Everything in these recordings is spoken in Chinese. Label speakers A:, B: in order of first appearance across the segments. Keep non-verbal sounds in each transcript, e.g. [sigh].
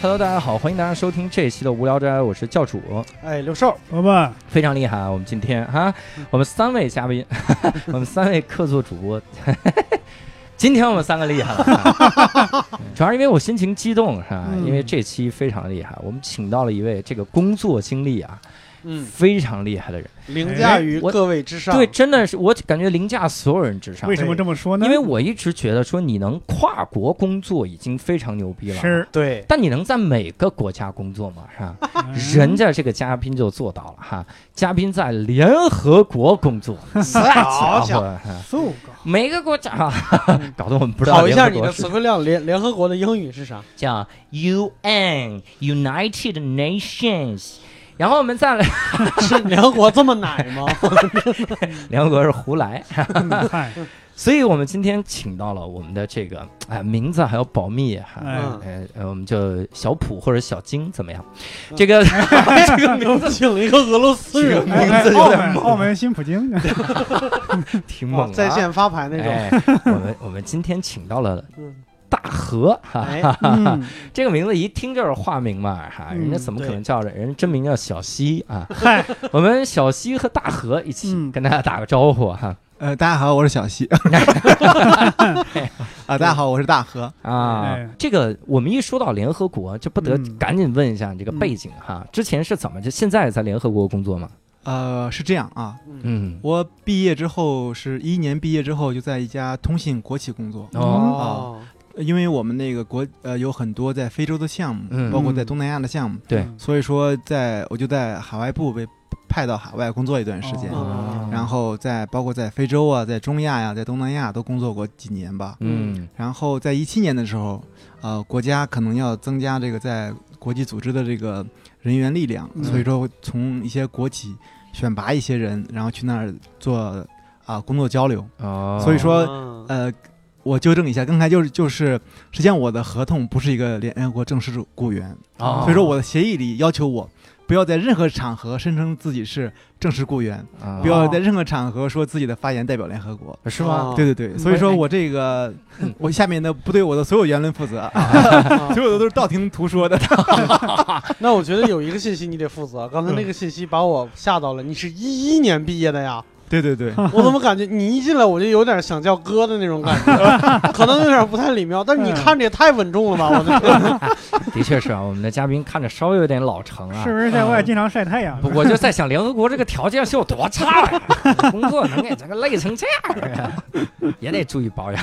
A: Hello，大家好，欢迎大家收听这一期的无聊斋，我是教主，
B: 哎，刘寿，
C: 老板，
A: 非常厉害啊！我们今天哈、
C: 嗯
A: 我们三位
C: [laughs]
A: 嘉宾，我们三位客座主 [laughs] 播，今天我们三个厉害了
C: [laughs]
A: 啊，主要是因为我心情激动是吧？
C: 嗯
A: 因为这期非常厉害，我们请到了一位这个工作经历啊
B: 嗯，
A: 非常厉害的人，
B: 凌驾于
A: 我
B: 各位之上，
A: 对，，真的是我感觉凌驾所有人之上
C: 啊为。什么这么说呢？
A: 因为我一直觉得说你能跨国工作已经非常牛逼了，
C: 是
B: 对，
A: 但你能在每个国家工作
B: [laughs]
A: 吗？是吧？
C: 嗯
A: 人家这个嘉宾就做到了哈，嘉宾在联合国工作， [laughs] 好
B: 好
A: 家
B: 家
A: 伙，哈
C: 搜狗
A: 每个国家啊， [laughs] 搞得我们不
B: 伙，
A: 知道
B: 考一
A: 联合
B: 下你
A: 国
B: 的
A: 是
B: 词汇量，联联合国的英语是啥？
A: 叫 UN United Nations。然后我们再来，
B: 是联合国这么奶吗？
A: [laughs] 联合国是胡来，
C: 嗯嗨，
A: 所以我们今天请到了我们的这个哎名字还要保密哈，
C: 哎
A: 呃呃我们就小普或者小金怎么样？
B: 嗯
A: 这个
B: [laughs] 这个名字请了一个俄罗斯人，
C: 哎哎澳门澳门新普京，
A: [laughs]
C: [laughs]
A: 挺
B: 哇
A: 猛
B: 哦在
A: 啊。
B: 线发牌那种，
A: 哎，我们我们今天请到了
B: 嗯，
A: 大河哈，
B: 哎，
C: 嗯，
A: 这个名字一听就是化名嘛，哈，
C: 嗯
A: 人家怎么可能
B: 对
A: 叫着？人家真名叫小西啊。
C: 嗨，
A: 我们小西和大河一起
C: 嗯
A: 跟大家打个招呼哈
D: 呃，大家好，我是小西。啊，大家好，我是大河。
A: 啊
C: 哎。
A: 这个我们一说到联合国，就不得
C: 嗯
A: 赶紧问一下你这个背景哈，之前是怎么就现在在联合国工作吗？
D: 呃，是这样啊，
B: 嗯，
A: 嗯，
D: 我毕业之后是一年毕业之后就在一家通信国企工作，
A: 哦，
B: 哦，
D: 因为我们那个国呃有很多在非洲的项目，
A: 嗯
D: 包括在东南亚的项目，
A: 对，
C: 嗯
D: 所以说在我就在海外部被派到海外工作一段时间，
A: 啊
C: 哦
D: 然后在包括在非洲啊，在中亚呀、在东南亚都工作过几年吧。
A: 嗯
D: 然后在一七年的时候，呃，国家可能要增加这个在国际组织的这个人员力量，
C: 嗯
D: 所以说从一些国企选拔一些人，然后去那儿做啊、工作交流。
A: 哦，
D: 所以说
B: 嗯
D: 呃，我纠正一下，刚才就是就是，实际上我的合同不是一个联合国正式雇员，
A: 哦
D: 所以说我的协议里要求我。不要在任何场合声称自己是正式雇员，
C: 哦
A: 啊
D: 不要在任何场合说自己的发言代表联合国。
A: 是吗？
B: 哦
D: 对对对，所以说我这个
A: 嗯
D: 我下面的不对我的所有言论负
C: [laughs]
D: 责，
B: 啊
C: 哦
D: 所有的都是道听途说的。
B: 哎那我觉得有一个信息你得负责，刚才那个信息把我吓到了，你是一一年毕业的呀？
D: 对对对，
C: 嗯
A: [laughs]
B: 我怎么感觉你一进来我就有点想叫哥的那种感觉，可能有点不太礼貌，但是你
A: 嗯
B: 看着也太稳重了吧？我的
A: 的确是啊，我们的嘉宾看着稍微有点老成啊
C: 嗯是。不是在外经常晒太阳？
A: 不我就在想，联合国这个条件是有多差呀、工作能给这个累成这样啊、也得注意保养。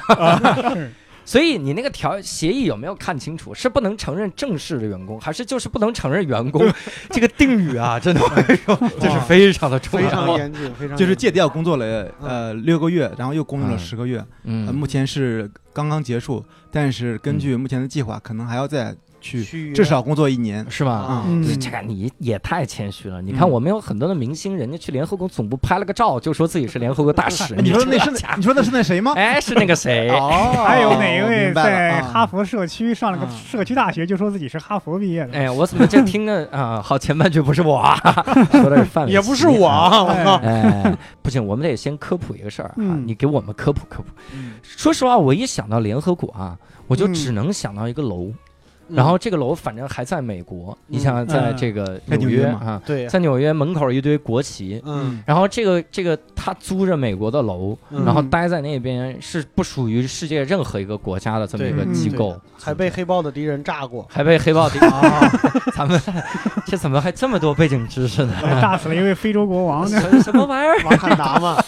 C: 是
A: 所以你那个条协议有没有看清楚？是不能承认正式的员工，还是就是不能承认员工？ [laughs] 这个定语啊，真的我跟你说，这是非常的重
B: 非
A: 要。 [laughs]
B: 常严谨，非常
D: 就是
B: 戒
D: 借
B: [laughs]
D: 调工作了呃
C: 嗯
D: 六个月，然后又工作了
A: 嗯
D: 十个月，呃
A: 嗯
D: 目前是刚刚结束，但是根据
C: 嗯
D: 目前的计划，可能还要再去
B: 去
D: 至少工作一年。
A: 是吧？
B: 啊，
C: 嗯
A: 这这个你也太谦虚了。你看，我们有很多的明星，人家去联合国总部拍了个照，就说自己是联合国大使。
D: 哎 [laughs] 你说那
A: 这
D: 是
A: 家
D: 那
C: [laughs]
A: 伙
D: 你说那是那谁吗？
A: 哎，是那个
D: [laughs]
A: 谁？
D: 哦，
C: 还有哪一位
D: 明白了
C: 在
D: 啊
C: 哈佛社区上了个
D: 啊
C: 社区大学，就说自己是哈佛毕业的？
A: 哎，我怎么这听着啊、好，前半句不是我啊，说的是范玮
B: 也
A: 琪
B: 不是我
A: 啊。
B: 啊，我靠，
A: 哎，不行，我们得先科普一个事儿啊！
C: 嗯
A: 你给我们科普科普。
D: 嗯
A: 说实话，我一想到联合国啊，我就
C: 嗯
A: 只能想到一个楼，
B: 嗯
A: 然后这个楼反正还在美国，你想想，在这个
D: 在
A: 纽
D: 纽约嘛
A: 啊，
B: [laughs] 对，
A: 在纽约门口一堆国旗，
B: 嗯，
A: 然后这个这个他租着美国的楼，
B: 嗯
A: 然后待在那边是不属于世界任何一个国家的这么一个
C: 对
A: 机
C: 嗯
A: 构，
B: 还被黑豹的敌人
A: [laughs]
B: 炸过，
A: 还被黑豹敌，
B: 啊，
A: 咱们这怎么还这么多背景知识呢？
C: 哎炸死了一位非洲国王呢。
A: 什什么玩意
B: [laughs]
A: 儿？
B: 瓦坎达嘛，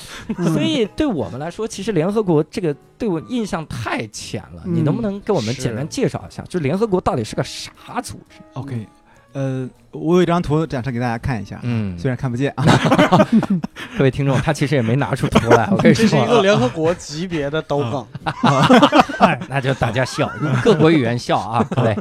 A: 所以对我们来说，其实联合国这个对我印象太浅了。
C: 嗯
A: 你能不能给我们
B: 是
A: 简单介绍一下，就联合国到底是个啥组织？
D: ，OK，呃，我有一张图展示给大家看一下，
A: 嗯
D: 虽然看不见啊， [laughs]
A: 各位听众，他其实也 [laughs] 没嗯拿出图来，我跟你
B: 这是一
A: [laughs]
B: 个
A: 说，
B: 联合国级别的抖梗，
C: 嗨，
A: 啊那就大家笑，各国语言笑啊，各位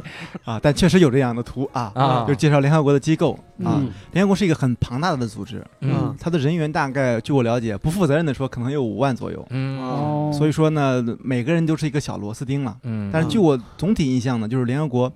D: 啊，但确实有这样的图啊，
A: 啊，
D: 就是介绍联合国的机构啊，
B: 嗯
D: 联合国是一个很庞大的组织，
A: 嗯
D: 它的人员大概据我了解，不负责任的说可能有五万左右，
A: 嗯
C: 哦，
D: 所以说呢，每个人都是一个小螺丝钉了。
A: 嗯，
D: 但是据我总体印象呢，就是联合国。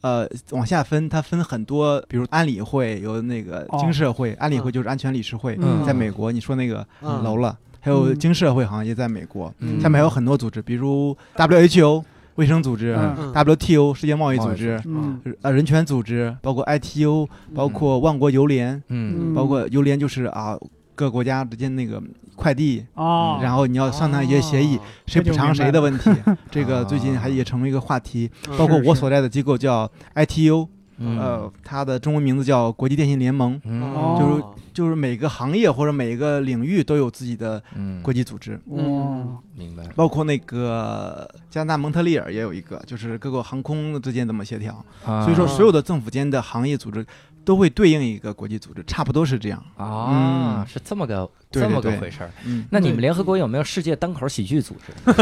D: 呃，往下分，它分很多，比如安理会有那个
C: 哦
D: 经社会，安理会就是安全理事会，
C: 嗯
D: 在美国，你说那个
B: 嗯
D: 楼了，还有
C: 嗯
D: 经社会好像也在美国，
A: 嗯
D: 下面还有很多组织，比如 WHO，卫生组织、
C: 嗯
B: 嗯
D: WTO 世界贸易组织、
C: 嗯
D: 呃人权组织，包括 ITO，包括万国邮联，
A: 嗯
C: 嗯
D: 包括邮联就是啊各国家之间那个快递，
C: 哦，
D: 嗯然后你要商谈一些协
B: 哦
D: 议，谁补偿谁的问题， [laughs] 这个最近还也成为一个话题。
B: 嗯，
D: 包括
C: 是
D: 我
C: 是
D: 所在的机构叫 ITU，
A: 嗯
D: 呃，它的中文名字叫国际电信联盟，
A: 嗯
C: 哦
D: 就是就是每个行业或者每个领域都有自己的
A: 嗯，
D: 国际组织，
C: 哦哇，
A: 明白。
D: 包括那个加拿大蒙特利尔也有一个，就是各个航空之间怎么协调。所以说，
B: 啊
D: 所有的政府间的行业组织都会对应一个国际组织，差不多是这样。
A: 啊，
D: 嗯
A: 是这么个
D: 对
A: 这么
D: 对
A: 个
D: 对
A: 回事儿。
D: 嗯， [laughs]
A: 那你们
B: 对
A: 联合国有没有世界单口喜剧组织？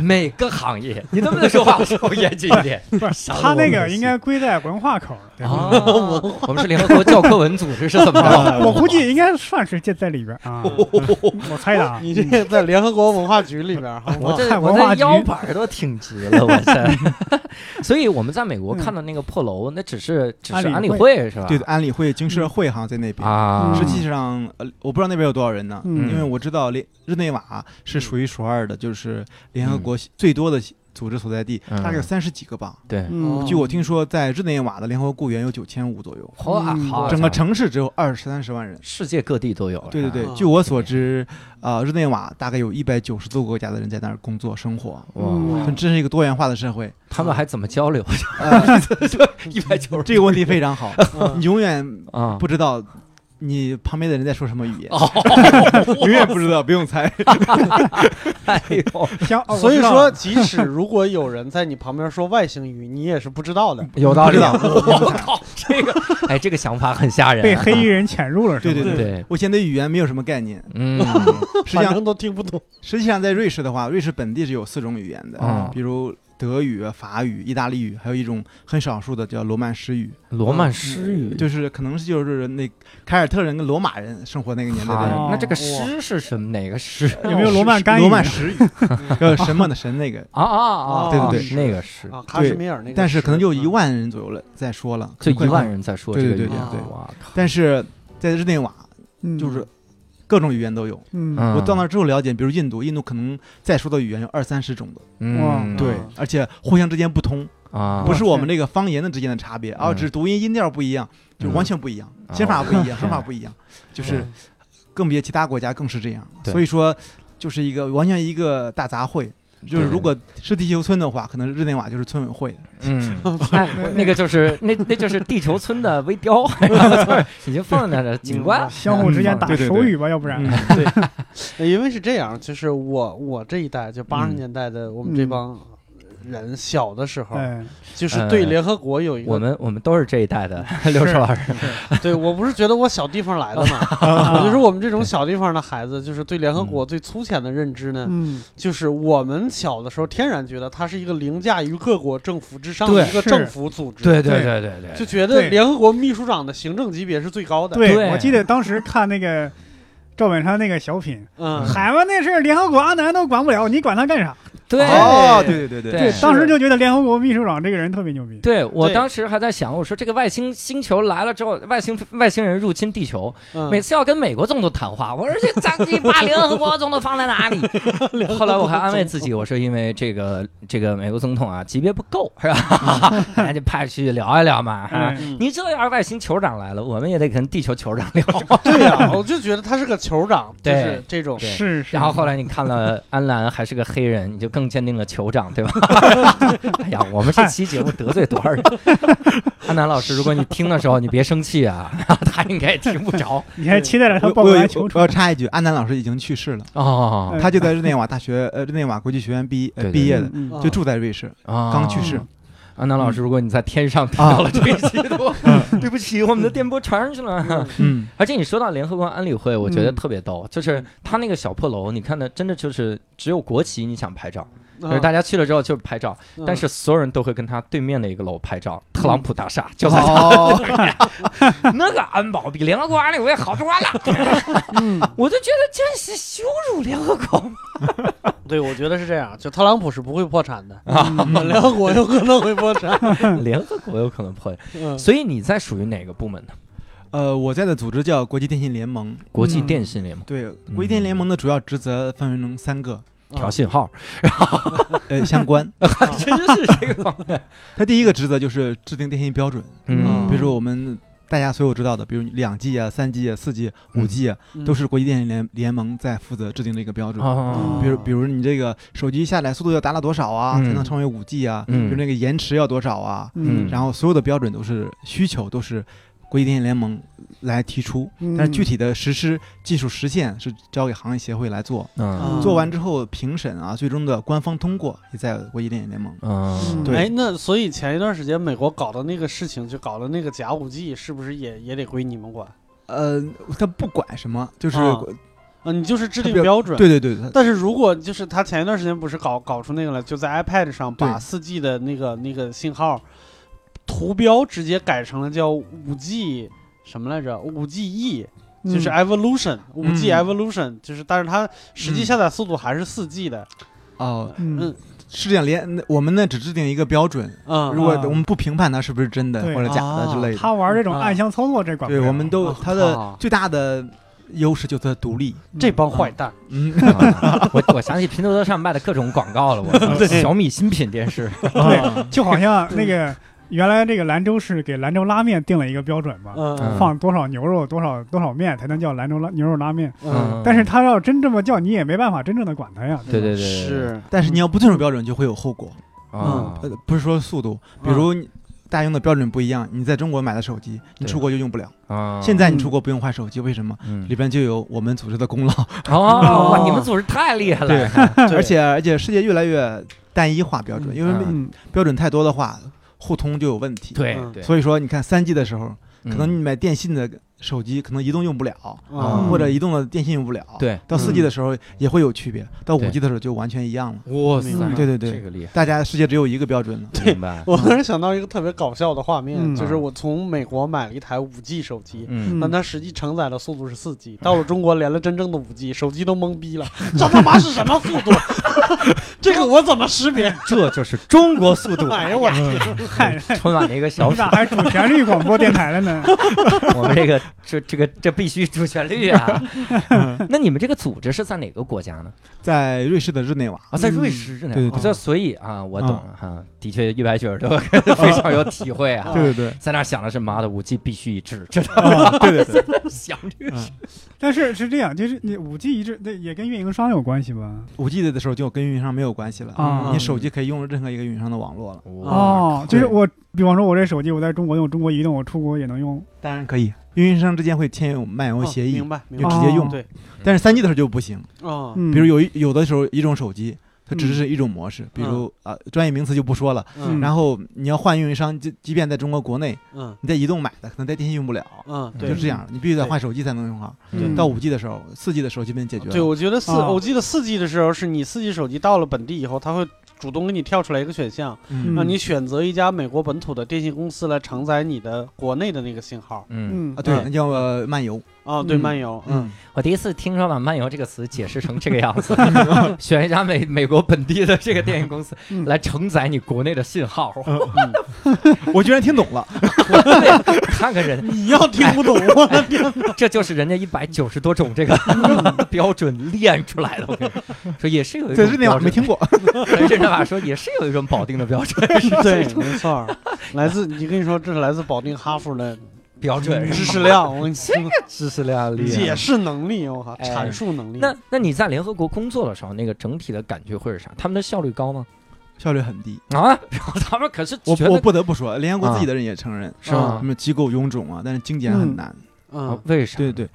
A: 每个行业，你能不能说话稍微严谨一点？
C: 不是他那个应该归在文化口儿，对吧？
A: 啊，我们是联合国教科文组织是怎么
D: 啊
A: 着？
C: 我估计应该算是这在里边儿啊，我猜的啊。
B: 你这个在联合国文化局里边儿，好
A: 我
B: 吗？
A: 这
C: 看
A: 我
C: 文化
A: 这
C: 局嗯
A: 腰板儿都挺直了，我这。所以我们在美国看到那个破楼，那只是只是
C: 安理
A: 安理
C: 会
A: 会是吧？
D: 对，安理会、经社会哈在那边。
A: 啊，
D: 实际上，呃，我不知道那边有多少人呢，
C: 嗯
D: 因为我知道联日内瓦是数一数二的，就是联合国最多的组织所在地，
A: 嗯
D: 大概有三十几个吧。
A: 对，
C: 嗯，
D: 据我听说，在日内瓦的联合国雇员有九千五左右，
A: 哇，
C: 嗯
A: 好
D: 整个
A: 家伙
D: 城市只有二十三十万人。
A: 世界各地都有。
D: 对对
A: 是吧
D: 对，
B: 啊
D: 据我所知，啊，日内瓦大概有一百九十多个国家的人在那儿工作生活，
A: 哇，
C: 嗯
D: 这真是一个多元化的社会。
A: 他们还怎么交流？
D: 呃，
A: 一百九十
D: 这个问题非常好，
B: 嗯
D: 你永远
A: 啊，
D: 不知道你旁边的人在说什么语 [laughs] 言，
A: 哦
D: 永远不知道，不用猜。
A: 哎呦，
C: 行，
D: 啊
C: 哦
B: 所以，
C: 我知道
B: 说，
C: 了
B: 即使如果有人在你旁边说外星语，你也是不知道的。
A: 有道理。
D: 不
A: 我靠，这个， [laughs] 哎，这个想法很吓人、啊。
C: 被黑衣人潜入了，
D: [laughs]
C: 是
D: 对
C: 吧
D: 对
A: 对，
D: 我现在对语言没有什么概念。
A: 嗯
B: [laughs]
D: 实际
B: 反
D: 上，
B: 正都听不懂。
D: 实际上在瑞士的话，瑞士本地是有四种语言的，
A: 啊，
D: 比如德语、法语、意大利语，还有一种很少数的叫罗曼史语，
A: 罗曼诗语
D: 嗯就是可能是就是那凯尔特人跟罗马人生活那个年代的人
A: 啊
C: 哦，
A: 那这个诗是什么？哪个诗？
C: [laughs] 有没有罗曼干
D: 罗
C: 语
D: 曼
C: 呢
D: 史语， [laughs] 呃，神嘛的神那个，
A: 啊啊啊！
D: 对对
A: 对，那个诗，
B: 啊，喀什米尔那个，嗯
D: 但是可能就一，万人左右了再说了，
A: 就
D: 快
A: 一万。人在说这个语
D: 对对
A: 言
B: 对对对
A: 哇靠！
D: 但是在日内瓦，
C: 嗯
D: 就是各种语言都有。
C: 嗯
A: 嗯
D: 我到那之后了解，比如印度，印度可能再说的语言有二三十种的，
A: 嗯，
C: 哇
B: 对
D: 而且互相之间不通，
A: 啊，
D: 不是我们这个方言的之间的差别，而
A: 嗯
D: 只是读音音调不一样，就
A: 嗯
D: 完全不一样，
A: 啊
D: 写法不一样，
A: 我
D: 说法不一样，就是
B: 嗯
D: 更别其他国家更是这样。
A: 对
D: 所以说，就是一个完全一个大杂烩。就是
A: 对
D: 如果是地球村的话，可能日内瓦就是村委会，
A: 嗯，哎，那个就是那那就是地球村的微雕， [laughs] 已经放在那儿景观，
C: 相互之间打
D: 嗯对对对
C: 手语吧，要不然
D: 嗯，
B: [laughs] 因为是这样，就是我我这一代就八十年代的我们这帮人小的时候，
C: 哎，
B: 就是对联合国有一
A: 我
B: 个，
A: 们我们都是这一代的刘少老师，
B: 对我不是觉得我小地方来的嘛，
C: 啊
B: 我就是我们这种小地方的孩子，就是对联合国最粗浅的认知呢，
C: 嗯，
B: 就是我们小的时候天然觉得它是一个凌驾于各国政府之上
A: 对
B: 的一个
C: 是
B: 政府组织，
A: 对对对对对，
B: 就觉得
C: 对
B: 联合国秘书长的行政级别是最高的，
A: 对
C: 对，我记得当时看那个赵本山那个小品，
B: 嗯，
C: 海湾那事儿联合国阿南都管不了，你管他干啥？
A: 对
D: 哦，对对对
A: 对
B: 是
C: 当时就觉得联合国秘书长这个人特别牛逼，
A: 对我
B: 对
A: 当时还在想，我说这个外星星球来了之后，外星外星人入侵地球，
B: 嗯
A: 每次要跟美国总统谈话，我说这咱你把联合国总统放在哪里？后来我还安慰自己，我说因为这个这个美国总统啊级别不够是吧？哎那就派去聊一聊嘛。啊
C: 哎
B: 嗯
A: 你这要是外星酋长来了，我们也得跟地球酋长聊。
B: 对呀、 [laughs] 我就觉得他是个酋长，就
A: 对
B: 是这种
A: 对
C: 是是。
A: 然后后来你看了安澜还是个黑人，你就更坚定了酋长，对吧？哎呀，我们这期节目得罪多少人？安澜老师，如果你听的时候，你别生气啊，他应该也听不着
C: 你还期待着他
D: 我
C: 报
D: 我
C: 过
D: 有
C: 来
D: 一
C: 求
D: 我
C: 助
D: 我要插一句，安南老师已经去世了，
A: 哦
C: 哎
D: 他就在日内瓦大学呃日内瓦国际学院毕
A: 对
D: 呃
A: 对对
D: 毕业的，
C: 嗯嗯
D: 就住在瑞士，
A: 啊
D: 刚去世。
A: 安啊南老师，如果你在天上听到了这一期的 [laughs] 话，对不起，我们的电波传上去了。 [laughs]
D: 嗯，
A: 而且你说到联合国安理会，我觉得特别逗，就是他那个小破楼，你看的真的就是只有国旗，你想拍照，就是大家去了之后就是拍照，
B: 嗯
A: 但是所有人都会跟他对面的一个楼拍照，特朗普大厦就在
D: 哦，
A: [laughs] 那个安保比联合国安理会好多 [laughs] 了，嗯我就觉得这是羞辱联合国。
B: 对，我觉得是这样，就特朗普是不会破产的，
D: 嗯
B: 嗯联合国有可能会破产。
A: 联合国有可能破，
B: 嗯
A: 所以你在属于哪个部门呢？
D: 呃，我在的组织叫国际电信联盟，
A: 嗯国际电信联盟
D: 对，国际电信联盟的主要职责分为成三个，
B: 嗯
A: 调信 [laughs] 号，
D: 呃相关。
A: 真是这个方面。
D: 它第一个职责就是制定电信标准，
A: [laughs] 嗯，
D: 比如说我们大家所有知道的，比如两 G 啊、三 G 啊、四 G 啊、五 G 啊，
A: 嗯
D: 都是国际电信联联盟在负责制定的一个标准。
A: 哦
D: 比如，比如你这个手机下载速度要达到多少啊，
A: 嗯
D: 才能成为五 G 啊？
A: 嗯
D: 比如那个延迟要多少啊？
A: 嗯
D: 然后所有的标准都是需求都是国际电信联盟来提出，
C: 嗯
D: 但是具体的实施技术实现是交给行业协会来做。
A: 嗯
B: 嗯
D: 做完之后评审啊，最终的官方通过也在国际电信联盟。
A: 嗯，
D: 对
B: 哎，那所以前一段时间美国搞的那个事情，就搞的那个假五 G，是不是也也得归你们管？
D: 呃，他不管什么，哦就是、
B: 啊啊，你就是制定
D: 它标
B: 标准。
D: 对对对，它
B: 但是如果就是他前一段时间不是搞搞出那个了，就在 iPad 上把
D: 对
B: 4 G 的那个那个信号图标直接改成了叫5 G 什么来着？5 G E 就是
C: 嗯
B: Evolution，5 G
D: 嗯
B: Evolution 就是，但是它实际
D: 嗯
B: 下载速度还是4 G 的。
D: 哦、
C: 嗯
B: 嗯
D: 是这样，连我们呢只制定一个标准，
B: 嗯，
D: 如果
C: 啊
D: 我们不评判它是不是真的
C: 对
D: 或者假的之类的，
C: 他玩这种
B: 啊
C: 暗箱操作这管不
D: 对，
C: 了
D: 我们都
B: 啊
D: 它的
B: 靠
D: 最大的优势就是它独立。
B: 这帮坏蛋，
D: 嗯，
A: 啊 [laughs] 我我想起拼多多上卖的各种广告了，我
D: [laughs]
A: 操小米新品电视，
D: 嗯
C: 对，就好像那个原来这个兰州市给兰州拉面定了一个标准嘛，
A: 嗯
B: 嗯
C: 放多少牛肉多少多少面才能叫兰州拉牛肉拉面，
B: 嗯，
A: 嗯
C: 但是他要真这么叫，你也没办法真正的管他呀。
D: 嗯
A: 对
C: 吧
A: 对对对
B: 是，
D: 但是你要不遵守标准，就会有后果。
A: 啊，
D: 呃，不是说速度，比如你大家用的标准不一样，你在中国买的手机，你
A: 对
D: 出国就用不了。
A: 啊
D: 现在你出国不用换手机，为什么？
A: 嗯
D: 里边就有我们组织的功
A: [laughs]
D: 劳，
A: 哦，哇，你们组织太厉害
D: 对
A: 了，
B: 对
D: 而且而且世界越来越单一化标准，
B: 嗯
D: 因为
C: 嗯，
D: 标准太多的话，互通就有问题。，
A: 啊对
B: 嗯
A: 对，
D: 所以说你看三 G 的时候，可能
A: 嗯
D: 你买电信的手机，可能移动用不了，
A: 啊
D: 或者移动的电信用不了。，
A: 对，
D: 到四 G
B: 嗯
D: 的时候也会有区别，到
A: 对
D: 五 G 的时候就完全一样了。
A: 哇
B: 塞
D: 嗯对对对
A: 这个厉害，
D: 大家世界只有一个标准了。
A: 明白，
B: 我突然想到一个特别搞笑的画面，
C: 嗯
D: 啊
B: 就是我从美国买了一台5 G 手机，
A: 嗯，
B: 但它实际承载的速度是四
D: 嗯
B: G，到了中国连了真正的五 G，手机都懵逼了，这他妈是什么速度？ [laughs] 这个我怎么识别？
A: 这就是中国速度
B: 哎呀，我
D: 嗯
C: 嗨，
A: [laughs] 春晚的一个小
C: 你
D: [laughs]
A: 品
C: 咋，还主旋律广播电台了呢？
A: 我们这个这这个这必须主旋律啊。
D: [laughs]
A: 那你们这个组织是在哪个国家呢？
D: 在瑞士的日内瓦，
A: 啊，在
C: 嗯
A: 瑞士呢。
D: 对对
A: 啊
D: 对
A: 所以啊，我懂了哈，的确，一白雪儿都 [laughs] 非常有体会啊。
D: 对对对，
A: 在那儿想的是妈的，武器必须一致，这
D: 啊对对对，
A: 想这个
C: 但是是这样，就是你五 G 一致，那也跟运营商有关系吧？
D: [laughs] 五 G 的时候就跟运营商没有关系了，
C: 啊
D: 你手机可以用任何一个运营商的网络了，
A: 哇
C: 哦，就是我，比方说我这手机我在中国用中国移动，我出国也能用。
D: 当嗯然可以，运营商之间会签有漫游
B: 我
D: 协议
B: 哦明，白，明
D: 就
B: 白
D: 直接用。
C: 哦
B: 对
D: 但是三 G 的时候就不行，
B: 啊，
C: 嗯，
D: 比如有一有的时候一种手机。它只
C: 嗯
D: 是一种模式，比如啊、专业名词就不说了。
B: 嗯
D: 然后你要换运营商，即即便在中国国内，
B: 嗯
D: 你在移动买的，可能在电信用不了，
B: 嗯，
D: 就
B: 对
D: 是。这样。你必须得换手机才能用好。
C: 嗯
D: 到五 G 的时候，四 G 的时候就被解决了。
B: 对，我觉得四，
C: 啊
B: 我记得四 G 的时候，是你四 G 手机到了本地以后，它会主动给你跳出来一个选项，
D: 嗯
B: 让你选择一家美国本土的电信公司来承载你的国内的那个信号。
A: 嗯，
C: 嗯
D: 啊，对，
B: 嗯
D: 那叫呃漫游。
B: 啊，对，
C: 嗯
B: 漫游，嗯
D: 嗯，
A: 我第一次听说把“漫游”这个词解释成这个样子，选一家美美国本地的这个电影公司
C: 嗯
A: 来承载你国内的信号，
D: 嗯我居然听懂了。哎
A: 看看人，
B: 你要听不懂，我的天
A: 这就是人家一百九十多种这个 [laughs] 标准练出来的。我跟你说说也是有一
D: 对，日
A: 种
D: 内瓦
A: 标
D: 没
A: 准，
D: 听过。
A: 人家法说也是有一种保定的标准，
B: [laughs] 对，没错儿，来自你跟你说，这是来自保定哈佛的
A: 标准
B: 知识量，我跟你说，
A: [laughs] 知识量
B: 解释能力，我靠，
A: 哎
B: 阐述
D: 嗯
B: 能力。
A: 那那你在联合国工作的时候，那个整体的感觉会是啥？他们的效率高吗？
D: 效率很低。
A: 啊，然后 [laughs] 他们可是
D: 我
A: 觉
D: 我
A: 得
D: 不得不说，联合国自己的人也承认，
A: 是啊吗
D: 什？么机构臃肿啊，但是精简很难。
A: 啊
B: 嗯，
A: 为啥？
D: 对对，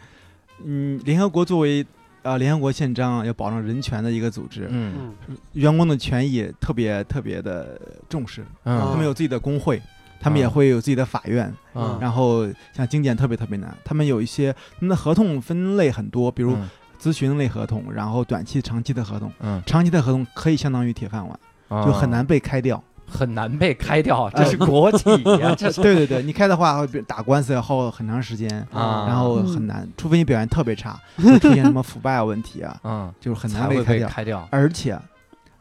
D: 嗯，联合国作为呃联合国宪章啊，要保障人权的一个组织，
A: 嗯
B: 嗯
D: 员工的权益特别特别的重视，他
A: 嗯
D: 们有自己的工会。他们
A: 啊
D: 也会有自己的法院，
A: 嗯，
D: 然后像精简特别特别难。他们有一些他们的合同分类很多，比
A: 比
D: 如咨询类合同，然后短期、长期的合同。
A: 嗯，啊
D: 长期的合同可以相当于铁饭碗，啊就
A: 就
D: 很难被开
A: [laughs]
D: 掉。
A: 很难被开掉，这是国企呀，
D: [laughs]
A: 这是
D: 对对对，你开的话会打官司要耗很长时间，
A: 啊，
D: 然后
C: 嗯
D: 很难，除非你表现特别
A: [laughs]
D: 差，会出现什么腐败问题啊，
A: 嗯，
D: 就是很
A: 才
D: 难
A: 会
D: 开
A: 被
D: 掉。
A: 开掉
D: 而且，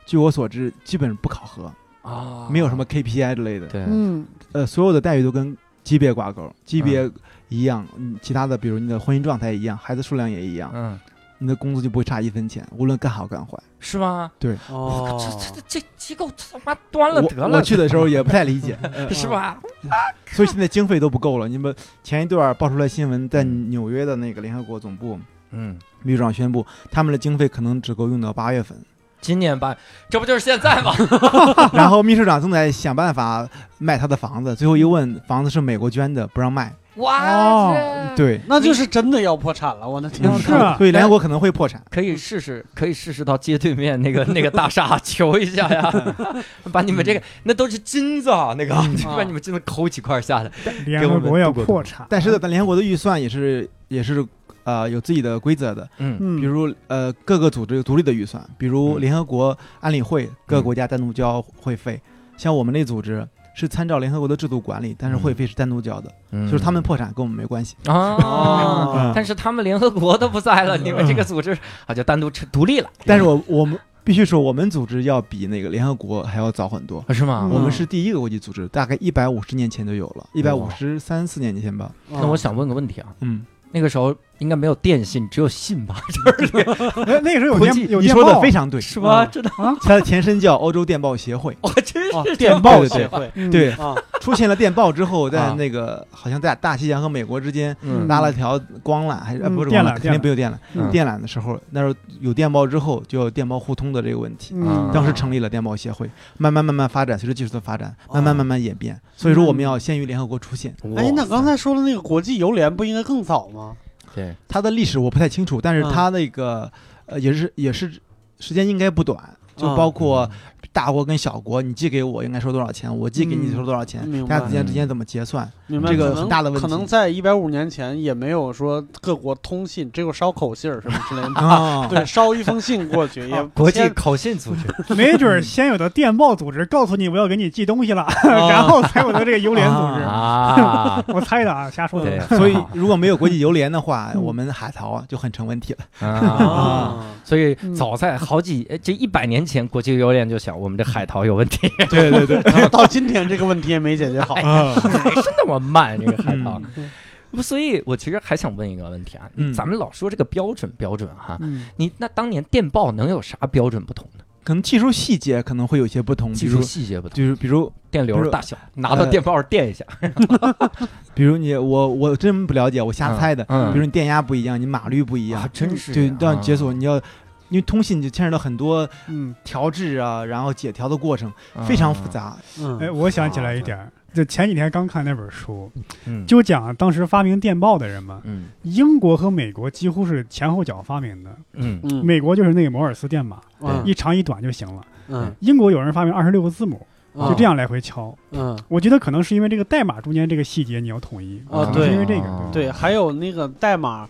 D: 据我所知，基本不考核，
A: 啊，
D: 没有什么 KPI 之类的，
A: 对，
C: 嗯
D: 呃，所有的待遇都跟级别嗯挂钩，级别一样，嗯其他的比如你的婚姻状态一样，孩子数量也一样，
A: 嗯
D: 你的工资就不会差一分钱，无论干好干坏。
A: 是吗？
B: 哦，
A: 这这这这机构他妈端了得
D: 啊我
A: 了，
D: 我去的时候也不太理
A: [laughs]
D: 解，
A: [laughs] 是吧？
D: 所以现在经费都不够了。你们前一段爆出来新闻，在纽约的那个联合国总部，
A: 嗯，
D: 秘书长宣布他们的经费可能只够用到八月份。
A: 今年吧，这不就是现
D: [laughs]
A: 在吗？
D: 哦然后秘书长正在想办法卖他的房子，最后一问，房子是美国捐的，不让卖。
A: 哇，
C: 哦
A: 这，
D: 对，
B: 嗯
D: 嗯
B: 那就是真的要破产了，我的天！
C: 是啊
D: 所以联合国可能会破产。
A: 可以试试，可以试试到街对面那个那个大厦 [laughs] 求一下呀，把你们这个那都是金子啊，那个 [laughs]
B: 啊
A: 把你们金子抠几块下来，
C: 联合国要破产，
D: 但是呢，咱联合国的预算也是也是呃有自己的规则的，
A: 嗯
C: 嗯，
D: 比如呃各个组织有独立的预算，比如
A: 嗯
D: 联合国安理会各个国家单独交会费，像我们那组织是参照联合国的制度管理，但是会费是单独交的，
A: 嗯
D: 就是他们破产跟我们没关系。
A: [laughs] 啊。
B: 哦，
A: 哦但是他们联合国都不在了，你们这个组织啊就单独成独立了，嗯
D: 但是我我们必须说，我们组织要比那个联合国还要早很多。
A: 是吗？
D: 我
B: 嗯
D: 们是第一个国际组织，大概一百五十年前就有了，一百五十三四年前吧。
A: 那我想问个问题啊，
D: 嗯，
A: 那个时候应该没有电信，只有信吧？就是
C: 哎那那个时候有
D: 国际
C: 电有
D: 你
C: 电
D: 说的
C: 报啊
D: 非，常对，
A: 是
B: 吧
A: 真的，
D: 它的前身叫欧洲电报协会。
A: 我真
B: 哦
A: 是
B: 电报
D: 对对
B: 协
D: 对
C: [laughs]
B: 会
C: 嗯
D: 对，
B: 啊，
D: 出现了电报之后，在
A: 啊
D: 那个好像在大西洋和美国之间
A: 嗯
D: 拉了条光缆，还是呃
C: 嗯
D: 不是
C: 电
D: 光
C: 缆
D: 缆，肯定不有电
A: 嗯
D: 缆。电缆的时候，那时候有电报之后，就有电报互通的这个问题。
A: 啊
C: 嗯，
D: 当时成立了电报协会，慢慢慢慢发展，随着技术的发展，慢慢
B: 哦
D: 慢慢演变。所以说，我们要先于联合国出现。
A: 嗯
B: 哎，那刚才说的那个国际邮联不应该更早吗？
A: 对，
D: 它的历史我不太清楚，但是
B: 嗯
D: 它那个、呃也是也是时间应该不短，就包括大国跟小国，你寄给我应该收多少钱，我寄给你收多少钱，
B: 明白
D: 大家之间之间怎么结算？
B: 明白
D: 这个
B: 可能
D: 很大的问
B: 可
D: 题
B: 能在一百五年前也没有说各国通信，只有捎口信儿什么之类
D: [laughs]
B: 的。
D: 啊，
B: [laughs] 对，捎一封信过去也
A: 国际
B: 先
A: 口信组织，
C: [laughs] 没准儿先有的电报组织告诉你我要给你寄东西
A: [laughs]
C: 了， [laughs]
B: 啊
C: 然后才有的这个邮联组织。
A: [laughs] 啊，
C: 我猜的啊，瞎说
A: 对
C: [laughs] 的。，
D: 所以如果没有国际邮联的话，
C: 嗯
D: 我们海淘啊就很成问题了。
A: 啊。
B: 啊，
A: 所以
C: 嗯
A: 早在好几呃这一百年前，国际邮联就想我们这海淘有问题，
D: 对对对，
B: 然后到今天这个问题也没解决好。
C: 啊，
A: 还是那么慢这个海淘
B: 嗯。
A: 不所以我其实还想问一个问题啊，
D: 嗯
A: 咱们老说这个标准标准哈，
C: 嗯
A: 你那当年电报能有啥标准不同呢？
D: 可能技术细节可能会有些不同，比
A: 技术
D: 如
A: 细节不同，
D: 就是比如
A: 电流
D: 不
A: 的
D: 是
A: 大小，拿到
D: 呃
A: 电报电一下，
D: 比如你我我真不了解，我瞎猜的。
A: 嗯，
D: 比如你电压不一样，你码率不一
A: 一
D: 样，
A: 真是
D: 对，让
A: 啊
D: 你解锁你要，因为通信就牵扯到很多
C: 嗯，
D: 调制啊，然后解调的过程呃
A: 嗯
D: 非常复，杂。
C: 哎，
B: 嗯，
C: 我想起来一点儿，就前几天刚看那本书，
A: 啊嗯
C: 就讲当时发明电报的人嘛，
A: 嗯
C: 英国和美国几乎是前后脚发明的。
A: 嗯
B: 嗯
C: 美国就是那个摩尔斯电码，
B: 嗯
C: 一长一短就行了。
B: 嗯，
C: 英国有人发明二十六个字母，
A: 啊
C: 就这样来回敲。
B: 嗯。
C: 我觉得可能是因为这个代码中间这个细节你要统一，
B: 哦
C: 可能
B: 对
C: 是因为这个
A: 哦
C: 吧
B: 对，还有那个代码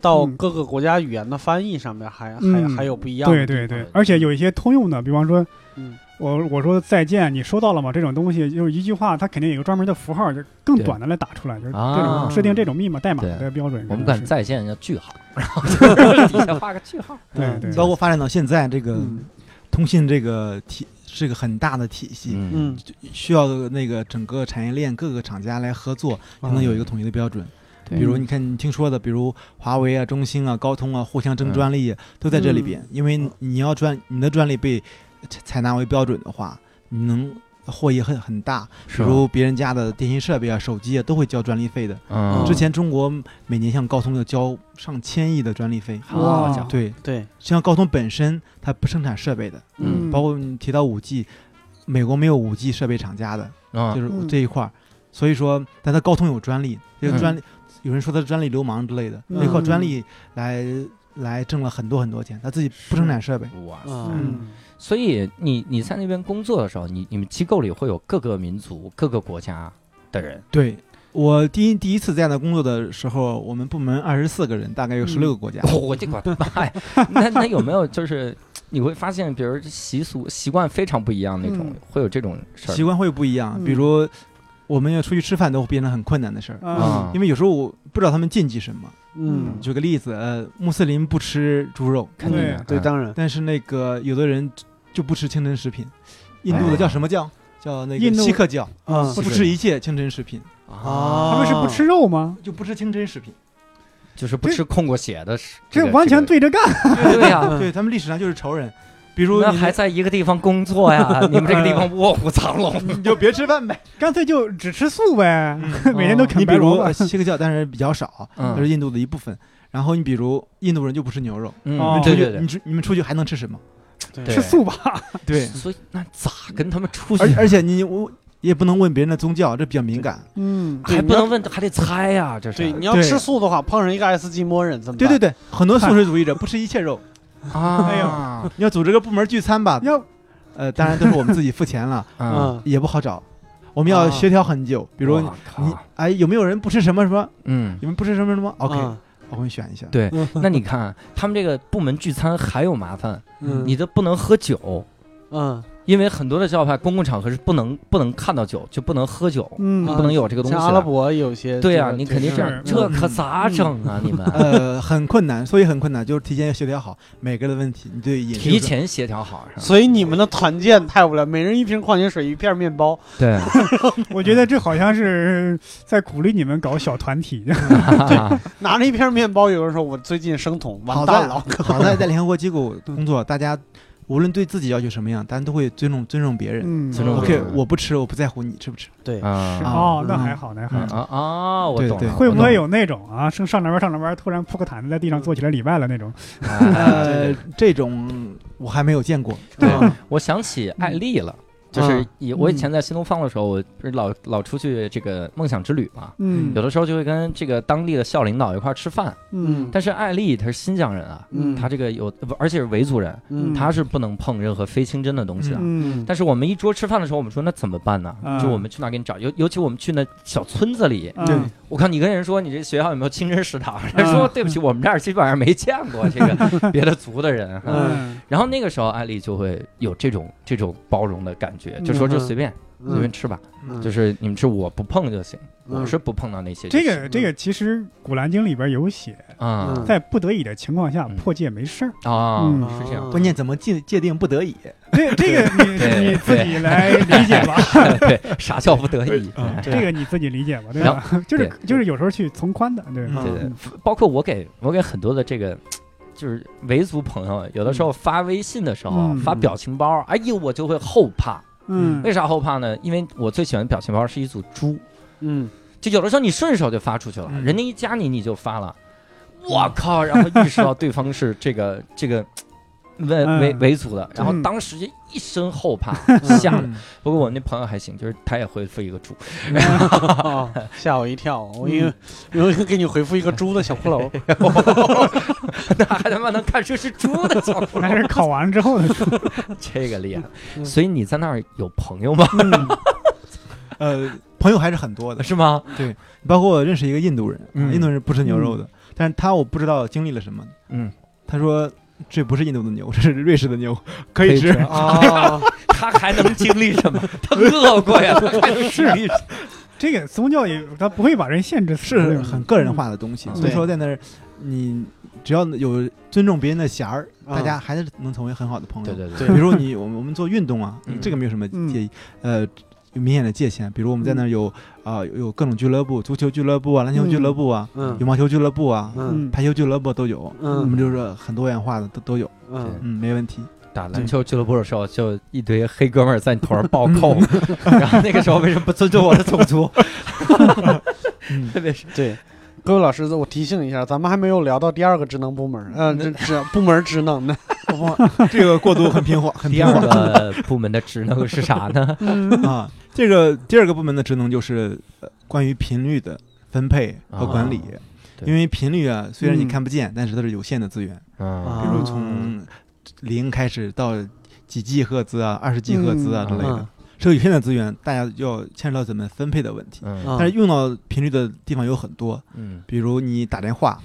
B: 到
C: 嗯
B: 各个国家语言的翻译上面还、还
C: 嗯
B: 还有不一样
C: 对
B: 的地
C: 对
B: 方。
C: 对，而且有一些通用的，比方说
B: 嗯，
C: 我我说再见，你收到了吗？这种东西就是一句话，它肯定有个专门的符号，就更
A: 对
C: 短的来打出来，就是这
A: 啊
C: 种制定这种密码代码
A: 对
C: 的标准。
A: 我们
C: 可能
A: 敢
C: 是
A: 再见要句号，然后就是底下画个句
D: [laughs]
A: 号，
C: 对
B: 嗯
C: 对，
D: 包括发展到现在，这个
B: 嗯
D: 通信这个体是个很大的体系，
B: 嗯
D: 需要那个整个产业链各个厂家来合作，才能
A: 嗯
D: 有一个统一的标准。
A: 对
D: 比如你看你听说的，比如华为啊、中兴啊、高通啊，互相
A: 嗯
D: 争专利都在这里边，因为你要专你的专利被采采纳为标准的话，你能获益很很大。比
A: 是吧
D: 如别人家的电信设备啊、手机啊，都会交专利费的。
A: 嗯
D: 之前中国每年向高通要交上千亿的专利费，
A: 好家伙，
D: 对，
B: 对，
D: 像高通本身它不生产设备的，
A: 嗯
D: 包括你提到五 G，美国没有五 G 设备厂家的，
A: 啊
D: 就，是
C: 嗯
D: 这一块儿。所以说，但它高通有专利，这个
A: 嗯
D: 专利有人说它是专利流氓之类的，
C: 嗯
D: 那靠专利来来挣了很多很多钱，它自己不生产设备。
A: 哇
B: 嗯
A: 所以你你在那边工作的时候，你你们机构里会有各个民族、各个国家的人， [laughs]
D: 对我第一第一次在那工作的时候，我们部门二十四个人，大概有
C: 嗯
D: 十六个国家。
A: 我这个妈呀！那那有没有就是你会发现，比如习俗习惯非常不一样那种
C: 嗯，
A: 会有这种事
D: 习
A: 儿
D: 惯会不一样，
C: 嗯
D: 比如我们要出去吃饭都会变成很困难的事儿，
C: 啊，
A: 啊？
D: 因为有时候我不知道他们禁忌什么。
B: 嗯
C: 嗯，
D: 举个例子，呃，穆斯林不吃猪肉，
A: 肯定的
B: 对，
C: 对
A: 嗯
B: 当然，
D: 但是那个有的人就不吃清真食品，印度
A: 哎
D: 的叫什么教？叫那
C: 印
D: 个
C: 度
D: 锡克教，
B: 嗯
D: 不吃一切清真食品，
A: 啊
D: 啊
C: 他们是不吃肉吗？
A: [laughs]
D: 就不吃清真食品。
A: 就是不吃空过血的是，
C: 这
A: 个
C: 完全对着干，
A: 对呀、
D: 对他们历史上就是仇人。比如
A: 嗯那
D: 你
A: 还在一个地方工作呀？你们这个地方卧虎藏龙， [laughs]
D: 你就别吃饭呗。
C: 干脆就只吃素呗，
D: 嗯
C: [laughs] 每天都啃
D: 你比
C: 白
D: 如
C: 萝卜
D: 呃。锡克教，但是比较少，
A: 嗯
D: 就是印度的一部分。然后你比如印度人就不吃牛肉，
A: 嗯
C: 哦，
A: 对
D: 出去
A: 对对
D: 你出你们出去还能吃什
A: [laughs]
D: 么？
A: 对
C: 吃素吧，
D: 对，
A: 所以那咋跟他们出去
D: 而？而且你我也不能问别人的宗教，这比较敏感。
C: 嗯，
B: 对
A: 还
B: 你
A: 不
B: 要
A: 能问，还得猜呀、这是
B: 对，你要
D: 对
B: 吃素的话，碰上一个爱斯基摩人怎么
D: 对
B: 办？
D: 对对，很
A: [laughs]
D: 多素食主义者不吃一切肉。
A: 啊，
C: 哎
A: 呀，
D: 你要组织个部门聚餐吧，
C: 要
D: 呃，当然都是我们自己付钱了，
A: 嗯，
D: 也不好找。我们要
B: 啊
D: 协调很久，比
A: 比
D: 如你你哎有没有人不吃什么什么？
A: 嗯，
D: 你们不吃什么什么？OK，、嗯
B: 嗯
D: 我给你选一下。
A: 对，
B: [laughs]
A: 那你看他们这个部门聚餐还有麻烦，
B: 嗯，
A: 你都不能喝酒，
B: 嗯，
A: 因为很多的教派公共场合是不能不能看到酒，就不能喝酒，
C: 嗯
A: 不能有这个东西
B: 像阿拉
A: 了。
B: 伯有些
A: 对呀、啊
B: 这个
A: 你
B: 这
A: 肯定
B: [laughs] 个
A: 这
C: 是
A: 样，这
D: 嗯
A: 可咋整啊？
D: [laughs]
A: 你们
D: 呃，很困难，所以很困难，就是提前要协调好每个人的问题。你对饮食有
A: 提
D: 什么
A: 前协调好是吧？
B: 所以你们的团建太无聊，每人一瓶矿泉水，一片面包，
A: 对，
C: 我觉得这好像是在鼓励你们搞小团体。
B: 拿着一片面包，有人说我最近生酮，完
D: 好
B: 蛋
D: 在 [laughs]
B: 了。 [laughs]
D: 好在在联合国机构工作，大家无论对自己要求什么样，咱都会尊重尊重别人。
C: 嗯，
A: 尊重
B: 别
D: OK，
A: 人
D: 我不吃，我不在乎你吃不吃。
B: 对，
C: [laughs]
A: 啊
C: 哦，
D: 嗯
C: 那还好，那还
A: 啊
C: 好。
A: 啊啊！我
D: 对
A: 懂
D: 对
A: 了，
C: 会不
A: 我
C: 会
A: 懂
C: 有那种啊，上上着班上着班，突然铺个毯子在地上坐起来礼拜了那种？
D: [laughs]
A: 了？哎对
D: 呃
A: 对，
D: 这种我还没有见过。
A: 对
B: 嗯，
A: 我想起艾丽了。就是
B: 嗯
A: 以我以
C: 嗯
A: 前在新东方的时候，我不是老老出去这个梦想之旅嘛，
C: 嗯
A: 有的时候就会跟这个当地的校领导一块儿吃饭。
C: 嗯
A: 但是艾丽她是新疆人啊，
B: 嗯
A: 她这个有，不而且是维族人，
B: 嗯
A: 她是不能碰任何非清真的东西的。
C: 嗯
A: 但是我们一桌吃饭的时候，我们说那怎么办呢？
C: 嗯
A: 就我们去那儿给你找，尤尤其我们去那小村子里，
C: 嗯
D: 对
A: 我看你跟人说你这学校有没有清真食堂，
B: 嗯
A: 人家说对不起，我们这儿基本上没见
B: [laughs]
A: 过这个别的族的人。啊
B: 嗯
A: 然后那个时候艾丽就会有这种这种包容的感觉，就说就
B: 嗯
A: 随便随便吃吧，
B: 嗯
A: 就是你们吃我不碰就行，
B: 嗯
A: 我是不碰到那些就
C: 这
A: 行。
C: 个这个其实《古兰经》里边有写，
A: 啊
B: 嗯
C: 在不得已的情况下
A: 嗯
C: 破戒没事儿。
A: 啊
C: 嗯
A: 是这样
B: 嗯
D: 关键怎么界界定不得已？
C: 这这个
A: 对
C: 你你自己来理解吧，
A: [laughs]
B: 嗯
A: 对，啥叫不
B: [laughs]
A: 得已？
D: 嗯
C: 这个你自己理解吧，对吧？ [laughs] 就是就是有时候去从宽的，对吧
A: 对对
C: 嗯，
A: 包括我给我给很多的这个。就是维族朋友，有的时候发微信的时候、
C: 嗯
A: 发表情包，哎呦，我就会后怕。
C: 嗯
A: 为啥后怕呢？因为我最喜欢的表情包是一组猪，
B: 嗯，
A: [laughs] 就有的时候你顺手就发出去了，
D: 嗯
A: 人家一加你你就发了，
C: 嗯
A: 我靠！然后意识到对方是这个 [laughs] 这个维维
C: 嗯
A: 维族的，然后
C: 嗯
A: 当时就一身后
C: [laughs]
A: 怕，
B: 嗯
A: 吓人。
D: 嗯
A: 不过我那朋友还行，就是他也回复一个猪， [laughs]
B: 哦吓我一跳，我以为
A: 嗯
B: 有一个给你回复一个猪的小骷髅，
A: [laughs] 那还他妈能看出是猪的角度，
C: 嗯那是考完之后的，
A: 这个厉害。
B: 嗯
A: 所以你在那儿有朋友吗？ [laughs]
D: 呃，朋友还是很多的，
A: 是吗？
D: 包括我认识一个印度人，啊
A: 嗯
D: 印度人不吃牛肉的，但是他我不知道经历了什么。
A: 嗯，
D: 他说这不是印度的牛，这 [laughs] 是瑞士的牛，可以吃。
B: 哦，
A: [laughs] 他还能经历什么？他饿过呀，他还能经历什么
C: 这个宗教也他不会把人限制死
D: 是
C: 的，
D: 很个人化的东西，
A: 嗯
D: 所以说在那儿，你只要有尊重别人的弦儿，
B: 嗯
D: 大家还是能成为很好的朋友。
A: 对对对
B: 对
D: 比如你我们我们做运动啊，
A: 嗯
D: 这个没有什么
C: 嗯
D: 介意，呃，有明显的界限。比如我们在那儿有啊、有有各种俱乐部，足球俱乐部啊，篮球俱乐部啊，
B: 嗯
D: 羽毛球俱乐部啊，
B: 嗯
C: 嗯
D: 排球俱乐部都有。我
B: 嗯
D: 们就是很多元化的都都有，
B: 嗯，
D: 嗯，没问题。
A: 打篮球俱乐部的时候，就一堆黑哥们儿在你头上暴扣，然后那个时候为什么不尊重我的种族？
D: 嗯，
A: 特别是
B: 对。 [laughs] 各位老师，我提醒一下，咱们还没有聊到第二个职能部门，嗯，这这部门职能
D: [laughs]
B: 呢，
D: 哇， [laughs] 这个过渡很平滑，很
A: 第
D: 平
A: 二
D: 滑
A: 个部门的职能是啥呢？
D: 啊。这个第二个部门的职能就是呃关于频率的分配和管理
A: 啊，对
D: 因为频率啊，虽然你
C: 嗯
D: 看不见，但是它是有限的资源，比
B: 啊
A: 嗯
D: 如从零开始到几 G 赫兹啊、二十 G 赫兹啊
A: 嗯
D: 之类的
B: 嗯，
D: 是有限的资源，大家要牵扯到怎么分配的问题。
A: 嗯
B: 啊
D: 但是用到频率的地方有很多，
A: 嗯
D: 比如你打电话、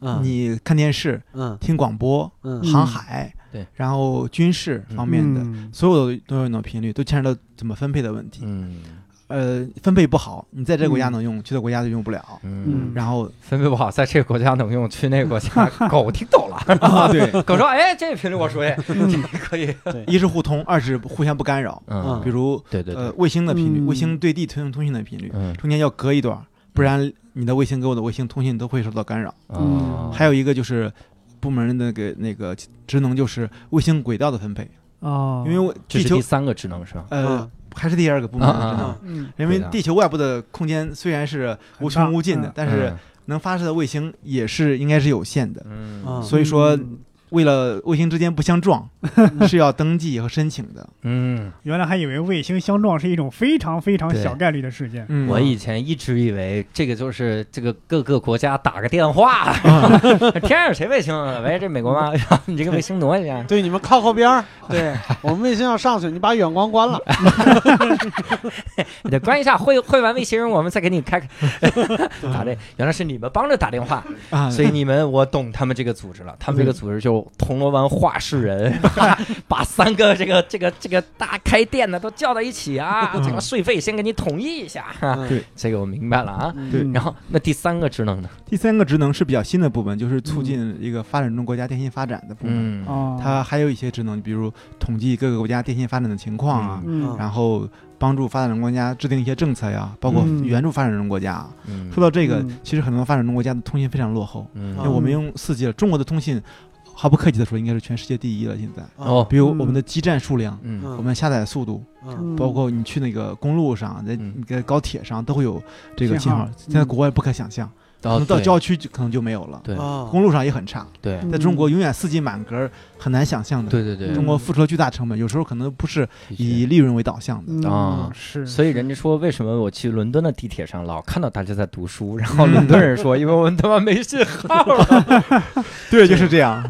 B: 嗯
D: 你看电视、
B: 嗯
D: 听广播、
B: 嗯
D: 航海，
A: 对，
D: 然后军事方面的，
C: 嗯
D: 所有的都要用到频率，都牵扯到怎么分配的问题。
A: 嗯
D: 呃，分配不好，你在这个国家
C: 嗯
D: 能用，去的国家就用不了。
A: 嗯，
D: 然
A: [laughs]
D: 后
A: 分配不好，在这个国家能用，去那个国家狗听懂了，
D: 啊，对，
A: [laughs] 狗说哎，这频率我熟悉，
C: 嗯
A: 可以。
D: 一是互通，二是互相不干扰。
A: 嗯
D: 比，如
A: 对对
D: 呃
A: 对，
D: 卫星的频率，
C: 嗯
D: 卫星对地通通讯的频率，
A: 嗯
D: 中间要隔一段儿，不然你的微信跟我的微信通信都会受到干扰。
A: 嗯，
D: 还有一个就是部门的那个那个职能就是卫星轨道的分配，
C: 哦，
D: 因为我
A: 嗯这
D: 地
A: 是
D: 球
A: 第嗯三个职能是吧？
B: 啊
D: 呃还是第二个部门的职
A: 啊啊
D: 能
A: 啊，
C: 嗯
D: 因为
A: 轨道
D: 地球外部的空间虽然是无穷无尽的
C: 很大嗯，
D: 但是能发射的卫星也是应该是有限的。
A: 嗯
B: 嗯
A: 嗯
D: 所以说
B: 嗯
D: 为了卫星之间不相撞，是要登记和申请的。
A: 嗯，
C: 原来还以为卫星相撞是一种非常非常小概率的事件。
D: 嗯
A: 我以前一直以为这个就是这个各个国家打个电
D: [laughs]
A: 话，天上有谁卫星啊？喂，这美国吗？哎 [laughs] 呀你这个卫星挪一下，
B: [laughs] 对你们靠靠边儿，对我们卫星要上去，你把远光
D: [laughs]
B: 关了。
A: 你得关一下，会会完卫星，我们再给
D: [laughs]
A: 你开开打这。原来是你们帮着打电话，
D: 啊，
A: 所以你们，我懂他们这个组织了。他们这个组织就铜锣湾画室人， [laughs] 把三个这个这个这个大开店的都叫到一起啊，
D: 嗯
A: 这个税费先给你统一一下。哈
B: 对
A: 这个我明白了啊。
B: 嗯
D: 对
A: 然后那第三个职能呢？
D: [laughs] 第三个职能是比较新的部门，就是促进一个发展中国家电信发展的部门。
A: 嗯
C: 哦，
D: 它还有一些职能，比如统计各个国家电信发展的情况啊，
C: 嗯
D: 然后帮助发展中国家制定一些政策呀，包括
C: 嗯
D: 援助发展中国家。啊
A: 嗯
D: 说到这个
B: 嗯，
D: 其实很多发展中国家的通信非常落后，
A: 嗯
D: 因为我们用四 G 了，中国的通信毫不客气的说，应该是全世界第一了。现在，
B: 啊
A: 哦
D: 比如
C: 嗯
D: 我们的基站数量，
A: 嗯
D: 我们下载速度，
B: 嗯
D: 包括你去那个公路上，在
A: 嗯
D: 你在高铁上都会有这个
C: 信
D: 信
C: 号
D: 号。现在国外不可想象，可
A: 哦
D: 能到
A: 对
D: 郊区就可能就没有了，
A: 对
B: 啊
D: 公路上也很差。
A: 对
C: 嗯
D: 在中国永远四 G 满格很难想象的。
A: 对对对
D: 中国付出了巨大成本，有时候可能不是
A: 的确
D: 以利润为导向的。
C: 嗯
A: 啊
C: 是，
A: 所以人家说，为什么我去伦敦的地铁上老看到大家在读书？然后伦敦人说，因为我们他妈没信号了。
D: 对，就是这样。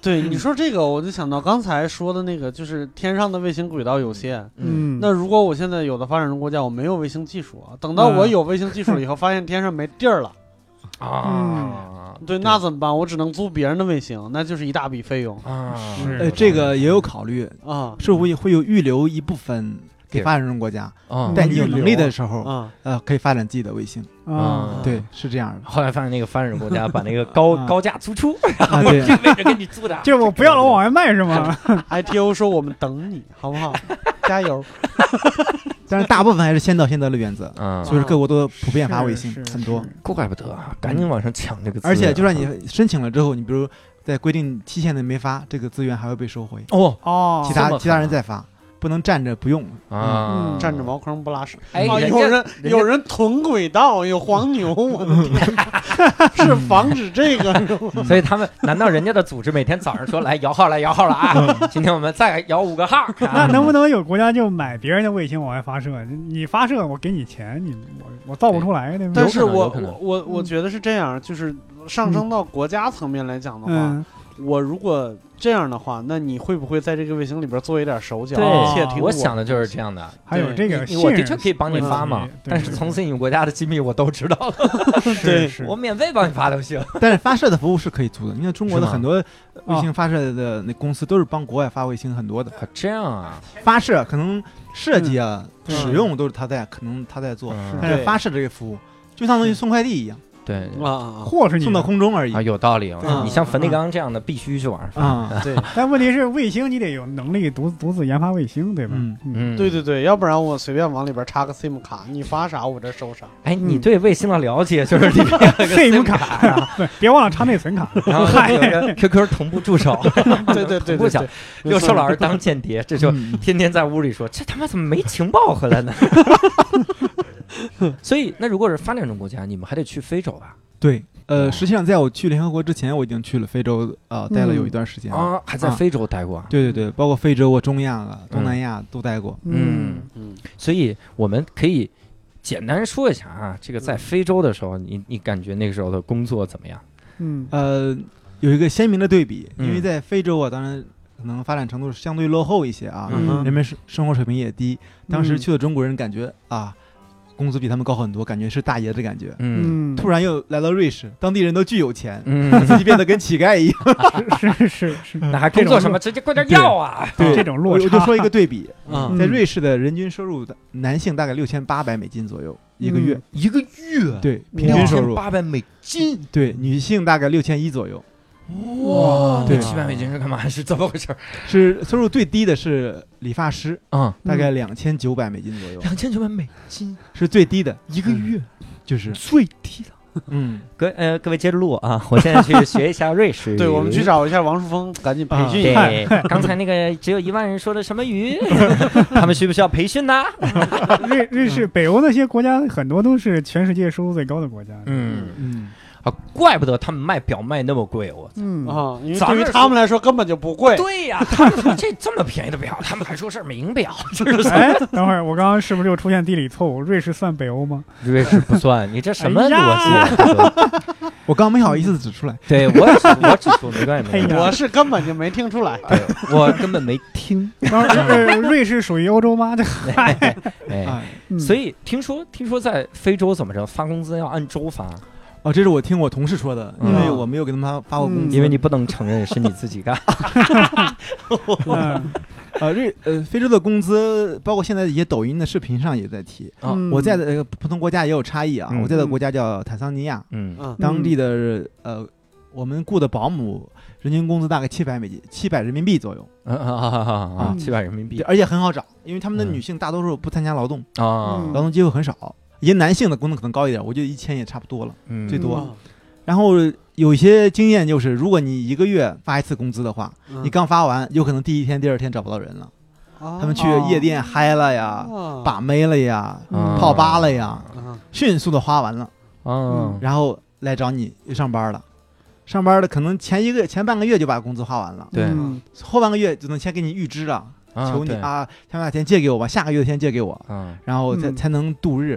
B: 对你说这个，我就想到刚才说的那个，就是天上的卫星轨道有限。
C: 嗯，
B: 那如果我现在有的发展中国家我没有卫星技术啊，
D: 嗯
B: 等到我有卫星技术了以后，发现天上没地儿了，
A: [laughs] 啊，
B: 对，那怎么办？我只能租别人的卫星，那就是一大笔费用
A: 啊，
C: 是
D: 呃，这个也有考虑，
B: 啊
D: 是会会有预留一部分给
A: 对
D: 发展中国家，
A: 啊
C: 嗯。
D: 在你有能力的时候，
B: 啊！
D: 呃，可以发展自己的卫星。
C: 啊，
A: 嗯
D: 对，是这样的
A: 后来发现那个发展国家把那个高
D: 啊
A: 高价租出，
D: 啊。对，
A: 位置给你租的， [laughs]
C: 就是我不要了，我往外卖
D: [laughs]
C: 是吗？
B: ITO 说我们等你，好不
A: [laughs]
B: 好？加油！
D: 但是大部分还是先到先得的原则，
A: 嗯，
D: 所以说各国都普遍发卫星
C: 是，
D: 很多。，
A: 怪不得啊，赶紧往上抢这个资源，啊
D: 而且就算你申请了之后，你比如在规定期限内没发，这个资源还会被收回，
A: 哦
C: 哦，
D: 其
A: 这么狠
D: 他
A: 啊
D: 其他人再发，不能站着不
A: [laughs]
D: 用。
A: 啊，
B: 占着茅坑不拉屎。
A: 哎
B: 啊，
A: 人
B: 有
A: 家
B: 人
A: 家
B: 有人囤轨道，有黄
A: [laughs]
B: 牛，我的天哪，是防止这个
A: 嗯
B: 是吗？
A: 所以他们难道人家的组织每天早上说来摇号来摇号了啊？今天我们再摇五个号，
C: 那
A: 啊
C: 能不能有国家就买别人的卫星往外发射？你发射我给你钱，你我我造不出来，对吧？
B: 但是
A: 有可能
B: 我
A: 有可能嗯
B: 我我我觉得是这样，就是上升到国家层面来讲的话，
C: 嗯，
B: 我如果这样的话，那你会不会在这个卫星里边做一点手脚？
A: 对
B: 窃听
A: 我想的就是这样的。
C: 还有这个
A: 你
C: 信
A: 我
C: 任，
A: 的确可以帮你发嘛
C: 问题，对
A: 但是从此你国家的机密我都知道了，
B: 对
C: 是是
A: 我免费帮你发都行。
D: 但是发射的服务是可以租的，你看中国的
A: 是吗
D: 很多卫星发射的那公司都是帮国外发卫星很多的，
A: 啊这样啊， [laughs]
D: 发射可能设计啊、
B: 嗯
D: 使用都是他在，可能他在做，
A: 嗯
D: 但是发射这个服务就相当于送快递一样，
A: 对
B: 啊啊
C: 货是你
D: 送到
C: 的，
D: 空中而已
A: 啊，有道理。
D: 嗯
A: 你像梵蒂冈这样的必须去玩儿
D: 啊。
B: 啊！对
C: 但问题是卫星你得有能力独独自研发卫星，对吧？
D: 嗯
A: [laughs] 嗯，
B: 对对对，要不然我随便往里边插个 SIM 卡，你发啥我这收啥。 [laughs]
A: 哎，你对卫星的了解就是 [laughs] 里面有个
C: SIM
A: 卡啊，
C: 对，别忘了插内存卡。
A: 然后有 [laughs] 个 QQ 同步助手，
B: 对对对
A: 不
B: 对
A: 想
D: [laughs]
A: [laughs]
B: 对，
A: 又受老师当间谍，这 [laughs] 就
D: 嗯
A: 天天在屋里说这他妈怎么没情报回来呢？ [laughs] 所以，那如果是发展中国家，你们还得去非洲吧？
D: 对，呃，实际上在我去联合国之前，我已经去了非洲，呃，待了有一段时间了。
A: 啊，还在非洲待过啊？
D: 对对对，包括非洲啊、中亚啊、
A: 嗯
D: 东南亚都待过。
A: 嗯，
B: 嗯
A: 所以我们可以简单说一下啊，这个在非洲的时候，你你感觉那个时候的工作怎么样？
C: 嗯
D: 呃，有一个鲜明的对比，
A: 嗯
D: 因为在非洲啊，当然可能发展程度是相对落后一些啊，
A: 嗯
B: 哼
D: 人们生生活水平也低。当时
C: 嗯
D: 去的中国人感觉啊，工资比他们高很多，感觉是大爷的感觉。
A: 嗯
C: 嗯，
D: 突然又来到瑞士，当地人都巨有钱，
A: 嗯， [laughs]
D: 自己变得跟乞丐一样。
C: 是是是，
A: 那还工作什么？直接灌点药啊！
C: 对这种
D: 我
C: 落
D: 我
C: 差，
D: 就说一个对比，
B: 啊
C: 嗯
D: 在瑞士的人均收入，的男性大概六千八百美金左右一个月，
A: 一个月
D: 对平均收入，
A: 嗯八百美金，
D: 对女性大概六千一左右。
A: 哇
D: 对
A: 七百美金是干嘛？是怎么回事？
D: 是收入最低的是理发师，
A: 啊，
D: 大概两千九百美金左右，
A: 两千九百美金
D: 是最低的。嗯
A: 一个月，
D: 就是
C: 最低了。
D: [laughs] 嗯，
A: 各呃各位接着录啊，我现在去学一下瑞 [laughs] 士语。
B: 对，我们去找一下王树峰，赶紧培
D: 啊
B: 训一下。
A: 对， [laughs] 刚才那个只有一万人说的什么鱼， [laughs] 他们需不需要培训呢？
C: 瑞瑞士、北欧那些国家很多都是全世界收入最高的国家。
A: 嗯
D: 嗯，
A: 啊，怪不得他们卖表卖那么贵，我。
C: 嗯
B: 啊，因为
A: 咱
B: 对于
A: 们
B: 他们来说根本就不贵。
A: 对呀、他们说这这么便宜的表， [laughs] 他们还说是名表， [laughs] 这是
C: 哎，等会儿我刚刚是不是又出现地理错误？瑞士算北欧吗？
A: 瑞士不算，你这什么
C: 哎
A: 逻
C: 呀
A: 辑、啊？ [laughs]
D: 我刚没好意思指出来，
A: 对我也是，我只说没关系，没关系
C: 哎呀
B: 我是根本就没听
D: [laughs]
B: 出来。
A: 对我根本没听。
C: 然后呃瑞士属于欧洲吗？这
A: [laughs]
C: [laughs]
A: 哎， [laughs] 哎
D: 哎，
C: 嗯
A: 所以听说听说在非洲怎么着发工资要按周发，
D: 哦，这是我听我同事说的，因为
A: 嗯
D: 我没有给他们发发过工
C: 嗯
D: 资，
A: 因为你不能承认是你自己 [laughs] 干。
C: 嗯
D: 呃瑞呃非洲的工资，包括现在一些抖音的视频上也在提，
A: 啊
C: 嗯
D: 我在的呃不同国家也有差异啊，
A: 嗯
D: 我在的国家叫坦桑尼亚，
A: 嗯
B: 嗯
D: 当地的呃我们雇的保姆人均工资大概七百美金，七百人民币左右，
A: 啊啊啊啊啊！
C: 嗯
A: 七百人民币
D: 对而且很好找，因为他们的
A: 嗯
D: 女性大多数不参加劳动，
A: 啊
C: 嗯，
D: 劳动机会很少，一些男性的工资可能高一点，我觉得一千也差不多了。
A: 嗯
D: 最多
B: 嗯
D: 然后有一些经验就是，如果你一个月发一次工资的话，
B: 嗯
D: 你刚发完，有可能第一天、第二天找不到人了，
B: 啊
D: 他们去夜店嗨了呀，
B: 啊
D: 把妹了呀，
C: 嗯
D: 泡吧了呀，
B: 啊
D: 迅速的花完了，
A: 啊，
D: 然后来找你又上班了。上班了，可能前一个前半个月就把工资花完了，
A: 对
C: 嗯
D: 后半个月就能先给你预支了，求你
A: 哦对，
D: 啊，先把钱借给我吧，下个月先借给我，
A: 啊
D: 然后才、
C: 嗯
D: 才能度日。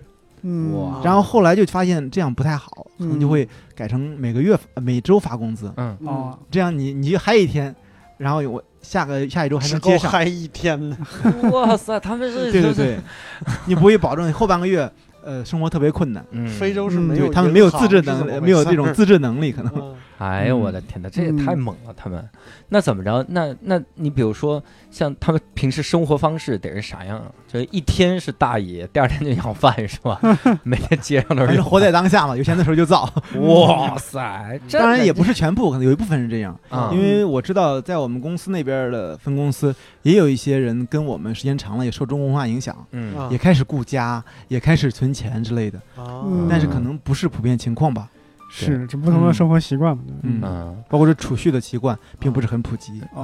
C: 嗯
A: 哇
B: 啊
D: 然后后来就发现这样不太好，可能
C: 嗯
D: 就会改成每个月、呃每周发工资，
A: 嗯
C: 哦，
D: 这样你你就嗨一天，然后我下个下一周还
B: 只
D: 能
B: 够
D: 接上。
B: 嗨一天呢。
A: 哇塞，他们是
D: 对对，
B: [laughs]
D: 对，你不会保证后半个月呃生活特别困难，
A: 嗯，
B: 非洲是
C: 嗯
B: 没有
D: 对
B: 银行，
D: 他们没有自制能
B: 是
D: 力，
B: 怎么
D: 没有
B: 回事 [laughs]
D: 这种自制能力，可能
B: 嗯
A: 哎呦我的天哪，这也
C: 嗯
A: 太猛了！他们那怎么着？那那你比如说，像他们平时生活方式得是啥样啊？就一天是大爷，第二天就要饭是吧？ [laughs] 每天街上都
D: 反
A: 是
D: 正活在当下嘛，有钱的时候就
B: [laughs]
D: 造。
A: 哇塞，这
D: 当然也不是全部，可能有一部分是这样，
A: 啊，
D: 因为我知道在我们公司那边的分公司也有一些人跟我们时间长了也受中国文化影响，
A: 嗯
B: 啊
D: 也开始顾家，也开始存钱之类的，
B: 啊
D: 但是
A: 嗯
D: 可能不是普遍情况吧。
C: 是这不同的生活习惯嘛。
D: 嗯
A: 嗯
D: 包括这储蓄的习惯并不是很普及。
C: 哦，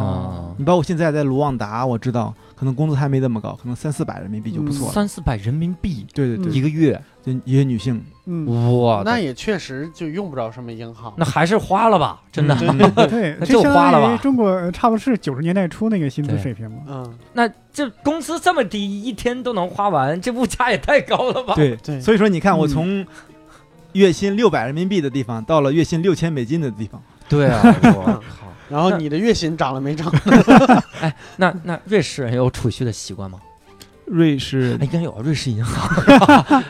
A: 啊，
D: 你包括现在在卢旺达，我知道可能工资还没这么高，可能三四百人民币就不错了。
A: 三四百人民币
D: 对对
C: 嗯
A: 一个月，
D: 对，就一些女性，
C: 嗯，
D: 哦
A: 哇，
B: 那也确实就用不着什么银行。
A: 那还是花了吧，真的。
D: 嗯 [laughs]
C: 对，
A: 那
C: 这
A: 就
C: 相
A: 花了
C: 当
A: 吧
C: 于中国呃差不多是九十年代初那个薪资
A: 对
C: 水平嘛。
B: 嗯，
A: 那这工资这么低，一天都能花完，这物价也太高了吧？
D: 对
B: 对
D: 所以说你看，我从月薪六百人民币的地方到了月薪六千美金的地方，
A: 对 [laughs] 啊，我靠！
B: 然后你的月薪涨了没涨？
A: 那那瑞士人有储蓄的习惯吗？
D: 瑞士
A: 哎应该有啊，瑞士银行。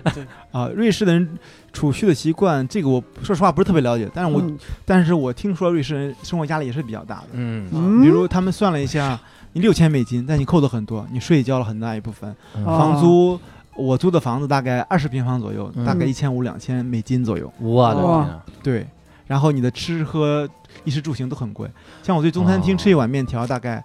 D: 啊、瑞士的人储蓄的习惯，这个我说实话不是特别了解，但是我、
C: 嗯
D: 但是我听说瑞士人生活压力也是比较大的，
A: [laughs] 嗯
C: 嗯，
D: 比如他们算了一下，你六千美金，但你扣的很多，你税交了很大一部分，
A: 嗯
C: 啊
A: 哦
D: 房租。我租的房子大概二十平方左右，
A: 嗯
D: 大概一千五两千美金左右。
A: 我的天啊！
D: 对，然后你的吃喝、衣食住行都很贵。像我去中餐厅
A: 哦
D: 吃一碗面条，大概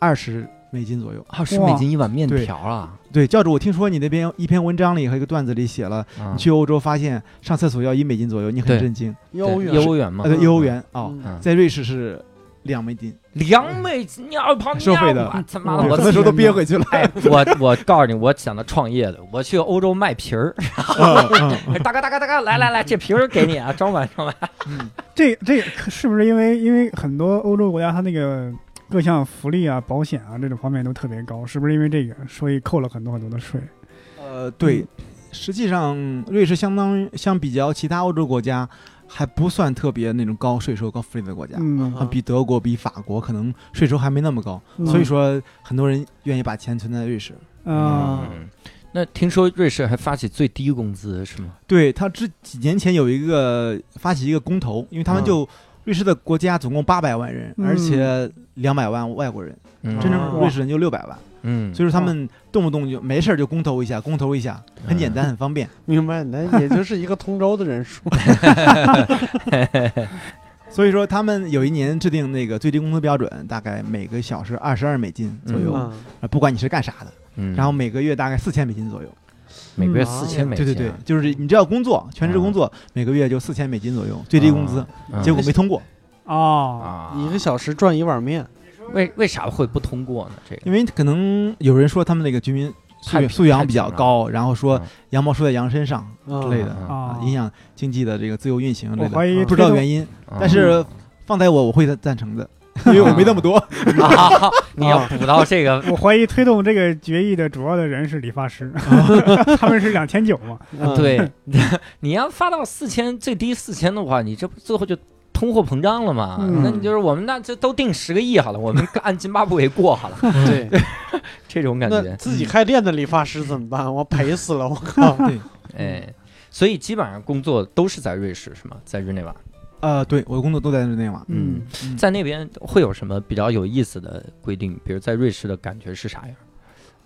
D: 二十美金左右。
A: 二十
C: 哇
A: 美金一碗面条啊！
D: 对，教主，我听说你那边一篇文章里和一个段子里写了，
A: 啊
D: 你去欧洲发现上厕所要一美金左右，你很
A: 对
D: 震惊。
B: 一
A: 对
B: 欧元
A: 一欧元嘛
D: 呃，，对一欧元哦，
B: 嗯
A: 嗯
D: 在瑞士是两美金，
A: 两美金要跑
D: 收费的
A: 我他妈的
D: 对
A: 嗯啊我
D: 那时候都憋回去了。
A: 哎，我我告诉你，我想到创业的，我去欧洲卖皮儿， [laughs]
D: 嗯嗯
A: 大哥大哥大哥，来来来，这皮儿给你啊，装满装满。
D: 嗯
C: 这这可是不是因为因为很多欧洲国家它那个各项福利啊、保险啊这种方面都特别高，是不是因为这个，所以扣了很多很多的税？
D: 呃，对，实际上瑞士相当于相比较其他欧洲国家，还不算特别那种高税收、高福利的国家。
C: 嗯
D: 啊比德国、比法国可能税收还没那么高，
C: 嗯
D: 所以说很多人愿意把钱存在瑞士。
C: 啊，
A: 嗯，那听说瑞士还发起最低工资是吗？
D: 对他之几年前有一个发起一个公投，因为他们
A: 嗯
D: 就、瑞士的国家总共八百万人，
C: 嗯
D: 而且两百万外国人，
A: 嗯
D: 真
B: 哦
D: 正瑞士人就六百万，
A: 嗯，
D: 所以说他们动不动就没事儿就公投一下，公投一下，很简单，很方便。
B: 明白，
A: [laughs]
B: 那也就是一个通州的人
A: 哎
B: 数。
D: 所以说他们有一年制定那个最低工资标准，大概每个小时二十二美金左右，
A: 嗯
D: 呃不管你是干啥的，
A: 嗯，
D: 然后每个月大概四千美金左右。
A: 每个月
C: 嗯
A: 四千美
D: 对
A: 金啊，
D: 对对，就是你只要工作，全职工作，每个月就四千美金左右，最低工资。
A: 嗯
D: 结果没通过，
C: 哦，
A: 啊，
B: [laughs] 一个小时赚一碗面，
A: 为为啥会不通过呢？这个
D: 因为可能有人说他们那个居民素
A: 太
D: 养素养
A: 太
D: 比较
A: 强了
D: 高，然后说
A: 嗯
D: 羊毛出在羊身上之类的
A: 嗯
D: 啊
C: 啊，
D: 影响经济的这个自由运行之
C: 我
D: 类
C: 怀
D: 的，
C: 疑
D: 不知道
C: 推动
D: 原因，
A: 嗯
D: 但是放在我我会赞成
A: [laughs]
D: 的，因为我没那么多。
A: 啊，你要补到这个，
C: 我怀疑推动这个决议的主要的人是理发师，他们是两千九嘛，
A: [laughs]
B: 嗯，
A: 对，你要发到四千，最低四千的话，你这不最后就通货膨胀了嘛？
C: 嗯
A: 那你就是我们那这都定十个亿好了，我们按津巴布韦过好了，
B: 对，
A: [laughs] 这种感
B: 那
A: 觉，
B: 自己开店的理发师怎
A: [laughs]
B: 么办？我赔死了，我靠！
D: 对，
A: 哎，所以基本上工作都是在瑞士是吗？在日内瓦，
D: 呃，对我的工作都在日内瓦，
A: 嗯
C: 嗯，
D: 嗯
A: 在那边会有什么比较有意思的规定？比如在瑞士的感觉是啥样？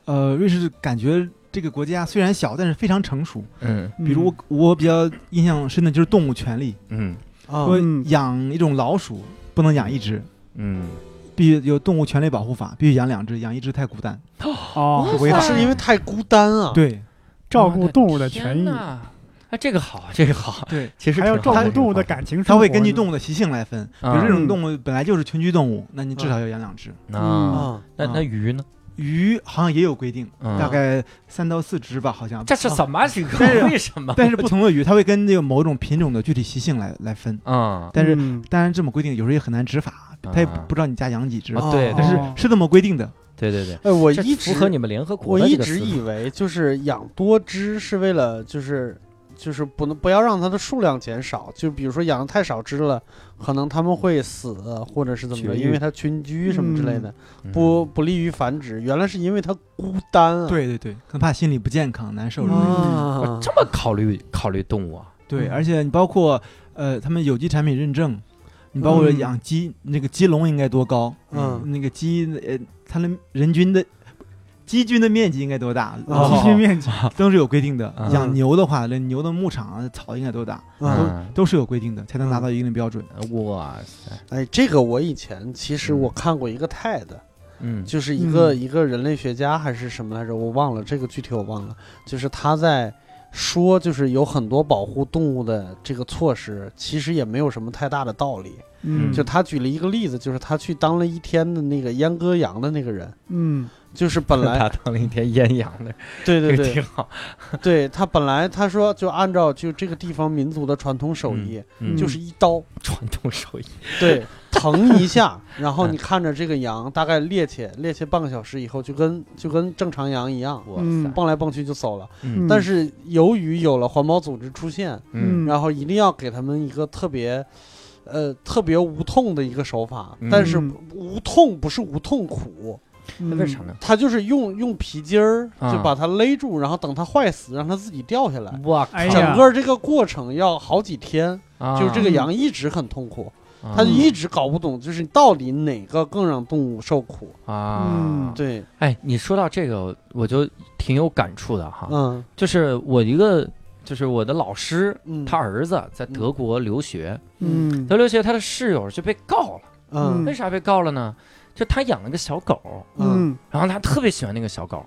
D: 呃，瑞士感觉这个国家虽然小，但是非常成熟。
A: 嗯
D: 比如我我比较印象深的就是动物权利，
A: 嗯
B: 啊
D: 说
C: 嗯
D: 养一种老鼠不能养一只，
A: 嗯，
D: 必须有动物权利保护法，必须养两只，养一只太孤单。
C: 哦，
D: 是违法
B: 是因为太孤单啊。
D: 对
C: 照顾动物的权益，
A: 啊，哎这个好，这个好，
D: 对，
A: 其实
C: [laughs] 还要
A: 挺好
C: 照
A: 这
C: 顾
A: 个
C: 动物的
A: 好
C: 感情生活呢，
D: 它会根据动物的习性来分，比如这种
C: 嗯
D: 动物本来就是群居动物，那你至少要养两只。
A: 啊。
C: 嗯
B: 啊，
A: 那那鱼呢？
D: 鱼好像也有规定，
A: 嗯
D: 大概三到四只吧，好像。
A: 这是
D: 啊
A: 什么情
D: 但是
A: 况？为什么？
D: 但是不同的鱼，它会跟那个某种品种的具体习性来来分。
A: 啊
D: 但是
C: 嗯
D: 当然这么规定有时候也很难执法，它也
A: 啊
D: 不知道你家养几只，
A: 啊，对，
B: 哦
D: 哎但
A: 对
D: 是
C: 哦
D: 是这么规定的。
A: 对对对，
B: 哎，我
A: 这
B: 一直
A: 符合你们联合国
B: 我
A: 的
B: 一
A: 这个
B: 直
A: 思
B: 以
A: 路
B: 为就是养多只是为了就是就是不能不要让它的数量减少，就比如说养的太少只了，可能它们会死或者是怎么着，
A: 绝育
B: 因为它群居什么之类的，
A: 嗯
B: 不不利于繁殖。原来是因为它孤单啊。
D: 对对对，很怕心理不健康、难受
A: 嗯
D: 之类
C: 哦
D: 的。
B: 啊，
A: 这么考虑考虑动物啊？
D: 对，
C: 嗯
D: 而且你包括呃，他们有机产品认证，你包括
C: 嗯
D: 养鸡，那个鸡笼应该多高？
B: 嗯
D: 那个鸡呃，它的人均的鸡群的面积应该多大？
B: 哦
C: 基群面积，
D: 都是有规定的
A: 啊。
D: 养牛的话，那牛的牧场啊草应该多大？
B: 嗯，
D: 都是有规定的，才能达到一定的标准。
A: 嗯哇塞，
B: 哎，这个我以前其实
A: 嗯
B: 我看过一个 TED，
A: 嗯
B: 就是一个、一个人类学家还是什么来着，我忘了这个具体我忘了。就是他在说，就是有很多保护动物的这个措施，其实也没有什么太大的道理。
A: 嗯
C: 嗯，
B: 就他举了一个例子，就是他去当了一天的那个阉割羊的那个人，
C: 嗯
B: 就是本来
A: [laughs] 他当了一天艳阳的，
B: 对
A: 这
B: 对
A: 个
B: 对
A: 挺好。
B: 对，他本来他说就按照就这个地方民族的传统手艺，
A: 嗯
B: 就是一刀，
A: 传统手艺，
B: 对，疼一
A: [laughs]
B: 下，然后
A: 嗯
B: 你看着这个羊大概趔趄趔趄半个小时以后，就跟就跟正常羊一样，
A: 哇
C: 嗯
A: 塞，
B: 蹦来蹦去就走了。
A: 嗯
B: 但是由于有了环保组织出现，
A: 嗯
C: 嗯
B: 然后一定要给他们一个特别，呃，特别无痛的一个手法。
A: 嗯
B: 但是无痛不是无痛苦，
C: 嗯
A: 那嗯为啥呢？
B: 它就是用用皮筋儿
A: 啊
B: 就把它勒住，然后等它坏死，让它自己掉下来。
A: 哇
C: 哎
B: 整
C: 呀
B: 个这个过程要好几天，
A: 靠，
B: 就是这个
A: 啊，
B: 羊一直很痛苦，它
A: 啊
B: 就一直搞不懂，就是到底哪个更让动物受苦？
A: 啊，
C: 嗯
B: 对，
A: 哎，你说到这个，我就挺有感触的哈。
B: 嗯
A: 就是我一个，就是我的老师，
B: 嗯，
A: 他儿子在德国留学，
C: 嗯
A: 德国留学他的室友就被告了。
B: 嗯
A: 为啥被告了呢？就他养了个小狗，
B: 嗯
C: 嗯
A: 然后他特别喜欢那个小狗，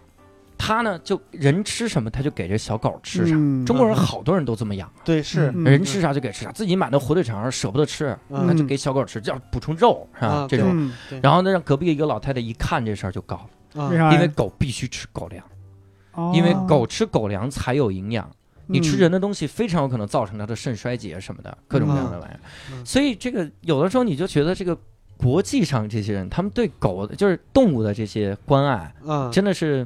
A: 他呢就人吃什么他就给这小狗吃啥。
C: 嗯
A: 中国人好多人都这么养，
B: 对是
C: 嗯
A: 人吃啥就给吃啥，自己买的火腿肠舍不得吃，
B: 嗯
A: 那就给小狗吃，这样补充肉是吧
B: 啊？
A: 这种。
C: 嗯，
B: 对
A: 然后呢，让隔壁一个老太太一看这事儿就告了，
B: 啊
C: 为啥呀？
A: 因为狗必须吃狗粮，
C: 哎哦嗯
A: 因为狗吃狗粮才有营养。你
B: 嗯
A: 吃人的东西非常有可能造成他的肾衰竭什么的，各种各样的玩意儿。
B: 嗯
A: 所以这个有的时候你就觉得这个国际上这些人，他们对狗的就是动物的这些关爱，
B: 嗯，
A: 真的是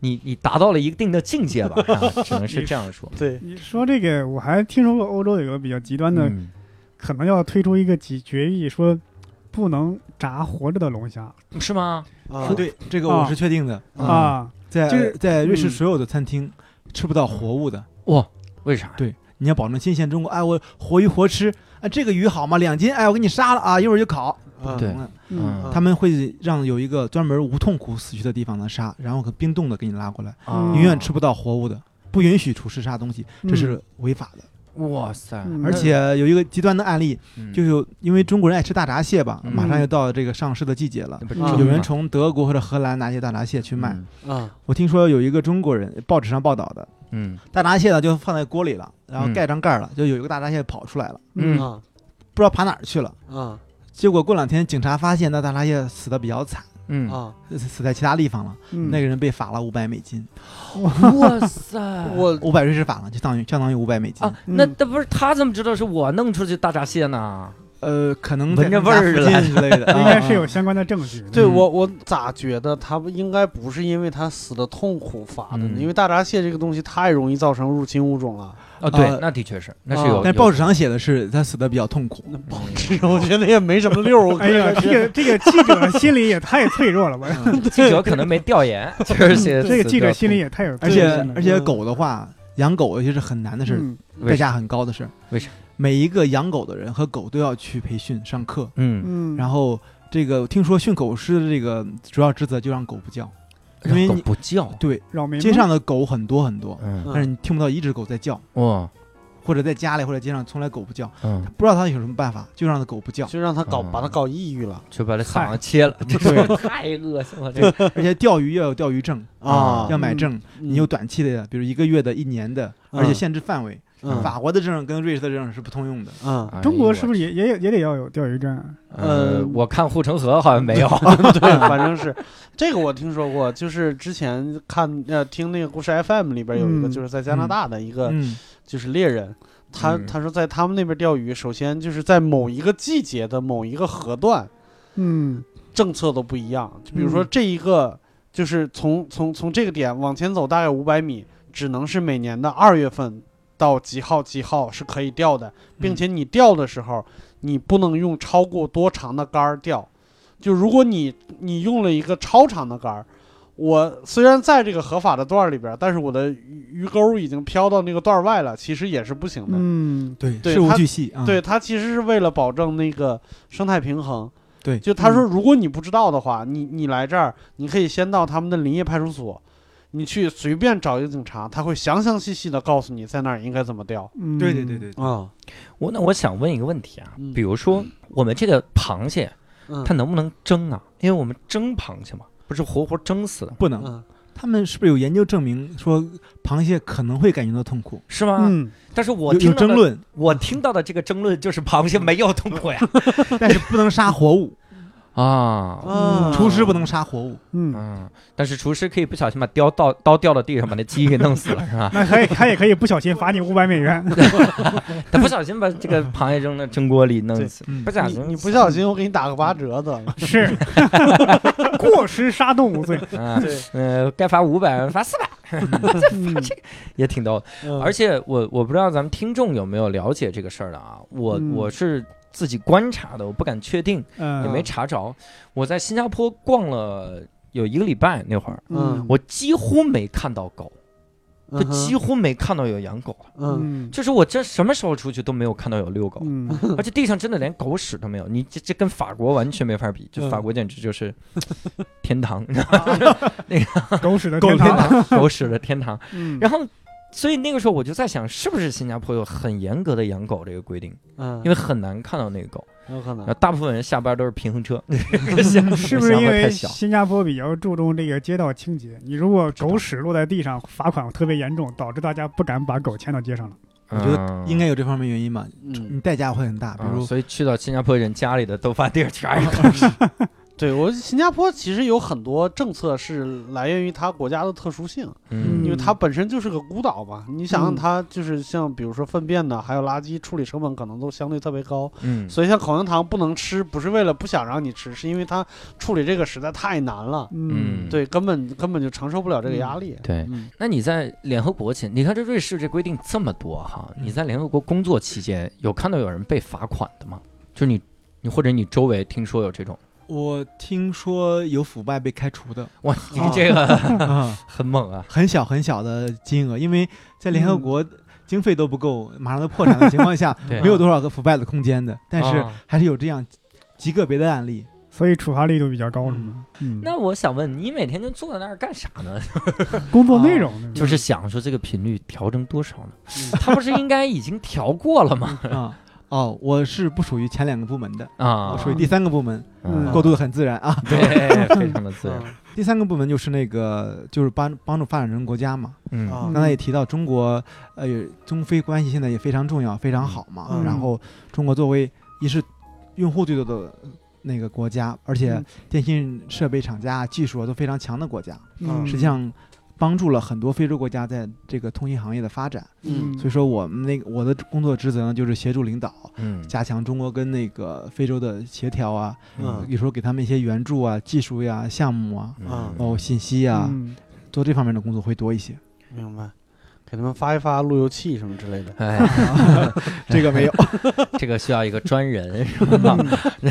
A: 你你达到了一定的境界
B: [laughs]
A: 吧，啊只能是这样说。
B: 对，
C: 你说这个，我还听说过欧洲有个比较极端的，
A: 嗯
C: 可能要推出一个几决议，说不能炸活着的龙虾
A: 嗯是吗？
B: 啊
D: 啊对，这个我
C: 啊
D: 是确定的。
A: 嗯
C: 啊。
D: 在
C: 就是
D: 在瑞士
C: 嗯
D: 所有的餐厅吃不到活物的，
A: 哇，为啥？
D: 对，你要保证新鲜。中国哎，我活鱼活吃啊，这个鱼好吗？两斤，哎，我给你杀了啊，一会儿就烤。
B: 啊
A: 对
D: 嗯
A: 嗯
B: 啊
D: 他们会让有一个专门无痛苦死去的地方来杀，然后可冰冻的给你拉过来，
A: 啊
D: 永远吃不到活物的，不允许厨师杀东西，这
C: 嗯
D: 是违法的。
A: 哇塞，
C: 嗯
D: 而且有一个极端的案例，
A: 嗯
D: 就有因为中国人爱吃大闸蟹吧，
A: 嗯
D: 马上要到这个上市的季节了，
A: 那不是
B: 啊
A: 蒸
D: 有人
A: 吗
D: 从德国或者荷兰拿些大闸蟹去卖。
B: 啊，
D: 我听说有一个中国人，报纸上报道的，
A: 嗯
D: 大闸蟹呢就放在锅里了，然后
A: 嗯
D: 盖上盖儿了，就有一个大闸蟹跑出来了，
A: 嗯
B: 啊
D: 不知道爬哪儿去了。
B: 啊
D: 结果过两天警察发现那大闸蟹死的比较惨， [laughs]
A: 嗯
B: 啊！
D: 死死在其他地方了，
C: 嗯
D: 那个人被罚了五百美金，
A: 哇塞，
B: [laughs] 嗯我
D: 五百瑞士法郎，就相当于相当于五百美金。
A: 啊，那
C: 嗯
A: 那不是他怎么知道是我弄出去大闸蟹呢？
D: 呃，可能
A: 闻着味儿
D: 在他家附近之类的，
C: 应该是有
D: 啊。
C: 相关的证据的。
B: 对
A: 嗯
B: 我我咋觉得他不应该不是因为他死的痛苦罚的呢？
A: 嗯
B: 因为大闸蟹这个东西太容易造成入侵物种了。
A: 哦，对
D: 呃，
A: 那的确是，那
B: 啊
A: 是有。
D: 但
A: 有
D: 报纸上写的是他死的比较痛苦，
B: 那
A: 嗯
B: [laughs] 报纸我觉得也没什么溜儿，我
C: 哎
B: [laughs]
C: 呀，这个这个记者心理也太脆弱了吧！
A: 记者可能没调研， [laughs] 就是写
C: 嗯这个
A: 死
C: 记者
A: 掉
C: 心
A: 痛
C: 里也太有
D: 而
C: 脆
D: 且
C: 弱性了，
D: 而且狗的话，养狗也是很难的事儿，
C: 嗯
A: 为
D: 代
A: 啥
D: 价很高的事儿。
A: 为啥？
D: 每一个养狗的人和狗都要去培训上课，
A: 嗯，
C: 嗯，
D: 然后这个听说训狗师的这个主要职责就让狗不叫，因为
A: 让狗
D: 你
A: 不叫，
D: 对
C: 扰民
D: 街
C: 吗
D: 上的狗很多很多，
A: 嗯，
D: 但是你听不到一只狗在叫，
A: 哇，
D: 或者在家里或者街上从来狗不叫，
A: 嗯，
D: 不知道它有什么办法，就让它狗不叫，
B: 就让他搞
A: 嗯
B: 把他搞抑郁了
A: 就把这嗓子切 [laughs] 了，这是太恶心了，这个
D: 而且钓鱼要有钓鱼证，
A: 啊
D: 要买证，
B: 嗯
D: 你有短期的，比如一个月的、一年的，
B: 嗯
D: 而且限制范围。
B: 嗯
D: 法国的证跟瑞士的证是不通用的。
B: 嗯
A: 哎
C: 中
A: 呦
C: 国
A: 我
C: 是不是也也有也得要有钓鱼证啊？
A: 呃
B: 呃，
A: 我看护城河好像没有，
B: 对，反正是这个我听说过，就是之前看呃听那个故事 FM 里边有一个，
C: 嗯
B: 就是在加拿大的一个
D: 嗯，
B: 就是猎人，他
A: 嗯
B: 他说在他们那边钓鱼，首先就是在某一个季节的某一个河段，
C: 嗯
B: 政策都不一样，就比如说
C: 嗯
B: 这一个就是从从从这个点往前走大概五百米，只能是每年的二月份到几号几号是可以钓的，并且你钓的时候，你不能用超过多长的杆儿钓。就如果你你用了一个超长的杆儿，我虽然在这个合法的段儿里边儿，但是我的鱼鱼钩已经飘到那个段儿外了，其实也是不行的。
C: 嗯
D: 对，
B: 对
D: 事无
B: 它
D: 巨细啊。
B: 对，它其实是为了保证那个生态平衡。
D: 对
B: 就他说，
C: 嗯
B: 如果你不知道的话，你你来这儿，你可以先到他们的林业派出所，你去随便找一个警察，他会详详细细的告诉你在哪儿应该怎么钓。
C: 嗯，
D: 对对对，对，对
B: 啊，
A: 我那我想问一个问题啊
B: 嗯，
A: 比如说我们这个螃蟹，
B: 嗯，
A: 它能不能蒸啊？因为我们蒸螃蟹嘛，不是活活蒸死的吗，
D: 不能。
B: 嗯
D: 他们是不是有研究证明说螃蟹可能会感觉到痛苦？
A: 是吗？
C: 嗯，
A: 但是
D: 有
A: 我
D: 有
A: 听到
D: 争
A: 的， [laughs]
D: 论，
A: 我听到的这个争论就是螃蟹没有痛苦呀，
D: 但是不能杀活物，
A: [laughs] 啊，
B: 啊，
D: 厨哦师不能杀活物。
C: 嗯，
A: 嗯，但是厨师可以不小心把刀到刀掉到地上，把那鸡给弄死了，是吧？
C: 那可以，他也可以不小心罚你五百美元。
A: 他不小心把这
B: [laughs]
A: 个螃蟹扔到蒸锅里弄死，
D: 嗯
A: 不，小
B: 你
A: 心
B: 你不小心，我给你打个八折的。
C: 是， [laughs] 过失杀动物罪。
A: 啊，呃，该罚五百罚四百
C: 嗯
A: 也挺逗的。
B: 嗯
A: [laughs] 而且我我不知道咱们听众有没有了解这个事儿的啊，我、
C: 嗯
A: 我是自己观察的，我不敢确定，也没
B: 嗯
C: 呃，
A: 查着。我在新加坡逛了有一个礼拜那会儿，
B: 嗯
A: 我几乎没看到狗，就
B: 嗯哼
A: 几乎没看到有养狗了。
B: 嗯
C: 嗯
A: 就是我这什么时候出去都没有看到有遛狗，
C: 嗯，
A: 而且地上真的连狗屎都没有。你这这跟法国完全没法比，就
B: 嗯
A: 法国简直就是
B: [laughs]
A: 天堂，
C: [laughs] 狗屎的
D: 狗
C: 天
D: 天
C: 堂。
A: 狗屎的天堂。
C: 嗯，
A: 然后，所以那个时候我就在想，是不是新加坡有很严格的养狗这个规定？
B: 嗯，
A: 因为呃很难看到那个狗，
B: 有可
A: 然后
B: 能。
A: 大部分人下班都是平衡车， [laughs] 想法
C: [laughs] 是不是因为
A: 太小？
C: 新加坡比较注重这个街道清洁？你如果狗屎落在地上，罚款特别严重，导致大家不敢把狗牵到街上了。
A: 我
D: 觉得应该有这方面原因吧？
B: 嗯，
D: 你代价会很大，比如
A: 嗯所以去到新加坡人家里的都发地儿全是狗屎。
B: 对我新加坡其实有很多政策是来源于它国家的特殊性。
A: 嗯
B: 因为它
C: 嗯
B: 本身就是个孤岛嘛，你想想
C: 嗯
B: 它就是像比如说粪便呢，还有垃圾处理成本可能都相对特别高，
A: 嗯，
B: 所以像口香糖不能吃，不是为了不想让你吃，是因为它处理这个实在太难了，
A: 嗯
B: 对，根本根本就承受不了这个压力。
A: 对。
B: 嗯
A: 那你在联合国前，你看这瑞士这规定这么多哈，
D: 嗯
A: 你在联合国工作期间有看到有人被罚款的吗？就是你，你或者你周围听说有这种？
D: 我听说有腐败被开除的，
A: 哇，你这个
D: 啊，
A: 很
D: [laughs]
A: 猛啊！
D: 很小很小的金额，因为在联合国经费都不够，马上都破产的情况下，
A: 嗯 [laughs] 对
D: 没有多少个腐败的空间的。但是
A: 啊
D: 还是有这样极个别的案
A: [laughs]
D: 例。
C: 所以处罚力度比较高，是吗？嗯，
A: 那我想问你，每天就坐在那儿干啥呢？
C: 工作内容呢
A: 就是想说这个频率调成多少呢？它不是应该已经调过了吗？
D: 啊。哦，我是不属于前两个部门的，
A: 啊
D: 我，属于第三个部门，
A: 嗯
D: 过渡的很自然啊。
A: 对，非常的自
B: 嗯
A: 然。
D: 第三个部门就是那个，就是帮帮助发展中国家嘛。
A: 嗯
B: 啊
D: 刚才也提到中国，呃，中非关系现在也非常重要，非常好嘛。
B: 嗯
D: 然后中国作为也是用户最多的那个国家，而且
C: 嗯
D: 电信设备厂家技术啊都非常强的国家，
B: 嗯
D: 实际上帮助了很多非洲国家在这个通信行业的发展。
B: 嗯
D: 所以说，我们那个我的工作职责呢，就是协助领导
A: 嗯
D: 加强中国跟那个非洲的协调啊，
B: 嗯
D: 有时候给他们一些援助啊、技术呀、项目啊，
A: 嗯
D: 哦，信息呀、
C: 嗯
D: 做这方面的工作会多一些。
B: 明白。给他们发一发路由器什么之类的。
A: 哎，
D: [laughs] 这个没有，
A: [laughs]
D: [laughs]
A: 这个需要一个专人，是吧？ [laughs]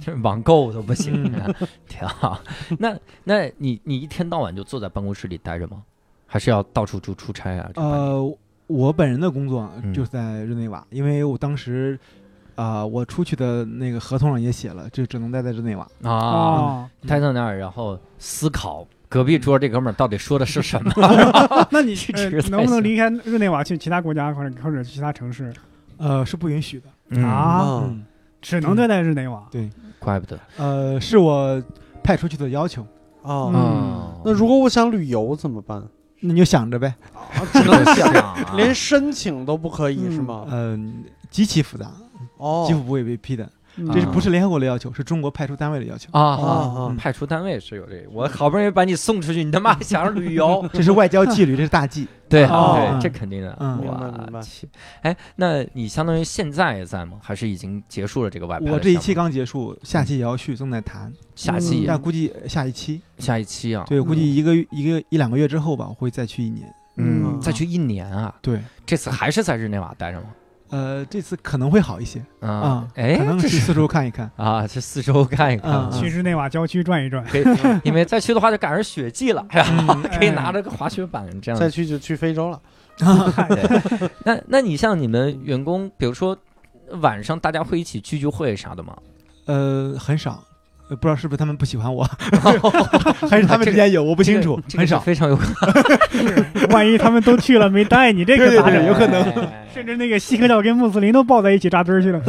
A: 这网购都不行啊
D: 嗯，
A: 挺好。那那你你一天到晚就坐在办公室里待着吗？还是要到处出出差啊？这半年，
D: 呃，我本人的工作啊
A: 嗯
D: 就在日内瓦，因为我当时，啊、我出去的那个合同上也写了，就只能待在日内瓦。呃
A: 啊，
C: 哦，
A: 待在那儿，然后思考隔壁桌这哥们儿到底说的是什么。
D: [laughs]
C: 那你
A: 去
C: 呃
A: 吃菜
C: 能不
A: 行
C: 能离开日内瓦去其他国家或者或者去其他城市
D: 呃，是不允许的。
A: 嗯，
D: 哦
C: 啊？
B: 嗯，
C: 只能待在日内瓦。
A: 怪不得
D: 呃，是我派出去的要求，
B: 哦，
A: 哦
B: 那如果我想旅游怎么办？
D: 那你就想着呗。
A: 只能想
B: 连申请都不可以
C: 嗯
B: 是吗？
D: 嗯、极其复杂，
B: 哦
D: 几，乎不会被批的。
C: 嗯
D: 这是不是联合国的要求？是中国派出单位的
A: [laughs]
D: 要求。
A: 啊
B: 啊
A: 啊。
B: 啊
D: 嗯？
A: 派出单位是有这个，我好不容易把你送出去，你他妈还想着旅游
D: [laughs] 这是外交纪律，这是大忌。
A: 对、
B: 哦
A: 对，这肯定的。
D: 嗯
B: 明白明
A: 我
B: 白
A: 去，哎，那你相当于现在也在吗？还是已经结束了这个外派的项目？
D: 我这一期刚结束，下期也要续，正在谈，
A: 下期、
D: 但估计下一期，
A: 下一期啊，
D: 对，估计一个月一个一两个月之后吧，我会再去一年。
A: 嗯，
B: 嗯
A: 再去一年啊，
D: 对，
A: 这次还是在日内瓦待着吗？
D: 呃，这次可能会好一些
A: 啊
D: 啊，，
A: 哎、
D: 可能
A: 这
D: 去
A: 是
D: 四周看一看。
A: 啊，这四周看一看啊，
D: 嗯
C: 去日内瓦郊区转一转？ [laughs]
A: 可以，因为再去的话就赶上雪季了，哎呀，
D: 嗯
A: 可以拿着个滑雪板这样
B: 再去就去非洲了。
A: 对，那那你像你们员工，比如说晚上大家会一起聚聚会啥的吗？
D: 呃，很少，呃不知道是不是他们不喜欢我，还是他们之间有，我不
A: 不
D: 清楚，很少。
A: 非常有可
C: 万一他们都去了没带你，这可
D: 对
C: 咋
D: 对
C: 整？
A: 能，
D: 有可能
A: 哎
C: [laughs] 甚至那个锡克教跟穆斯林都抱在一起扎堆儿去
D: [laughs]
C: 了。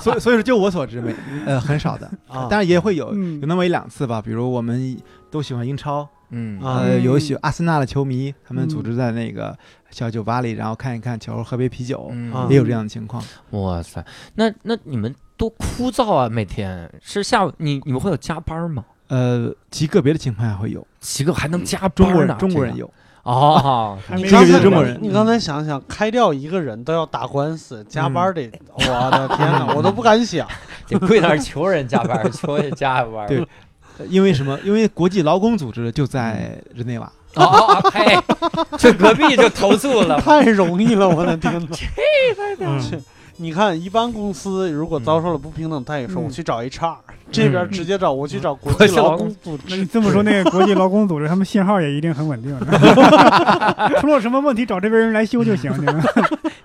D: 所以所以说，就我所知没，呃，很少的，
B: 啊，
D: 当然也会有
C: 嗯
D: 有那么一两次吧。比如我们都喜欢英超，
A: 嗯
B: 啊
D: 呃，
C: 嗯
D: 有喜阿森纳的球迷，他们
C: 嗯
D: 组织在那个小酒吧里，然后看一看球，喝杯啤酒，
A: 嗯
B: 啊
D: 也有这样的情况。
A: 哇塞，那那你们多枯燥啊！每天是下午，你你们会有加班吗？
D: 呃，极个别的情况下会有，
A: 几个还能加班
D: 中
A: 呢
D: 国人中国人
A: 啊这个
D: 有，
A: 哦，
C: 还
B: 你
C: 没
B: 刚
D: 这个
B: 才
D: 就是中国人
B: 你刚才想想，开掉一个人都要打官司，加班得，我的天哪，
D: 嗯
B: 我都不敢想。
A: 得跪那儿求人加班， [laughs] 求也加班。
D: 对呃因为什么？因为国际劳工组织就在日内瓦。
A: 哦，哦哦嘿， [laughs] 这隔壁就投诉了。
B: 太容易了，我的天哪！
D: 嗯
B: 你看，一般公司如果遭受了不平等待遇，他也说
C: 嗯
B: 我去找 HR，这边直接找我去找国际劳工组
C: 那
B: 织
C: 你。这么说，那个国际劳工组织他们信号也一定很稳
D: [laughs]
C: 定，出了什么问题找这边人来修就行。你们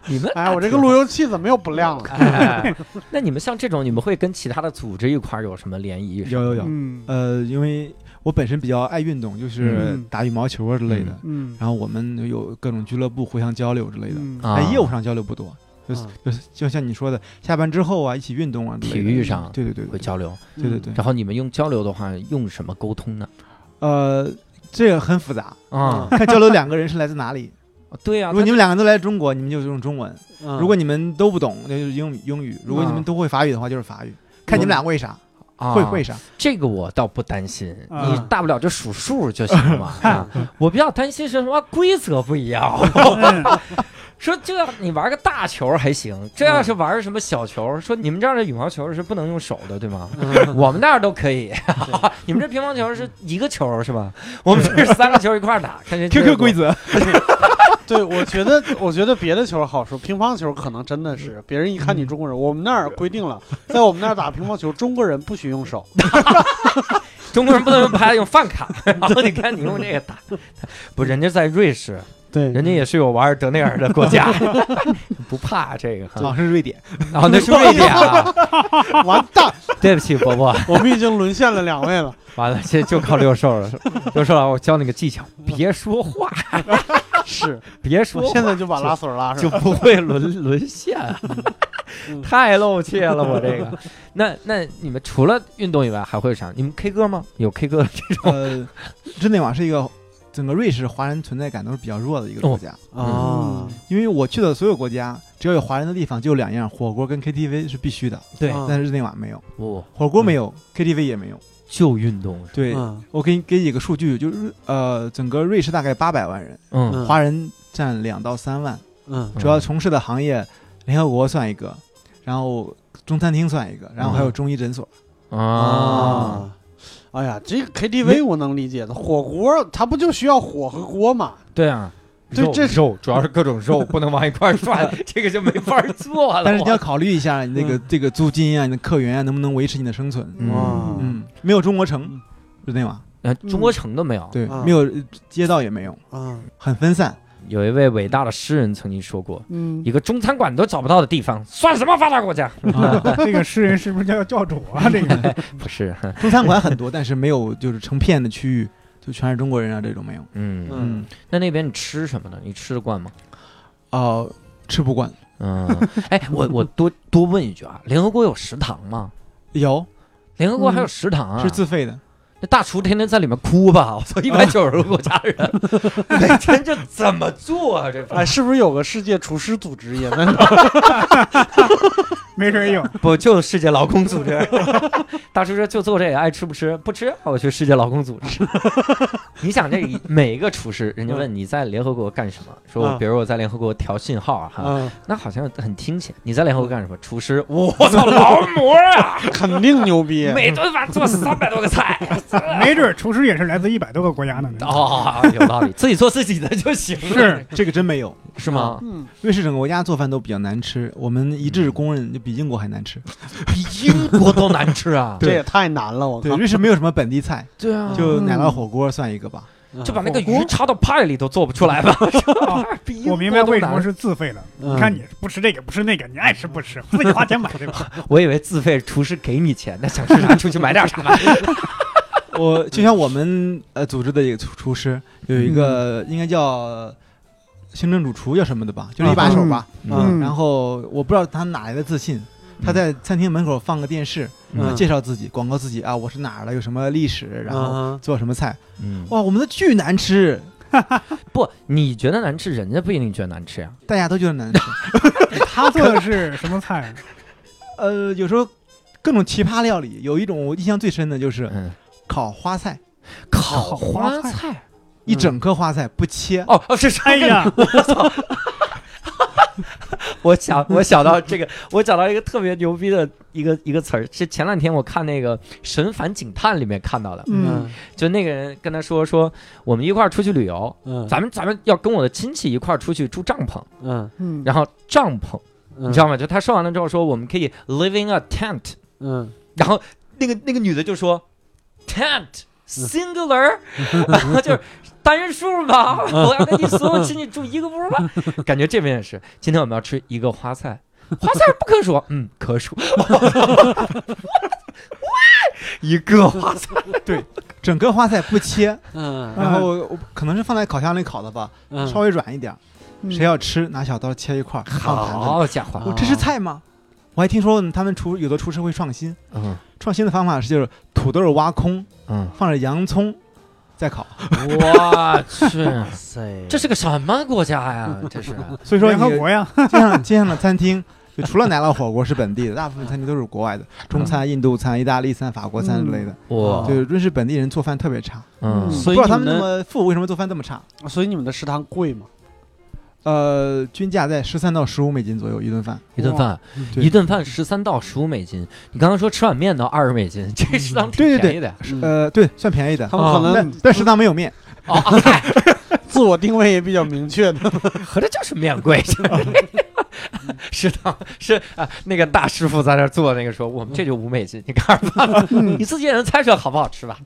A: 你们
B: 哎，我这个路由器怎么又不亮了？
A: 哎， [laughs] 那你们像这种，你们会跟其他的组织一块儿有什么联谊？
D: 有有有，
C: 嗯
D: 呃，因为我本身比较爱运动，就是
C: 嗯
D: 打羽毛球啊之类的。
C: 嗯
D: 然后我们有各种俱乐部互相交流之类的，
C: 嗯
A: 啊嗯
D: 在业务上交流不多，就是
B: 啊
D: 就是就像你说的，下班之后啊，一起运动啊之类的，
A: 体育上
D: 对对对
A: 会
D: 对
A: 交流，
D: 对对对，
A: 然后你们用交流的话，用什么沟通呢？
D: 呃，这个很复
A: [laughs]
D: 杂，
A: 啊，
D: 看交流两个人是来自哪里。
A: 对呀、
D: 如
A: 啊，
D: 果
A: 他
D: 你们两个都来中国，你们就用中文；
B: 嗯
D: 如果你们都不懂，那就是英语英语；如果你
A: 嗯
D: 们
B: 啊
D: 都会法语的话，就是法语。看你们俩会啥，
A: 啊
D: 会会啥。
A: 这个我倒不担心，
C: 啊
A: 你大不了就数数就行了嘛。
D: [laughs]
A: 啊我比较担心是什么规则不一样，说这你玩个大球还行，这要是玩什么小球，说你们这儿的羽毛球是不能用手的，对吗？[laughs]
B: 嗯
A: 我们那儿都可以， [laughs] 你们这乒乓球是一个球是吧？我们这是三个球一块儿 [laughs] 打，看谁
D: QQ 规则，
B: 对，我觉得我觉得别的球好说，乒乓球可能真的是别人一看你中国人，我们那儿规定了，在我们那儿打乒乓球，中国人不许用手。
A: [laughs] 中国人不能用拍，用饭卡。然后你看你用这个打，不，人家在瑞士，
B: 对，
A: 人家也是有瓦尔德内尔的国 [laughs] 家，不怕
D: [laughs]
A: 这个哈。
D: 像是瑞典，
A: 哦，那是瑞典 [laughs] 啊！
B: 完蛋，
A: 对不起，伯伯，
B: 我们已经沦陷了两位了。
A: 完了，这就靠六兽了。六兽老师，我教你个技巧，别说话，
B: [laughs] 是，
A: 别说
B: 我
A: 话，
B: 现在就把拉锁
A: [laughs]
B: 拉
A: 就
B: 上。
A: 不会沦沦陷。啊
B: 嗯
A: 太露怯了，我这个。那那你们除了运动以外还会有啥？你们 K 歌吗？有 K 歌 [laughs] 这种？
D: 呃，日内瓦是一个整个瑞士华人存在感都是比较弱的一个国家，
A: 哦
B: 啊，
D: 因为我去的所有国家，只要有华人的地方就有两样，火锅跟 KTV 是必须的，
A: 对
B: 嗯
D: 但是日内瓦没有，
A: 不
D: 火锅没有、k t v 也没有。
A: 就运动是吧？
D: 对，
B: 嗯
D: 我给你给几个数据，就是呃，整个瑞士大概八百万人，
A: 嗯，
B: 嗯
D: 华人占两到三万，
B: 嗯
A: 嗯
D: 主要从事的行业，联合国算一个，然后中餐厅算一个，然后还有中医诊所。
A: 啊，
B: 啊，哎呀，这个 KTV 我能理解的，火锅它不就需要火和锅嘛？
A: 对啊，
B: 对
A: 肉
B: 这
A: 肉主要是各种肉不能往一块儿 [laughs] 涮，这个就没法儿做了。
D: 但是你要嗯
A: 我
D: 考虑一下你那个、这个租金啊，你的客源啊，能不能维持你的生存？
A: 嗯
B: 哇
D: 嗯，没有中国城
B: 嗯，
D: 日内瓦
A: 呃中国城都没有。
D: 对，
B: 啊
D: 没有呃街道也没有，
B: 啊，
D: 很分散。
A: 有一位伟大的诗人曾经说过。
C: 嗯
A: 一，个中餐馆都找不到的地方，算什么发达国家？
D: 嗯
C: 这个诗人是不是叫教主啊？这个
A: 不是，
D: 中餐馆很多，但是没有就是成片的区域，就全是中国人啊，这种没有。
A: 嗯，
B: 嗯
D: 嗯，
A: 那那边你吃什么呢？你吃得惯吗？
D: 哦、吃不惯。
A: 嗯，哎，我我多多问一句啊，联合国有食堂吗？
D: 有
A: 联合国还有食堂啊？
D: 是自费
B: [laughs]
D: 的，
A: 那大厨天天在里面哭吧？我操，一百九十个国家的 [laughs] 人，每天这怎么做啊？这
B: 哎，是不是有个世界厨师组织也在那儿？
C: 没准儿有，
A: 哎不就世界劳工组织？ [laughs] 大厨说就做这个，爱吃不吃，不吃我去世界劳工组织。 [laughs] 你想这每一个厨师，人家问你在联合国干什么？说我
B: 嗯
A: 比如我在联合国调信号啊哈，
B: 嗯，
A: 那好像很听起来。你在联合国干什么？厨师，我操，劳模 [laughs] 啊，
B: 肯定
A: [laughs]
B: 牛逼。啊
A: 每顿饭做三百多个菜。
C: 没准儿厨师也是来自一百多个国家的呢。
A: 哦， [laughs] 有道理，自己做自己的就行了，
D: 这个真没有。
A: 是吗？
B: 嗯，
D: 瑞士整个国家做饭都比较难吃，我们一致公认就比英国还难吃。
A: 比英国都难吃啊！
B: 这
D: 对
B: 也太难了，我
D: 对，
B: 靠！
D: 瑞士没有什么本地菜，
A: [laughs] 对啊
B: 哦
D: 就奶酪火锅算一个吧。
B: 嗯
A: 就把那个鱼插到派里都做不出来 [laughs] 吧？比英国
C: 我明白为什
A: 都
C: 么
A: 难
C: 是自费了。
B: 嗯
C: 你看你不吃这个，不吃那个，你爱吃不吃，自己花钱买对吧？
A: 我以为自费厨师给你钱，那想吃啥出去买点啥 [laughs] 吧。
B: 嗯
D: 我就像我们呃组织的一个厨厨师，有一个
B: 嗯
D: 应该叫行政主厨叫什么的吧，就是一把手吧。
B: 啊嗯
D: 然后我不知道他哪来的自信，他在餐厅门口放个电视，
B: 嗯
D: 介绍自己，广告自己啊，我是哪儿的，有什么历史，然后
B: 啊，
D: 做什么菜。
A: 嗯，
D: 哇，我们的巨难吃，
A: 不，你觉得难吃，人家不一定觉得难吃呀。
D: 大家都觉得难吃。
C: 他做的是什么菜？
D: 呃，有时候各种奇葩料理，有一种我印象最深的就是
A: 嗯，
D: 烤花菜，
A: 烤
C: 烤
A: 花
C: 花
A: 菜
D: 一
A: 嗯
D: 整颗花菜不切，
A: 哦哦，是是
C: 哎，呀，
A: 我想我想到这个，我想到一个特别牛逼的一个一个词儿，是前两天我看那个《神烦警探》里面看到的，
C: 嗯，
A: 就那个人跟他说说，我们一块儿出去旅游，
B: 嗯
A: 咱们咱们要跟我的亲戚一块儿出去住帐篷，
B: 嗯，
C: 嗯，
A: 然后帐篷。
B: 你
A: 你知道吗？就他说完了之后说我们可以 live in a tent，
B: 嗯，
A: 然后那个那个女的就说 tent singular，然 [laughs] 后就是单人数嘛，我要跟你所有亲戚住一个屋吧。 [laughs] 感觉这边也是，今天我们要吃一个花菜，花菜不可数，嗯，可数，一个花
D: [laughs]
A: 菜，
D: 整颗花菜不切，
B: 嗯
D: 然后我可能是放在烤箱里烤的吧，
B: 嗯，
D: 稍微软一点儿。
C: 嗯
D: 谁要吃，拿小刀切一块儿放盘子里。
A: 好家伙，
D: 我这是菜吗？我还听说他们厨有的厨师会创新，
A: 嗯
D: 创新的方法是就是土豆挖空，
A: 嗯，
D: 放着洋葱再烤。
A: 我去，
B: 塞，
A: 这是个什么国家呀？这 [laughs] 是，
D: 所以说
C: 联
D: 你
C: 合国呀，
D: [laughs] 街上街上的餐厅，就除了奶酪火锅是本地的，大部分餐厅都是国外的，中餐、印度餐、意大利餐、法国餐之类的。
A: 哇，
D: 就是瑞士本地人做饭特别差，
A: 嗯
D: 不
B: 所以
D: 知道他
B: 你
D: 们那
B: 们
D: 么富为什么做饭这么差。
B: 的所以你们的食堂贵吗？
D: 呃，均价在十三到十五美金左右一顿饭，
A: 一顿饭，
D: 对
A: 一顿饭十三到十五美金。你刚刚说吃碗面到二十美金，这食堂挺
D: 对对对
A: 便宜的呀。
B: 嗯
D: 呃，对，算便宜的
B: 他。们可
D: 但
B: 能
D: 但食堂没有面，
A: 哦，啊嗨
B: 自我定位也比较明确的。
A: 合着就是面贵。 [laughs] 食堂是啊，那个大师傅在那儿做那个说，我们这就五美金，你看着办吧，你自己也能猜出来好不好吃吧？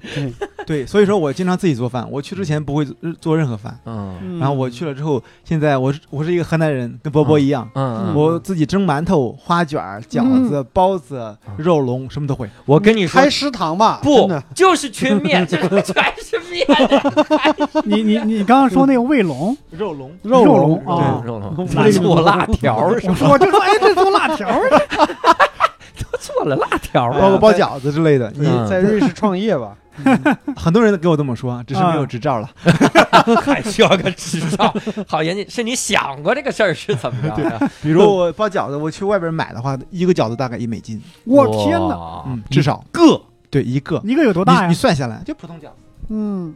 D: 对，所以说我经常自己做饭，我去之前不会做任何饭，
A: 嗯
D: 然后我去了之后，现在我是我是一个河南人，跟波波一样。
A: 嗯，
D: 我自己蒸馒头、花卷儿、饺子、包子、肉笼，什么都会。
A: 我跟你说
B: 嗯开。食堂吧，真
A: 不
B: 的，
A: 就是群面，就是全是面，
C: [laughs] 你你你刚刚说那个卫龙，
D: 肉笼，
C: 嗯肉
B: 笼
C: 笼啊，
A: 肉
C: 我
A: 笼
C: 不是
A: 做辣条儿是
C: 我
A: 吧？
C: 说我这说哎，这做辣条儿，
A: 做了辣条儿
D: 包括
A: 啊，
D: 包饺子之类的。
B: 你
D: 你
A: 嗯
B: 在瑞士创业吧，
D: 很多人都跟我这么说，啊只是没有执照了。
A: 还需要个执照。好研究，是你想过这个事儿是怎么着啊的？
D: 比如我包饺子，我去外边买的话，一个饺子大概一美金，
C: 我天哪，
A: 哪
D: 嗯，至少
A: 个
D: 对一个。
C: 一个有多大
D: 你
C: 呀
D: 你？算下来就普通饺子，
B: 嗯，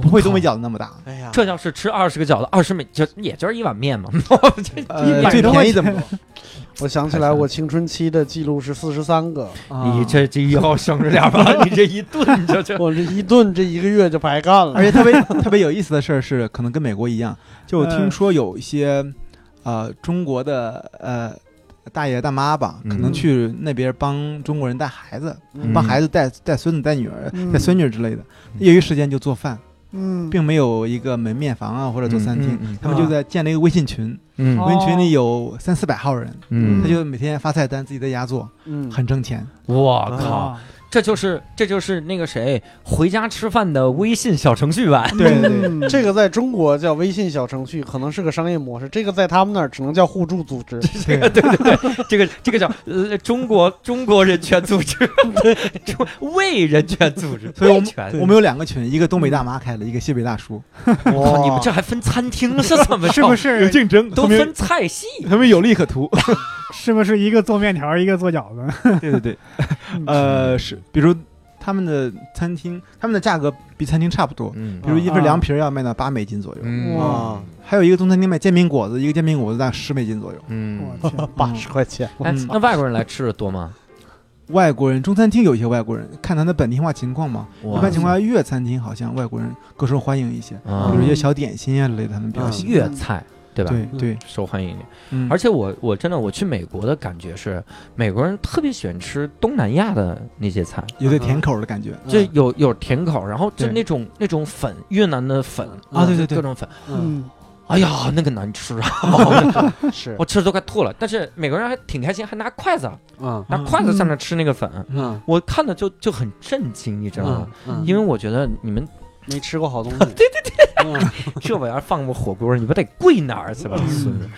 D: 不会东北饺子那么大。
B: 哎呀，
A: 这要是吃二十个饺子，二十美就也就是一碗面嘛。我这
D: 呃
C: 一，百
D: 最
C: 多
D: 便宜这
C: 块
D: 么多。
B: 我想起来，我青春期的记录是四十三个，
D: 啊
A: [laughs] 你这这以后省着点儿吧，你这一顿就就
B: 我这一顿这一个月就白干了
D: [laughs] 而。且特别特别有意思的事儿是，可能跟美国一样，就我听说有一些，呃，中国的呃大爷大妈吧，可能
C: 嗯
D: 去那边帮中国人带孩子，
A: 嗯
D: 帮孩子带带孙子、带女儿、
C: 嗯
D: 带孙女儿之类的，
A: 嗯
D: 业余时间就做饭，
C: 嗯，
D: 并没有一个门面房啊或 [laughs] 者做餐厅，
A: 嗯
D: 他们就在建了一个微信群，
A: 嗯
C: 哦
D: 微信群里有三四百号人，
A: 嗯
D: 他就每天发菜单，自己在家做，
B: 嗯，
D: 很挣钱。
A: 我靠，
C: 啊，
A: 这就是这就是那个谁回家吃饭的微信小程序版。
D: 对对
C: 嗯
D: 对，
B: 这个在中国叫微信小程序，可能是个商业模式；这个在他们那儿只能叫互助组织。
A: 这个对对对，这个这个叫呃中国中国人权组织， [laughs] 中为人权组织，
D: 所以我
A: 为
D: 们
A: 权
D: 我们有两个群，一个东北大妈开的，一个西北大叔，
A: 我靠，你们这还分餐厅是怎么着？
C: 是不
D: 有
C: 是
D: 竞争，
A: 都
D: 他们
A: 分菜系？
D: 他们有利可图。
C: 是不是一个做面条儿，一个做饺子？
D: 对对对， [laughs] 呃，是，比如他们的餐厅，他们的价格比餐厅差不多，
A: 嗯
D: 比如一份
C: 啊
D: 凉皮儿要卖到八美金左右，
B: 哇
D: 还有一个中餐厅卖煎饼果子，一个煎饼果子大概十美金左右。
A: 嗯。
C: 我天，
B: 八十块钱，
A: [laughs] 哎
D: 嗯，
A: 那外国人来吃的多吗？
D: 外国人中餐厅有一些外国人，看他的本地化情况嘛。
A: 哇
D: 一般情况下，粤餐厅好像外国人更受欢迎一些，
A: 啊
D: 比如一些小点心啊之类的，他们比较
B: 嗯
D: 喜欢。
A: 粤菜对吧？
D: 对
B: 嗯
D: 对，
A: 受欢迎一点。
D: 嗯，
A: 而且我我真的我去美国的感觉是，美国人特别喜欢吃东南亚的那些菜，
D: 有点甜口的感觉。
A: 就
B: 嗯
A: 有有甜口，然后
D: 嗯
A: 就
D: 对
A: 那种那种粉，越南的粉
B: 啊对
A: 就
D: 对对
A: 各种粉，
B: 嗯，
C: 嗯，
A: 哎呀，那个难吃啊，
B: 是，
A: 我吃的都快吐了。但是美国人还挺开心，还拿筷
D: 啊
A: 子
B: 嗯
A: 拿筷子在那吃那个粉，
B: 嗯
A: 我看的就就很震惊，你知道吗
B: 嗯？，嗯
A: 因为我觉得你们
B: 没吃过好东西。嗯对对对，
A: 这玩意儿放过火锅，你不得跪那儿去吧？孙子，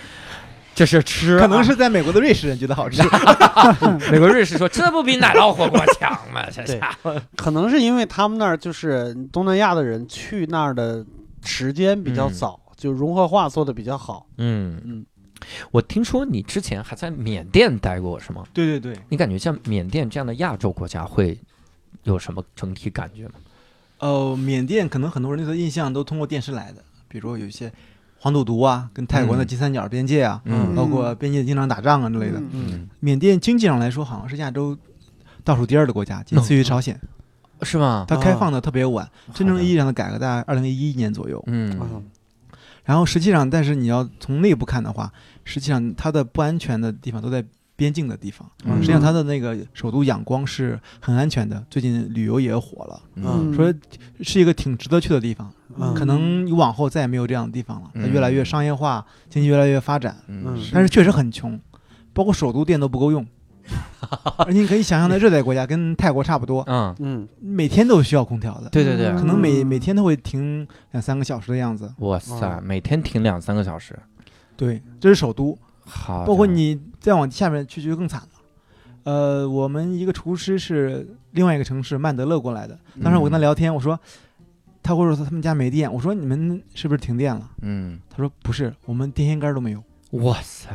A: 这是吃啊，
D: 嗯可能是在美国的瑞士人觉得好吃，
A: [laughs] 美国瑞士说，这不比奶酪火锅强
D: [laughs]
A: 吗？这
B: 对
A: 下
B: 可能是因为他们那儿就是东南亚的人去那儿的时间比较早，就融合化做的比较好。
A: 嗯
B: 嗯，
A: 我听说你之前还在缅甸待过是吗？
D: [laughs] 对对对，
A: 你感觉像缅甸这样的亚洲国家会有什么整体感觉吗？
D: 呃，缅甸可能很多人对他印象都通过电视来的，比如有一些黄赌毒啊，跟泰国的
A: 嗯
D: 金三角边界啊，
A: 嗯
D: 包括边界经常打仗啊之类的。
C: 嗯
B: 嗯，
D: 缅甸经济上来说，好像是亚洲倒数第二的国家，仅次于朝鲜。
A: 是吗？
D: 它开放的特别晚，真正
A: 好的
D: 意义上的改革在二零一一年左右。
A: 嗯
B: 嗯
D: 然后实际上，但是你要从内部看的话，实际上它的不安全的地方都在边境的地方。
A: 嗯
D: 实际上，它的那个首都仰光是很安全的，最近旅游也火了，
B: 嗯
D: 说是一个挺值得去的地方。
B: 嗯
D: 可能你往后再也没有这样的地方了，它
A: 嗯
D: 越来越商业化，经济越来越发展，
B: 嗯
D: 但是确实很穷，包括首都店都不
A: [laughs]
D: 够用。而你可以想象，在热带国家跟泰国差不多，
A: 嗯，
B: 嗯，
D: 每天都需要空调的，
A: 对对对
C: 嗯
D: 可，能每每天都会停两三个小时的样子。
A: 哇塞，
D: 哦
B: 嗯
A: 每天停两三个小时，
D: 对，这是首都，
A: 好家伙，
D: 包括你再往下面去就更惨了。呃，我们一个厨师是另外一个城市曼德勒过来的，当时我跟他聊天，我说，他跟我说他们家没电，我说你们是不是停电了？
A: 嗯，
D: 他说不是，我们电线杆都没有。
A: 哇塞，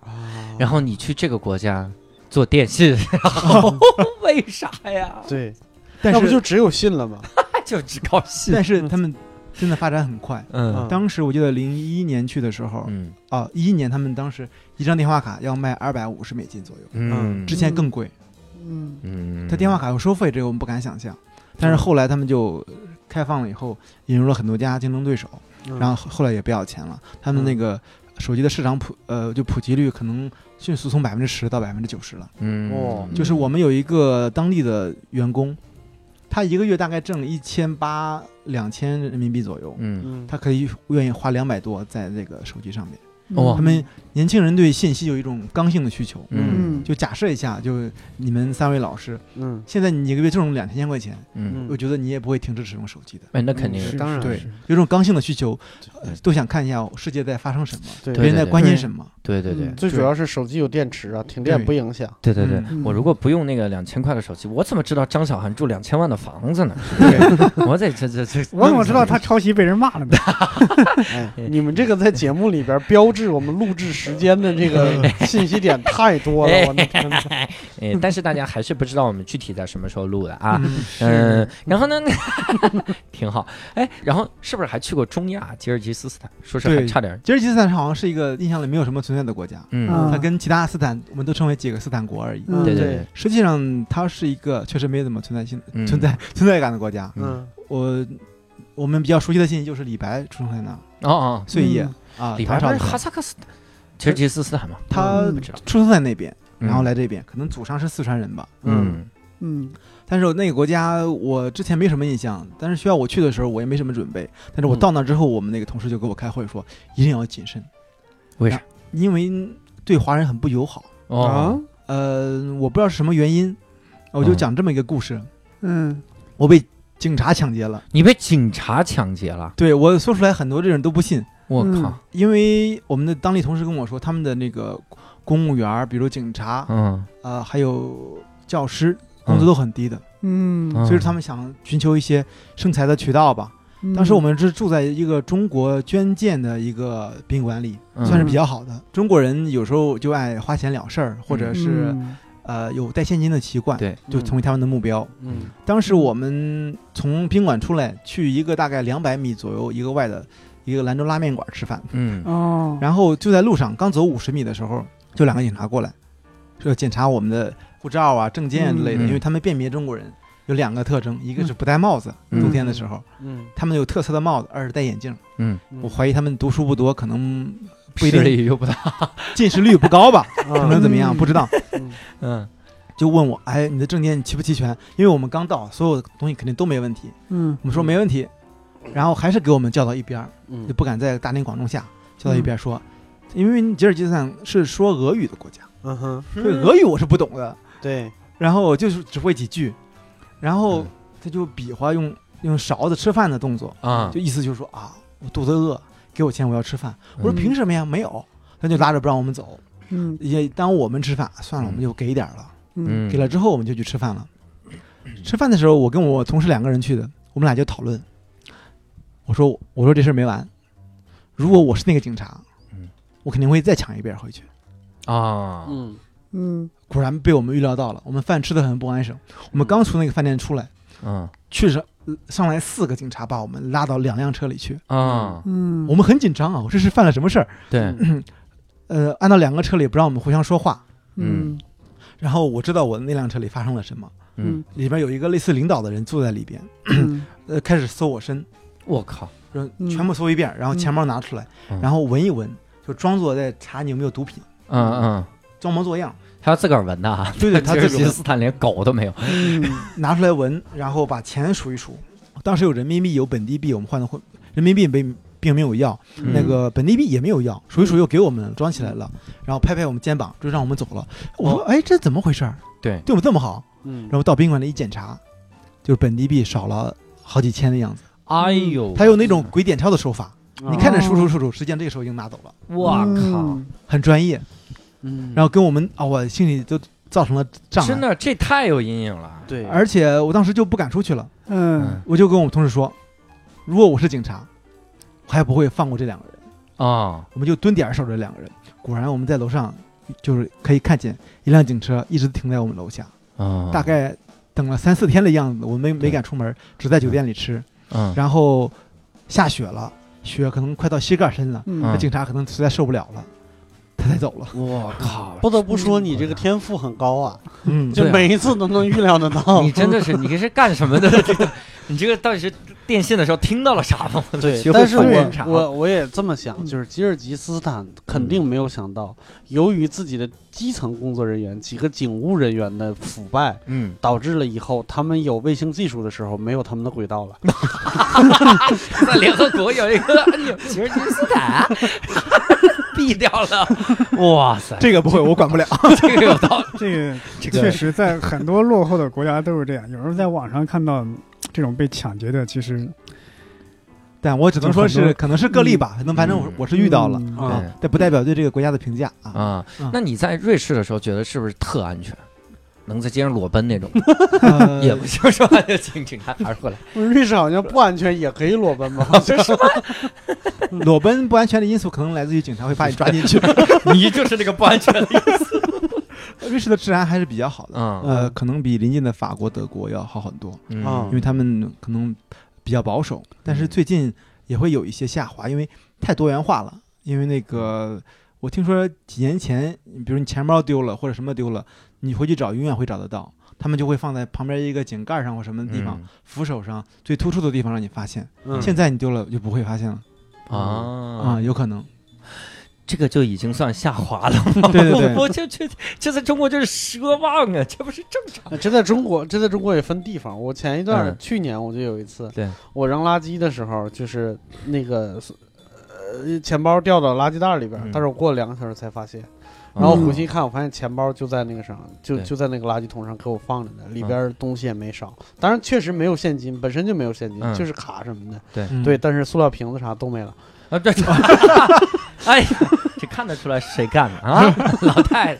B: 啊
A: 然后你去这个国家做电
D: [laughs]
A: 信，然后为啥呀？
B: 对，
D: 但
B: 要不
D: 是
B: 就只有信了吗？
A: 就只高兴，
D: 但是他们真的发展很快。
A: 嗯
D: 当时我记得零一年去的时候，
A: 嗯
D: 啊，一一年他们当时一张电话卡要卖二百五十美金左右，
A: 嗯
D: 之前更贵。
C: 嗯，
A: 嗯，
D: 他电话卡有收费，这个我们不敢想象。但是后来他们就开放了以后，引入了很多家竞争对手，
B: 嗯
D: 然后后后来也不要钱了。他
A: 嗯
D: 们那个手机的市场普呃就普及率可能迅速从百分之十到百分之九十了。
A: 嗯，
B: 哦
A: 嗯
D: 就是我们有一个当地的员工，他一个月大概挣一千八两千人民币左右，
A: 嗯，
B: 嗯，
D: 他可以愿意花两百多在这个手机上面。
A: 哦
D: 他们年轻人对信息有一种刚性的需求。
A: 嗯
D: 就假设一下，就你们三位老师，
B: 嗯
D: 现在你一个月挣两千块钱，
A: 嗯，
D: 我觉得你也不会停止使用手机的，
A: 哎，那肯定
B: 嗯
A: 是
B: 当然
D: 对有一种刚性的需求，呃，都想看一下世界在发生什么，别人在关心什么。
A: 对对对
C: 嗯
B: 最主要是手机有电池啊，停电不影响。
A: 对对对。
C: 嗯
A: 我如果不用那个两千块的手机，我怎么知道张小涵住两千万的房子呢？我得这这这，
C: 我怎么知道他抄袭被人骂了呢？
B: 哎，你们这个在节目里边标志我们录制时间的这个信息点太多了，我的天呐！
A: 哎，但是大家还是不知道我们具体在什么时候录的啊。
D: 嗯，
A: 嗯，然后呢， [laughs] 挺好。哎，然后是不是还去过中亚吉尔吉斯斯坦？说是还
D: 对
A: 差点儿，
D: 吉尔吉斯斯坦好像是一个印象里没有什么存在的国家，
A: 嗯，
C: 啊
D: 它跟其他斯坦我们都称为几个斯坦国而已。
C: 嗯
A: 对对
B: 对
A: 对，
D: 实际上，它是一个确实没怎么存在性、
A: 嗯
D: 存在存在感的国家。
B: 嗯，
D: 我我们比较熟悉的信息就是李白出生在哪儿，
A: 哦哦，
D: 碎叶
C: 嗯
D: 啊，
A: 李白
D: 唐朝的
A: 不是
D: 时候
A: 哈萨克斯坦、吉尔吉斯斯坦嘛？
D: 他
A: 不知道，
D: 出生在那边，然后
A: 嗯
D: 来这边，可能祖上是四川人吧。
A: 嗯
C: 嗯
D: 但是那个国家我之前没什么印象，但是需要我去的时候我也没什么准备。但是我到那之后，我们那个同事就给我开会说，一定要谨慎，
A: 为啥？
D: 因为对华人很不友好。
C: 啊
A: 哦，
D: 呃，我不知道是什么原因，我就讲这么一个故事，
C: 嗯
D: 我被警察抢劫了。
A: 你被警察抢劫了？
D: 对我说出来，很多这人都不信，
A: 我
C: 嗯
A: 靠！
D: 因为我们的当地同事跟我说，他们的那个公务员儿，比如警察，
A: 嗯，
D: 呃，还有教师，工资都很低的，
C: 嗯，
D: 所以说他们想寻求一些生财的渠道吧。
C: 嗯
D: 当时我们是住在一个中国捐建的一个宾馆里，
A: 嗯
D: 算是比较好的。中国人有时候就爱花钱了事儿，或者是、
C: 嗯
D: 呃有带现金的习惯，
A: 对，
D: 就成为他们的目标。
B: 嗯
D: 当时我们从宾馆出来，去一个大概两百米左右一个外的一个兰州拉面馆吃饭，
A: 嗯
C: 哦，
D: 然后就在路上刚走五十米的时候，就两个警察过来，说检查我们的护照啊、证件之类的，
A: 嗯
D: 因为他们辨别中国人有两个特征，一个是不戴帽子，
A: 嗯
D: 冬天的时候
B: 嗯，
D: 他们有特色的帽子，二是戴眼镜。
A: 嗯，
D: 我怀疑他们读书不多，可能不一
A: 视
D: 定
A: [laughs] 力又不大。
D: 近视率不高吧，可
B: 嗯
D: 能怎么样
C: 嗯
D: 不知道。
A: 嗯
D: 就问我，哎，你的证件齐不齐全？因为我们刚到，所有东西肯定都没问题。
C: 嗯
D: 我们说没问题，然后还是给我们叫到一边儿，就
B: 嗯
D: 不敢在大庭广众下叫到一边儿说，因为吉尔吉斯斯坦是说俄语的国家。
B: 嗯哼，
D: 对俄语我是不懂的，
B: 对，
D: 然后我就是只会几句，然后
A: 嗯
D: 他就比划用用勺子吃饭的动作，
A: 啊
D: 就，意思就是说啊，我肚子饿，给我钱我要吃饭。我说
A: 嗯
D: 凭什么呀？没有，他就拉着不让我们走，
C: 嗯
D: 也当我们吃饭，啊算了，
A: 嗯
D: 我们就给一点儿了，
C: 嗯
A: 嗯，
D: 给了之后我们就去吃饭了。吃饭的时候，我跟我同事两个人去的，我们俩就讨论，我说我说这事儿没完，如果我是那个警察
A: 嗯，
D: 我肯定会再抢一遍回去。
A: 啊，
B: 嗯
C: 嗯
D: 果然被我们预料到了，我们饭吃的很不安生。我们刚从那个饭店出来，
A: 嗯
D: 去上上来四个警察把我们拉到两辆车里去，
A: 啊，
C: 嗯，
D: 我们很紧张啊，这是犯了什么事儿？
A: 对，
D: 呃，按到两个车里不让我们互相说话。
C: 嗯
D: 然后我知道我那辆车里发生了什么，
A: 嗯，
D: 里边有一个类似领导的人坐在里边，
C: 嗯
D: 呃，开始搜我身，
A: 我靠，
D: 说
C: 嗯
D: 全部搜一遍，然后钱包拿出来，
A: 嗯
D: 然后闻一闻，就装作在查你有没有毒品，
A: 嗯嗯，
D: 装模作样，
A: 他要自个儿闻的啊， [laughs]
D: 对对，他
A: 吉
D: 自
A: 尔
D: 己
A: 吉
D: 闻
A: 斯斯坦连狗都没有。
C: 嗯
D: 拿出来闻，然后把钱数一数。当时有人民币，有本地币，我们换的换人民币并并没有要，
A: 嗯
D: 那个本地币也没有要，数一数又给我们装起来了，然后拍拍我们肩膀就让我们走了。我说：“哎，这怎么回事儿？
A: 哦对
D: 对我们这么好？”
B: 嗯
D: 然后到宾馆里一检查，就是本地币少了好几千的样子。
A: 哎呦，
D: 他用那种鬼点钞的手法，
A: 嗯
D: 你看着数数数数，实际上这个时候已经拿走了，
A: 我
C: 嗯
A: 靠，
D: 很专业。
B: 嗯，
D: 然后跟我们啊，我心里都造成了障
A: 真
D: 碍，
A: 的这太有阴影了。
B: 对，
D: 而且我当时就不敢出去了。
C: 嗯
D: 我就跟我们同事说，如果我是警察，我还不会放过这两个人，
A: 啊，
D: 我们就蹲点儿守着两个人。果然，我们在楼上就是可以看见一辆警车一直停在我们楼下，
A: 嗯
D: 大概等了三四天的样子，我们没
A: 对
D: 没敢出门，只在酒店里吃。
A: 嗯
D: 然后下雪了，雪可能快到膝盖深了，那
C: 嗯
D: 警察可能实在受不了了，他才走了。
A: 我靠，
B: 不得不说你这个天赋很高啊，
D: [laughs] 嗯
A: 对
B: 就
A: 啊
B: 每一次都能预料得到
A: 你。真的是，你这是干什么的？ [laughs] 这个你这个到底是电信的时候听到了啥吗？
B: [laughs] 对
A: 学，会
B: 但是
A: 反
B: 我
A: 观察
B: 我我也这么想，
C: 嗯
B: 就是吉尔吉斯斯坦肯定没有想到，由于自己的基层工作人员几个警务人员的腐败，
A: 嗯，
B: 导致了以后他们有卫星技术的时候没有他们的轨道了。 [laughs]
A: [laughs] 在联合国有一个按钮，吉尔吉斯斯坦 [laughs] 毙掉了。哇塞，
D: 这个不会，我管不了。
A: 这个有道理。
C: 这个
A: 这个
C: 确实在很多落后的国家都是这样。有时候在网上看到这种被抢劫的，其实
D: [laughs] 但我只能说
C: 就很
D: 是
C: 多
D: 可能是个例吧，那反正我
A: 嗯
D: 我是遇到了
C: 嗯
B: 啊
A: 对
D: 但不代表对这个国家的评价啊。
A: 啊
D: 嗯，
A: 那你在瑞士的时候，觉得是不是特安全？能在街上裸奔那 [laughs] 种，
D: 呃
A: 也不是说就请警察查出 [laughs] 来。
B: 瑞士好像不安全，也可以裸奔吧？
D: 裸奔不安全的因素可能来自于警察会把你抓进
A: [laughs]
D: 去。
A: 你就是那个不安全的。
D: 瑞士的治安还是比较好的，
A: 嗯
D: 呃，可能比邻近的法国、德国要好很多，
B: 啊
D: 因为他们可能比较保守，但
B: 嗯
D: 是最近也会有一些下滑，因为太多元化了。因为那个
B: 嗯
D: 我听说几年前，比如你钱包丢了或者什么丢了，你回去找永远会找得到，他们就会放在旁边一个井盖上或什么地方、扶手上最突出的地方让你发现。
B: 嗯
D: 现在你丢了就不会发现了
A: 嗯啊
D: 啊，，有可能。
A: 这个就已经算下滑了吗？
D: 对对对
A: [laughs] 我就觉得这在中国就是奢望啊，这不是正常？
B: 这在中国，这在中国也分地方。我前一段儿、
A: 嗯
B: 去年我就有一次，
A: 对
B: 我扔垃圾的时候，就是那个呃钱包掉到垃圾袋里边儿，
A: 嗯
B: 但是我过了两个小时才发现，然后
A: 嗯
B: 我回去一看，我发现钱包就在那个上，就
A: 对嗯
B: 就在那个垃圾桶上给我放着呢，里边儿东西也没少。当然确实没有现金，本身就没有现金，
A: 嗯
B: 就是卡什么的。
D: 嗯
B: 对，，但是塑料瓶子啥都没了。
A: 啊，这， [laughs] 哎呀，这看得出来是谁干的啊？老太太，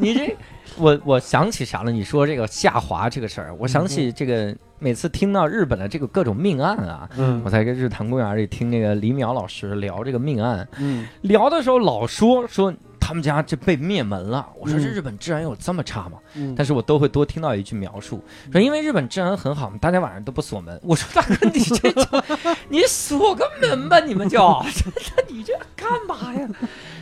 A: 你这，我我想起啥了？你说这个下滑这个事儿，我想起这个每次听到日本的这个各种命案啊，
B: 嗯
A: 我在一个日坛公园里听那个李淼老师聊这个命案，
B: 嗯
A: 聊的时候老说说他们家这被灭门了，我说
B: 嗯
A: 这日本治安有这么差吗？
B: 嗯，
A: 但是我都会多听到一句描述，
D: 嗯
A: 说因为日本治安很好，大家晚上都不锁门。我说大哥，你这就 [laughs] 你锁个门吧，你
D: [laughs]
A: 们就， [laughs] 你这干嘛呀？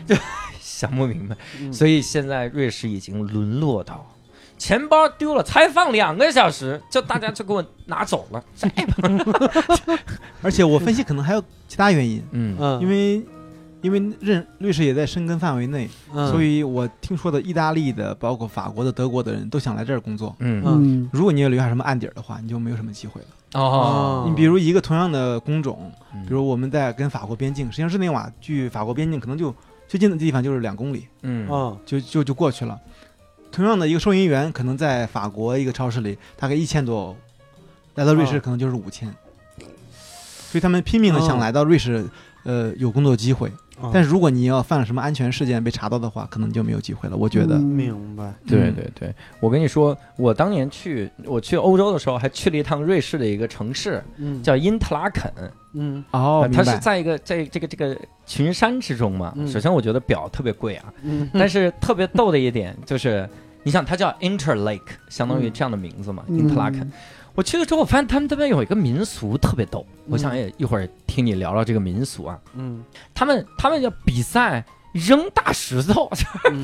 A: 就 [laughs] 想不明白。
B: 嗯
A: 所以现在瑞士已经沦落到。钱包丢了，才放两个小时，就大家就给我拿走了。这
D: 而且我分析可能还有其他原因，
A: 嗯
B: 嗯，
D: 因为因为认律师也在申根范围内，
B: 嗯
D: 所以我听说的意大利的，包括法国的、德国的人都想来这儿工作。
A: 嗯
C: 嗯，
D: 如果你有留下什么案底儿的话，你就没有什么机会了。
A: 哦，嗯
B: 哦
D: 你比如一个同样的工种，
A: 比
D: 嗯比如我们在跟法国边境，实际上日内瓦距法国边境可能就最近的地方就是两公里，
A: 嗯
B: 嗯
D: 就就就过去了。同样的一个收银员，可能在法国一个超市里大概一千多欧，来到瑞士
B: 哦
D: 可能就是五千，所以他们拼命的想
B: 哦
D: 来到瑞士，呃，有工作机会。
A: 哦
B: 嗯
D: 但是如果你要犯了什么安全事件被查到的话，可能就没有机会了。我觉得，
C: 嗯
B: 明白。
A: 对
D: 嗯
A: 对对，我跟你说，我当年去我去欧洲的时候，还去了一趟瑞士的一个城市，
B: 嗯
A: 叫因特拉肯。
B: 嗯
D: 哦
A: 呃，它是在一个在这个这个群山之中嘛。
B: 嗯
A: 首先，我觉得表特别贵啊，
B: 嗯
A: 但是特别逗的一点就是，你想它叫 Interlake，相当于
B: 嗯
A: 这样的名字嘛，因
C: 嗯
A: 特拉肯。我去了之后，我发现他们这边有一个民俗特别逗，我想
B: 嗯
A: 也一会儿听你聊聊这个民俗啊。
B: 嗯
A: 他们他们要比赛扔大石头， [laughs]
B: 嗯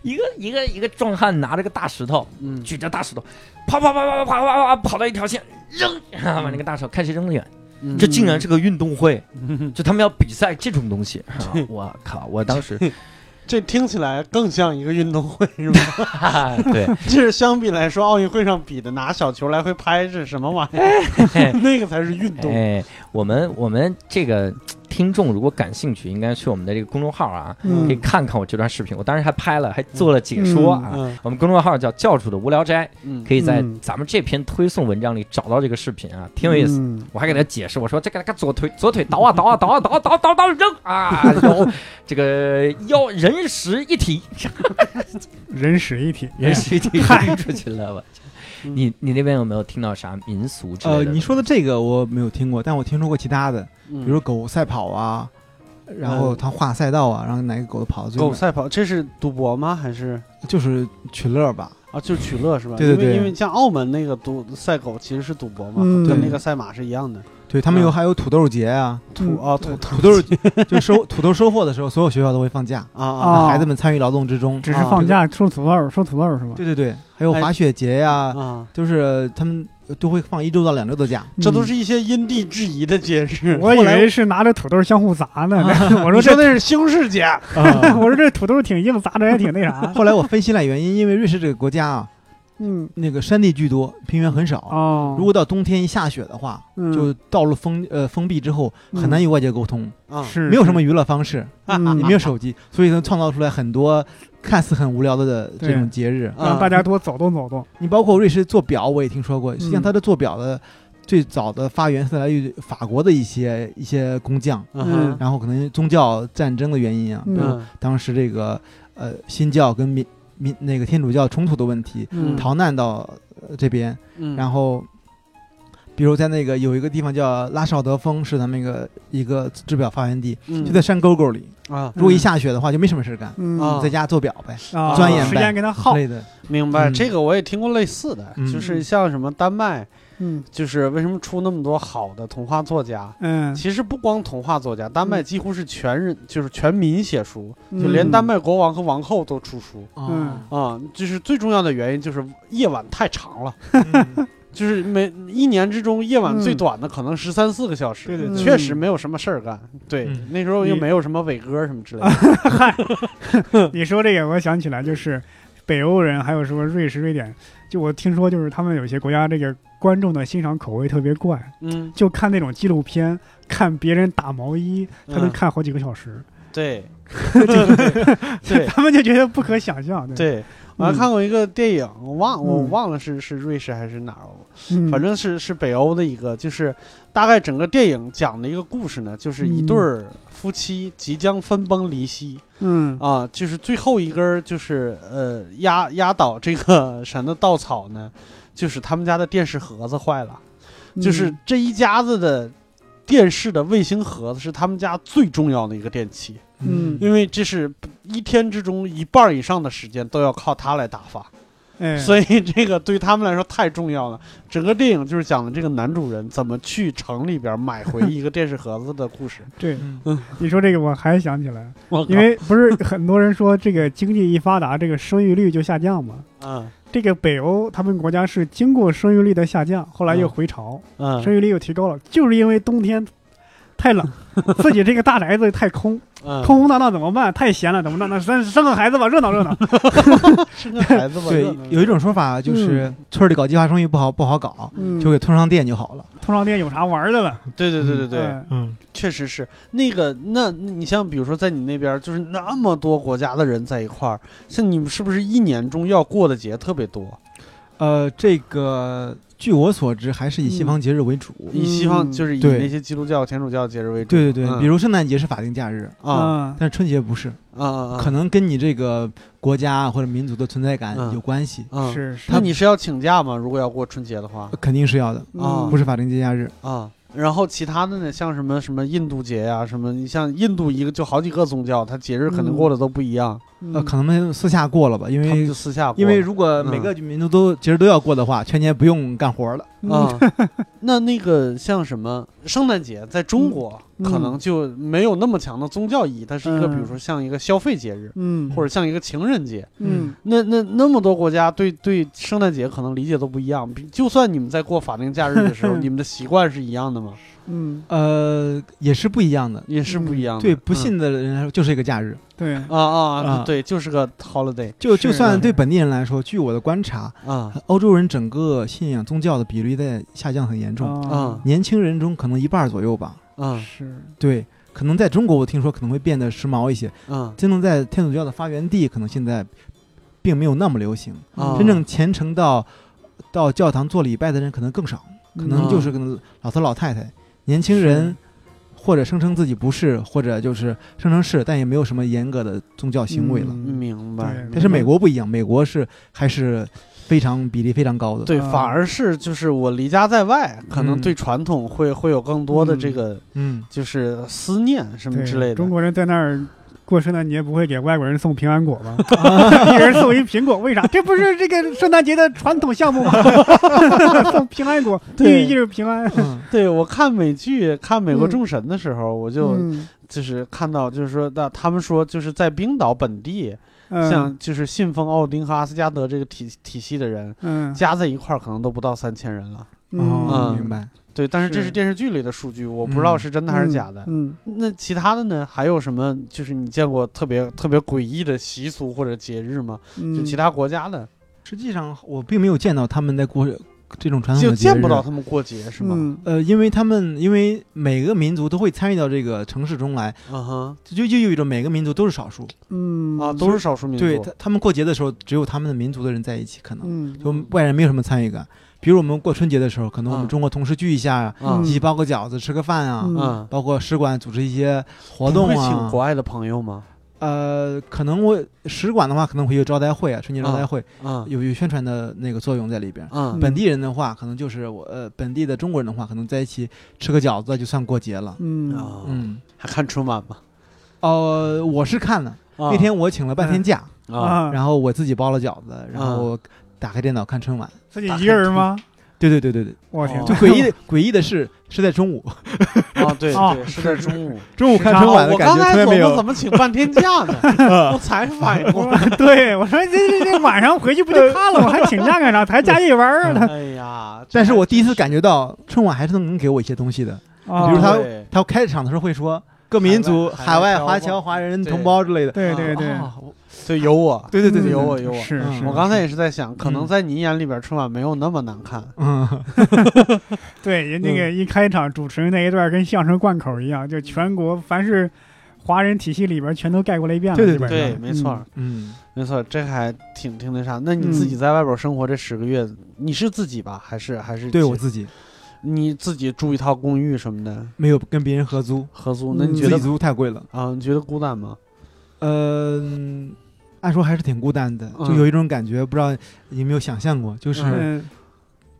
A: 一个一个一个壮汉拿着个大石头，
B: 嗯
A: 举着大石头，啪啪啪啪啪啪啪啪跑到一条线扔， [laughs] 把那个大石头看谁扔得远。
B: [laughs] 嗯
A: 这竟然是个运动会，
B: 嗯
A: 就他们要比赛这种东西。啊
B: 对
A: 我靠！我当时
B: 这听起来更像一个运动会 [laughs] 是吧？
A: 哎对，
B: 就是相比来说，奥运会上比的拿小球来回拍是什么玩意儿？ [laughs] 那个才是运动。
A: 哎，我们我们这个听众如果感兴趣，应该去我们的这个公众号啊，
C: 嗯
A: 可以看看我这段视频。我当时还拍了，还做了解说啊。
B: 嗯
A: 我们公众号叫教主的无聊斋，
B: 嗯
A: 可以在
C: 嗯
A: 咱们这篇推送文章里找到这个视频啊，挺有意思。
C: 嗯
A: 我还给他解释，我说这个那个左腿左腿倒啊倒啊倒啊倒啊倒啊倒啊倒啊扔啊，然后这个腰人石一体，
C: 人屎一体，
D: 哎
A: 人石一体
D: [laughs]
A: 扔出去了吧？
B: 嗯
A: 你你那边有没有听到啥民俗之类
D: 呃，
A: 的？
D: 你说的这个我没有听过，但我听说过其他的，
B: 嗯
D: 比如狗赛跑啊，然后它画赛道啊，然后哪个狗跑得最
B: 狗
D: 慢，
B: 赛跑，这是赌博吗？还是
D: 就是取乐吧。
B: 啊，就是取乐是吧？
D: 对对
B: 因为
D: 对
B: 因为像澳门那个赌赛狗其实是赌博嘛，
C: 嗯
B: 跟
D: 对
B: 那个赛马是一样的。
D: 对他们有
B: 嗯
D: 还有土豆节啊，
B: 土
C: 嗯
B: 啊土
D: 土豆就收土豆收获的时候，所有学校都会放假，
B: 啊
C: 啊
B: 啊
D: 孩子们参与劳动之中。
C: 只是
B: 啊
C: 放假收土豆儿，收土豆儿是吗？
D: 对对对，还有
B: 哎
D: 滑雪节呀，
B: 啊！
D: 就是他们都会放一周到两周的假。
B: 这都
C: 嗯
B: 是一些因地制宜的节日。
C: 我以
B: 后来
C: 为是拿着土豆相互砸呢。 [laughs] 我
B: 你
C: 说
B: 说
C: 这，
B: 那是新世界，
C: [laughs] 我说这土豆挺硬，砸着也挺那
D: [laughs]
C: 啥。
D: 后来我分析了原因，因为瑞士这个国家啊，
C: 嗯，
D: 那个山地居多，平原很少。
C: [laughs] 哦，
D: 如果到冬天一下雪的话，
C: 嗯
D: 就道路封呃封闭之后，很难与外界沟通，
B: 啊
C: 是
D: 没有什么娱乐方式，
C: 嗯
D: 也没有手机，所以能创造出来很多看似很无聊的这种节日。
B: 啊
C: 让大家多走动走动。
D: 你包括瑞士做表，我也听说过，实际上它的做表的最早的发源是来于法国的一些一些工匠。
B: 啊哈
D: 然后可能宗教战争的原因啊，比如
B: 嗯
D: 当时这个呃新教跟民民那个天主教冲突的问题，
B: 嗯
D: 逃难到、呃这边，
B: 嗯，
D: 然后，比如在那个有一个地方叫拉绍德峰，是咱们一个一个制表发源地，
B: 嗯
D: 就在山沟沟里。
B: 啊，
D: 如果一下雪的话，就没什么事干，
C: 嗯
B: 啊
D: 在家做表呗
C: 啊
D: 钻研呗
C: 时间跟他
D: 之
C: 耗。
D: 类的。
B: 明白
D: 嗯
B: 这个我也听过类似的，
D: 嗯
B: 就是像什么丹麦，
C: 嗯
B: 就是为什么出那么多好的童话作家？
C: 嗯，
B: 其实不光童话作家，丹麦几乎是全人，就是全民写书，就
C: 嗯
B: 连丹麦国王和王后都出书
D: 哦
B: 啊、就是最重要的原因就是夜晚太长了，
D: 嗯，
B: 就是每一年之中夜晚最
C: 嗯
B: 短的可能十三四个小时，
C: 对对对
B: 确实没有什么事儿干。对，
D: 嗯
B: 那时候又
C: 你
B: 没有什么伟哥什么之类的。
C: 你说这个，我想起来就是北欧人，还有什么瑞士、瑞典，就我听说就是他们有些国家这个观众的欣赏口味特别怪，
B: 嗯，
C: 就看那种纪录片，看别人打毛衣，他能
B: 嗯
C: 看好几个小时， [laughs]
B: 对，对 [laughs] 对
C: 他们就觉得不可想象。对，
B: 对，我还
C: 嗯
B: 看过一个电影，我忘我
C: 嗯
B: 忘了是是瑞士还是哪儿了，
C: 嗯
B: 反正是是北欧的一个，就是大概整个电影讲的一个故事呢，就是一
C: 嗯
B: 对儿夫妻即将分崩离析
C: 嗯
B: 啊，就是最后一根儿就是呃压压倒这个神的稻草呢，就是他们家的电视盒子坏了，
C: 嗯
B: 就是这一家子的。电视的卫星盒子是他们家最重要的一个电器，
C: 嗯
B: 因为这是一天之中一半儿以上的时间都要靠它来打发。
C: 哎，
B: 所以这个对他们来说太重要了。整个电影就是讲的这个男主人怎么去城里边买回一个电视盒子的
D: [laughs]
B: 故事。
C: 对
D: 嗯
C: 你说这个我还想起来，
B: 我
C: 因为不是很多人说这个经济一发达，这个生育率就下降嘛。
B: 嗯
C: 这个北欧他们国家是经过生育率的下降，后来又回潮，
B: 嗯
C: 生育率又提高了，就是因为冬天太
B: [laughs]
C: 冷，自己这个大宅子太空，
B: 嗯，
C: 空空荡荡怎么办？太闲了怎么办？那生生个孩子吧，热闹
B: [laughs]
C: 热闹。
B: 生个孩子吧，
D: 对
B: 热闹，
D: 有一种说法就是村里搞计划生育不好不好搞，
C: 嗯
D: 就给通上电就好了。
C: 通商店有啥玩儿的了？
B: 对对对对对，
C: 哎
D: 嗯，
B: 确实是那个。那你像比如说在你那边，就是那么多国家的人在一块儿，像你们是不是一年中要过的节特别多？
D: 呃，这个据我所知还是以西方节日为主。
B: 以西方
C: 嗯
B: 就是以
D: 对
B: 那些基督教、天主教节日为主。
D: 对对对，
B: 嗯
D: 比如圣诞节是法定假日，
B: 啊
C: 嗯
D: 但是春节不是。
B: 啊啊，
D: 可能跟你这个国家或者民族的存在感
B: 嗯
D: 有关系，
B: 能。
C: 是是
B: 那你是要请假吗？如果要过春节的话，
D: 肯定是要的，
B: 啊
C: 嗯
D: 不是法定节假日。
B: 啊，然后其他的呢，像什么什么印度节呀、啊什么你像印度一个就好几个宗教，它节日可能
C: 嗯
B: 过得都不一样，
D: 呃，可能们私下过了吧，因
B: 嗯他们
D: 为
B: 就私下过。
D: 嗯因为如果
B: 嗯
D: 每个民族都节日都要过的话，全年不用干活了。
B: 啊，那那个像什么圣诞节，在中国
C: 嗯
B: 可能就没有那么强的宗教意义，它是一个比如
C: 嗯
B: 说像一个消费节日，
C: 嗯
B: 或者像一个情人节。
C: 嗯
B: 那那那么多国家对对
D: 嗯
B: 圣诞节可能理解都不一样，比就算你们在过法定假日的
D: [laughs]
B: 时候，你们的习惯是一样的吗？
C: 嗯
D: 呃，也是不一样的。
B: 也是不一样的。
D: 对不
B: 嗯
D: 信的人来说，就是一个假日。
C: 对
B: 啊啊
D: 啊，
B: 对，就是个 holiday
D: 就是就算对本地人来说，据我的观察，
B: 啊，
D: 欧洲人整个信仰宗教的比例在下降很严重，
B: 哦
C: 啊
D: 年轻人中可能一半儿左右吧。
B: 嗯
C: 是
D: 对，可能在中国我听说可能会变得时髦一些，
B: 嗯
D: 真正在天主教的发源地，可能现在并没有那么流行。
C: 嗯
B: 啊，
D: 真正虔诚到到教堂做礼拜的人可能更少，可能
B: 嗯
D: 就是跟老头老太太、年轻人，或者声称自己不是，或者就是声称是，但也没有什么严格的宗教行为了。
C: 嗯
B: 明白
C: 对。
D: 但是美
B: 国。
D: 国不一样，美国是还是非常比例非常高的。
B: 对，
C: 啊
B: 反而是就是我离家在外，可能
D: 嗯
B: 对传统会会有更多的这
C: 嗯
B: 个 [laughs]
D: 嗯，
B: 就是思念什么
C: 对
B: 之类的
C: 中。国人在那儿过圣诞节不会给外国人送平安果
B: [laughs]
C: 吗？一人送一苹果，为啥？这不是这个圣诞节的传统
B: [laughs]
C: 项目吗？ [laughs] 送平安果，寓
B: 对
C: 意就是平安。
D: 嗯
B: 对我看美剧看《美国
C: 嗯
B: 众神》的时候，我 [laughs] 就
C: 嗯，
B: 就是看到，就是说，那他们说就是在冰岛本地，
C: 嗯
B: 像就是信奉奥丁和阿斯加德这个体体系的人，
C: 嗯
B: 加在一块儿可能都不到三千人了。
D: 哦
B: 嗯
D: 明白。
B: 对，但是这
C: 是
B: 是电视剧里的数据，我不知道
D: 嗯
B: 是真的还是假的。
C: 嗯，
B: 那其他的呢？还有什么？就是你见过特别特别诡异的习俗或者节日吗？
C: 嗯
B: 就其他国家的，
D: 实际上我并没有见到他们在过这种传统
B: 就
D: 啊的节日
B: 见不到他们过节是吗？
C: 嗯
D: 呃，因为他们因为每个民族都会参与到这个城市中来，
B: 嗯哼，
D: 就就就意味着每个民族都是少数。
C: 嗯
B: 啊，都是少数民族。
D: 对他，他们过节的时候，只有他们的民族的人在一起，可能
C: 嗯
D: 就外人没有什么参与感。比如我们过春节的时候，可能我
B: 嗯
D: 们中国同事聚一下呀，
B: 啊
D: 一起包个饺子、吃个饭啊，
C: 嗯
B: 嗯，
D: 包括使馆组织一些活
B: 不
D: 动
B: 会请
D: 啊
B: 国。外的朋友吗？
D: 呃，可能我使馆的话，可能会有招待会啊，春节招待会、
B: 啊
D: 有有宣传的那个作用在里边。
B: 啊
D: 本地人的话，可能就是我呃本地的中国人的话，可能在一起吃个饺子就算过节了。
C: 嗯
B: 啊！
D: 嗯，
B: 还看春晚吗？
D: 呃，我是看了
B: 那
D: 那天我请了半天假，
B: 啊，
D: 然后我自己包了饺子，然后打开电脑看春晚。
C: 自己一个人吗？
D: 对对对对对，
C: 我天
B: 哦， [laughs]
D: 就诡异 [laughs] 的诡异的是 [laughs] 是在中午，
B: 啊，对
C: 啊
B: 对，是在中午。
D: 中午看 [laughs] 春晚
B: 啊
D: 的
B: 我
D: 感
B: 刚
D: 觉
B: 才
D: 特别
B: 琢
D: 没
B: 磨
D: 有
B: 怎。么请半天假
D: [laughs]
B: 呢，我才反应过 [laughs] 来。
C: 对我说这这这晚上回去不就看了吗？还请假干啥？还加夜班儿呢？
B: 哎呀，
D: 但是我第一次感觉到春晚还是能给我一些东西的。
B: 嗯
C: 啊
D: 比如他
B: 对
D: 他开场的时候会说各民族、
B: 海
D: 海
B: 外
D: 外
B: 海外侨
D: 华侨、华
B: 嘛
D: 人
B: 对
D: 同胞之类的。
C: 对对
D: 啊
C: 对，
B: 哦
D: 我
B: 对有我，
D: 对对对
C: 嗯
D: 对，
B: 有我有我。
C: 是
D: 嗯
C: 是，
B: 我刚才也是在想，可能
D: 嗯
B: 在你眼里边春晚没有那么难看。
D: 嗯，
C: 对，人那
B: 嗯
C: 个一开场主持人那一段跟相声贯口一样，就全国凡是华人体系里边全都盖过了一遍了，
D: 对对
C: 基本上
B: 对，没错，，
D: 嗯，
B: 没错，这还挺挺那啥。那你自己在外边生活这十个月，你是自己吧，还是还是
D: 对我自己
B: 你自己住一套公寓什么的
D: 没有跟别人合租，
B: 合租？那你
D: 嗯
B: 觉
D: 自己
B: 得
D: 租太贵了。
B: 啊？你觉得孤单吗？
D: 嗯，按说还是挺孤单的，
B: 嗯
D: 就有一种感觉，不知道你有没有想象过，就是
C: 嗯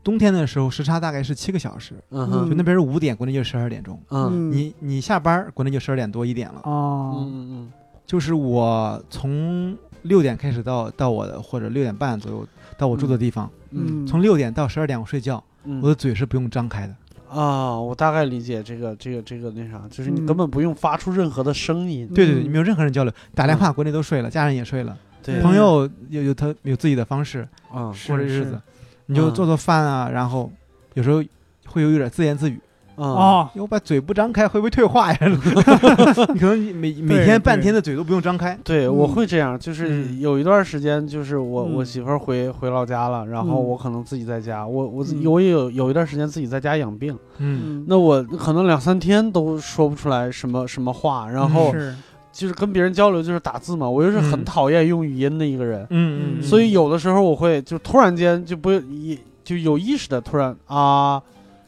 D: 冬天的时候时差大概是七个小时，
B: 嗯哼
D: 就那边是五点，国内就十二点钟。
B: 嗯
C: 嗯
D: 你你下班儿，国内就十二点多一点了。
C: 哦，
B: 嗯嗯
D: 就是我从六点开始到到我的或者六点半左右到我住的地方，
B: 嗯
D: 从六点到十二点我睡觉，
B: 嗯
D: 我的嘴是不用张开的。
B: 啊，我大概理解这个这个这个那啥，就是你
C: 嗯
B: 根本不用发出任何的声音。
D: 对对对，
C: 嗯
D: 没有任何人交流，打电话国内都睡了，家人也睡了，
B: 嗯对，
D: 朋友有有他有自己的方式
B: 啊
C: 是
D: 过这日
C: 是
D: 子，你就
B: 嗯
D: 做做饭啊，然后有时候会有点自言自语。
B: 啊
C: 哦，
D: 我把嘴不张开会不会退化呀？
B: [laughs]
D: 你可能每每
C: 对
D: 天半
C: 对
D: 天的嘴都不用张开。
B: 对，我
C: 嗯
B: 会这样，就是
D: 嗯
B: 有一段时间，就是我、我
C: 嗯
B: 媳妇儿回回老家了，然后
C: 嗯
B: 我可能自己在家，我我自
C: 嗯
B: 我也有有一段时间自己在家养病，
D: 嗯，
C: 嗯
B: 那我可能两三天都说不出来什么什么话，然后
C: 嗯是
B: 就是跟别人交流就是打字嘛，我又是很
D: 嗯
B: 讨厌用语音的一个人，
D: 嗯嗯，
B: 所以有的时候我会就突然间就不一就有意识的突然啊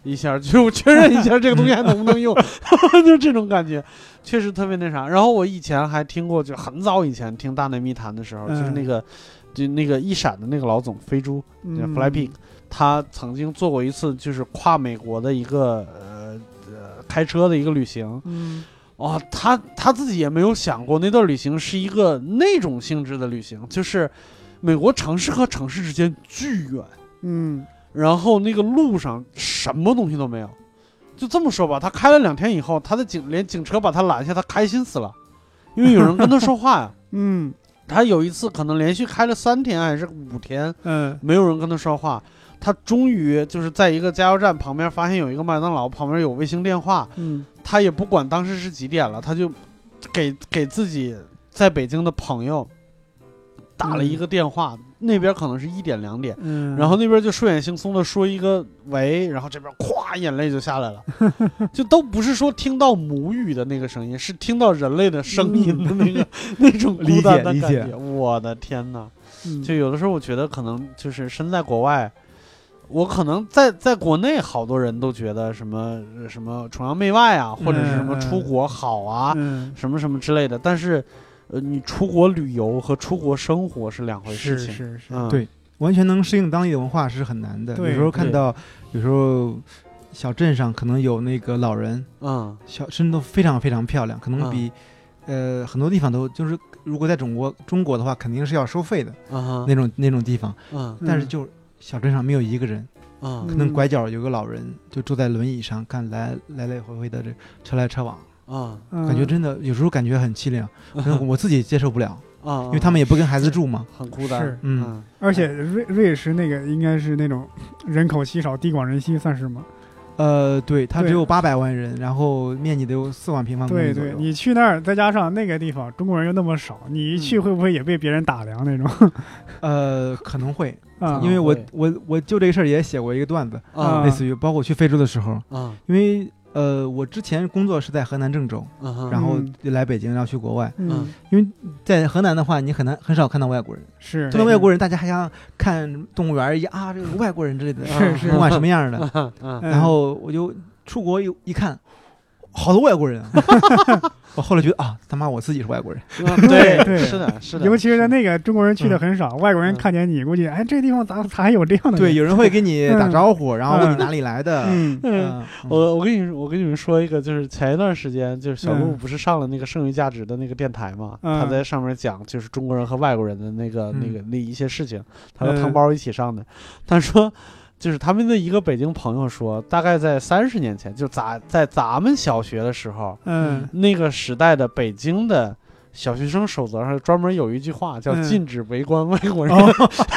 B: 一下，就是我确认一下这个东西还能不能
C: [laughs]
B: 用，就这种感觉，确实特别那啥。然后我以前还听过，就很早以前听《大内密谈》的时候，就是
C: 嗯
B: 那个就那个一闪的那个老总飞猪，就
C: 嗯
B: Flypig，他曾经做过一次就是跨美国的一个呃呃开车的一个旅行，
C: 嗯
B: 哦，他他自己也没有想过那段旅行是一个那种性质的旅行，就是美国城市和城市之间巨远，
C: 嗯
B: 然后那个路上什么东西都没有。就这么说吧，他开了两天以后，他的警连警车把他拦下，他开心死了，因为有人跟他说话呀。
C: 嗯
B: 他有一次可能连续开了三天还是五天，
C: 嗯
B: 没有人跟他说话。他终于就是在一个加油站旁边发现有一个麦当劳，旁边有卫星电话，
C: 嗯
B: 他也不管当时是几点了，他就给给自己在北京的朋友打
D: 嗯
B: 了一个电话，那边可能是一点两点，
C: 嗯，
B: 然后那边就睡眼惺忪的说一个喂，然后这边咵眼泪就下来
D: [laughs]
B: 了，就都不是说听到母语的那个声音，是听到人类的声音的那个、那种孤单的
D: 嗯理解理
B: 感
D: 解
B: 觉。我的天哪！
C: 嗯
B: 就有的时候我觉得可能就是身在国外，我可能在在国内好多人都觉得什么呃什么崇洋媚外啊，或者是什么
C: 嗯
B: 出国好啊，
C: 嗯
B: 什么什么之类的。但是，呃，你出国旅游和出国生活是两回
C: 是
B: 事
C: 是
B: 情。
C: 是是
B: 嗯，
D: 对完全能适应当地的文化是很难的。
C: 对
D: 有时候看
B: 对
D: 到，有时候小镇上可能有那个老人，
B: 嗯
D: 小身都非常非常漂亮，可能
B: 啊
D: 比呃，很多地方都就是，如果在中国中国的话，肯定是要收费的
B: 啊
D: 那种那种地方，
B: 嗯
D: 但是就小镇上没有一个人，
B: 嗯
D: 可能拐角有个老人就坐在轮椅上，看来来来回回的这车来车往，
B: 嗯
D: 感觉
C: 这
D: 真的有时候感觉很凄 [laughs] 凉，可能我自己接受不了，
B: 啊，
D: 因为他们也不跟孩子住嘛，
B: 很孤单
C: 是，
D: 嗯，
C: 而且瑞瑞士那个应该是那种人口稀少、地广人稀，算是吗？
D: 呃，对，它只
C: 对
D: 有八百万人，然后面积得有四万平方公
C: 对
D: 里左
C: 对，
D: 右，
C: 你去那儿，再加上那个地方中国人又那么少，你一去
B: 嗯
C: 会不会也被别人打量
D: [laughs]
C: 那种？
D: 呃，可能会，
C: 啊，
D: 因为我
B: 会
D: 我我就这个事儿也写过一个段子，
B: 啊
D: 类似于包括我去非洲的时候，
B: 啊
D: 因为呃，我之前工作是在河南郑州，
B: 啊，
D: 然后
C: 嗯
D: 来北京，然后去国外。
C: 嗯
B: 嗯
D: 在河南的话，你很难很少看到外国人，
C: 是
D: 看到外国人，大家还像看动物园一样啊，这个外国人之类的，
B: 是是
D: 不管什么样的。
B: 嗯
C: 嗯
D: 然后我就出国一一看，好多外国人啊！我后来觉得啊，他妈我自己是外国人，
B: 对是的，是的，
C: 尤其是在那个中国人去的很少，外国人
B: 嗯
C: 看见你，估计哎，这地方咋咋还有这样的人？
D: 对，有人会跟你打招呼，然后问你哪里来的。
C: 嗯，
B: 嗯。
D: 嗯
B: 我我跟你说，我跟你们说一个，就是前一段时间，就是小鹿
C: 嗯
B: 不是上了那个剩余价值的那个电台嘛，
C: 嗯
B: 他在上面讲就是中国人和外国人的那个、
D: 嗯
B: 那个那一些事情，他和
C: 嗯
B: 汤包一起上的，他说。就是他们的一个北京朋友说，大概在三十年前，就咱在咱们小学的时候，
C: 嗯
B: 那个时代的北京的小学生守则上专门有一句话叫“
C: 嗯
B: 禁止围观外国人”，
C: 哦，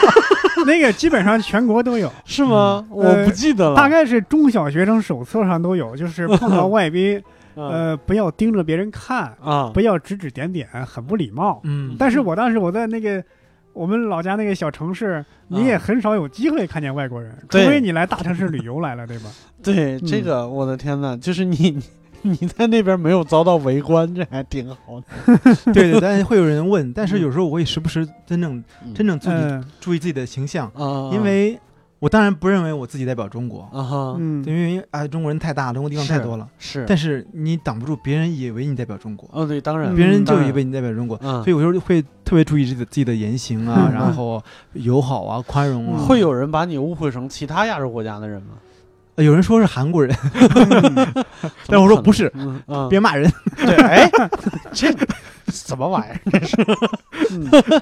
C: [laughs] 那个基本上全
D: [laughs]
C: 国都有，
D: 嗯
B: 是吗？我不记得了，
C: 嗯呃大概是中小学生手册上都有，就是碰
D: [laughs]
C: 到外宾，
B: 嗯
C: 呃，不要盯着别人看，
B: 啊
C: 不要指指点点，很不礼貌。
D: 嗯，
C: 但是我当时我在那个我们老家那个小城市，你也很少有机会看见外国人，除
B: 啊对
C: 非你来大城市旅游来了，
B: [laughs]
C: 对吧？
B: 对，这
C: 嗯
B: 个我的天呐，就是你 [laughs] 你你在那边没有遭到围观，这还挺好的。 [laughs]
D: 对对，但是会有人问，但
B: 嗯
D: 是有时候我会时不时真正真正自
B: 哎
D: 己
C: 嗯
D: 注意自己的形象，
B: 啊，
D: 因为我当然不认为我自己代表中国，
B: 啊哈
C: 嗯
D: 因为啊、中国人太大，中国地方太多了。
B: 是，
D: 但是你挡不住别人以为你代表中国，
B: 哦对，当然
C: 嗯
D: 别人就
B: 当然
D: 以为你代表中国，
B: 嗯
D: 所以我有时候会特别注意自己的自己的言行啊，
C: 嗯
D: 然后友好啊、宽容啊。
B: 嗯会有人把你误会成其他亚洲国家的人吗？
D: 呃有人说是韩国人，但我说不是，
B: 嗯嗯，
D: 别骂人。
B: 对，哎，这 [laughs] 什么玩意儿？这
D: 嗯
B: 是，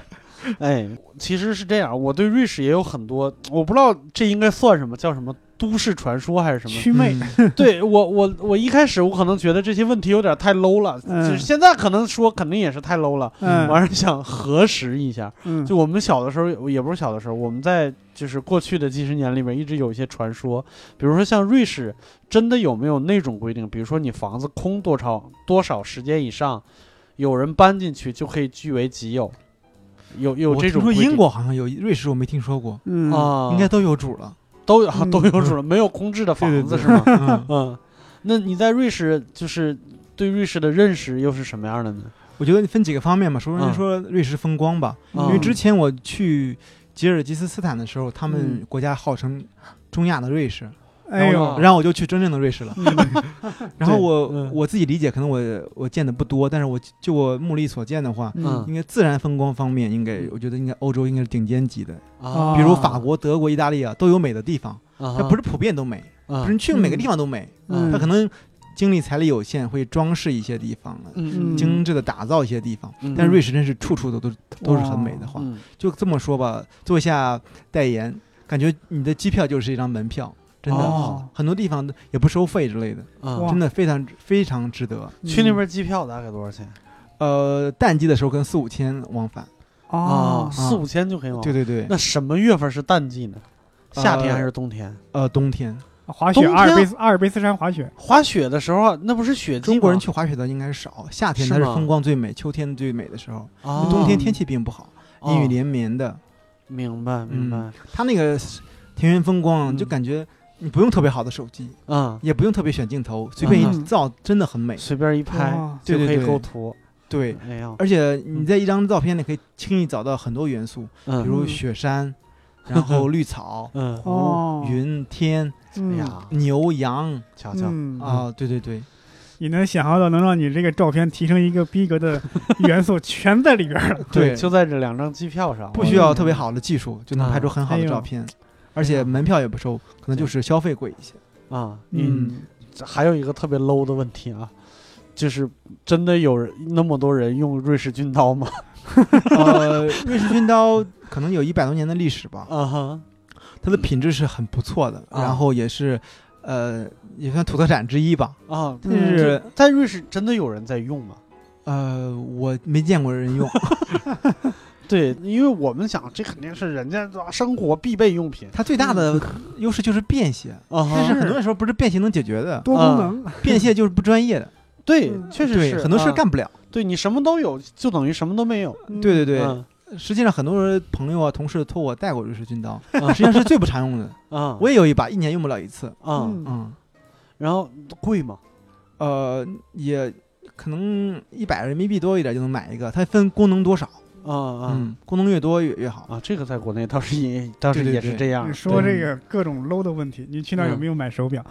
B: [laughs] 哎，其实是这样，我对瑞士也有很多，我不知道这应该算什么，叫什么都市传说还是什么？
C: 嗯
D: 嗯
C: 祛魅，
B: 对我，我我一开始我可能觉得这些问题有点太 low 了，
C: 嗯
B: 就是现在可能说肯定也是太 low 了。
C: 嗯
B: 我还是想核实一下，
C: 嗯
B: 就我们小的时候，也不是小的时候，我们在就是过去的几十年里面，一直有一些传说，比如说像瑞士，真的有没有那种规定？比如说你房子空多少多少时间以上，有人搬进去就可以据为己有，有有
D: 我
B: 这
D: 听
B: 种
D: 说
B: 规定
D: 英国好像有，瑞士我没听说过，
C: 嗯
B: 啊，
D: 应该都有主了。
B: 都有
C: 嗯
B: 都有主人，没有空置的
D: 对对
B: 房子
D: 对
B: 是吗？
D: 嗯，
B: 嗯，那你在瑞士就是对瑞士的认识又是什么样的呢？
D: 我觉得分几个方面吧。首先
B: 嗯
D: 说瑞士风光吧，
B: 因
D: 因为
C: 嗯
D: 之前我去吉尔吉斯斯坦的时候，他们
C: 嗯
D: 国家号称中亚的瑞士，
C: 哎
B: 然
C: 呦，嗯
B: 后呢
D: 然后我就去真正的瑞士了。然后我、
B: 哦嗯对嗯
D: 我自己理解，可能我我见的不多，但是我就我目力所见的话，
B: 嗯
D: 应该自然风光方面，应该我觉得应该欧洲应该是顶尖级的。
B: 啊
D: 比如法，国、德国、意大利啊，都有美的地方，
B: 它
D: 它不是普遍都美，不
B: 不
D: 是你去每个地方都美，
B: 啊嗯
D: 它可能精力财力有限，会装饰一些地方。
B: 嗯
D: 精致的打造一些地方，
B: 嗯
D: 但瑞士真是处处都都都是很美的话，
B: 嗯
D: 就这么说吧，做一下代言，感觉你的机票就是一张门票，真的、
B: 哦
D: 很多地方都也不收费之类的，
B: 啊
C: 哇
D: 真的非常非常值得。
C: 嗯
B: 去那边机票大概多少钱
D: 呃，淡季的时候可能四五千往返，
C: 啊，
B: 哦四五千就可以往
D: 对。对对，
B: 那什么月份是淡季呢？夏天
D: 呃
B: 还是冬天？
D: 呃，冬天
C: 滑雪
B: 啊冬天
C: 阿尔卑斯阿尔卑斯山滑雪，
B: 滑雪的时候啊，那不是雪季吗
D: 中国人去滑雪的应该是少，夏天
B: 是
D: 它是
B: 吗
D: 风光最美，秋天最美的时候，
B: 哦
D: 冬天天气并不好，阴雨连绵的，
B: 明白明白
D: 它那个田园风光
B: 嗯
D: 就感觉你不用特别好的手机，
B: 啊，
D: 也不用特别选镜头，随便一
C: 嗯
D: 照真的很美。
B: 随便一拍
C: 哇
B: 就
D: 对
B: 可
D: 对
B: 以
D: 对
B: 构图。
D: 对，
B: 哎呀，
D: 而且你在一张照片里可以轻易找到很多元素，
B: 嗯、
D: 比如雪山， [laughs] 然后绿草
B: [laughs] 嗯，
C: 哦
D: 云天、
B: 哎
C: 嗯
B: 呀，
D: 牛羊
B: 瞧瞧
C: 嗯
D: 啊，对对对，
C: 你能想象到能让你这个照片提升一个逼格的 [laughs] 元素全在里边儿了。
D: 对，
B: 就在这两张机票上，
D: 不需要特别好的技术就能拍出很好
C: 哎
D: 的
C: 呦
D: 照片，而且门票也不收，可能就是消费贵一些。
B: 啊，
D: 嗯
B: 这还有一个特别 low 的问题啊，就是真的有人那么多人用瑞士军刀吗？
D: 呃，瑞士军刀可能有一百多年的历史吧，
B: 啊哈，
D: 它的品质是很不错的，
B: 啊
D: 然后也是，呃，也算土特产之一吧。
B: 啊，
D: 但是
B: 在瑞士真的有人在用吗？
D: 呃，我没见过人用，
B: 对，因为我们想，这肯定是人家生活必备用品
D: [laughs] 它最大的优势就是便携，
B: 啊哈
D: 但是很多时候不是便携能解决的，
C: 多功能，
B: 啊
D: 便携就是不专业的，
B: 对，
C: 嗯
B: 确实
D: 对，
B: 是
D: 很多事
B: 啊
D: 儿干不了。
B: 对你什么都有，就等于什么都没有。
C: 嗯
D: 对对对，
B: 嗯
D: 实际上很多人朋友啊、同事托我带过瑞士军刀，
B: 啊
D: 实际上 [laughs] 是最不常用的。
B: 啊，
D: 我也有一把，一年用不了一次。
B: 啊，
C: 嗯
D: 嗯，
B: 然后贵吗？
D: 呃，也可能一百人民币多一点就能买一个，它分功能多少，
B: 啊啊
D: 嗯，功能越多越越好。
B: 啊，这个在国内倒是也 [laughs] 倒是
D: 对对
B: 也是
D: 对
B: 这样
C: 你。说
D: 啊对嗯
C: 这个各种 low 的问题，你去那儿有没有买手表？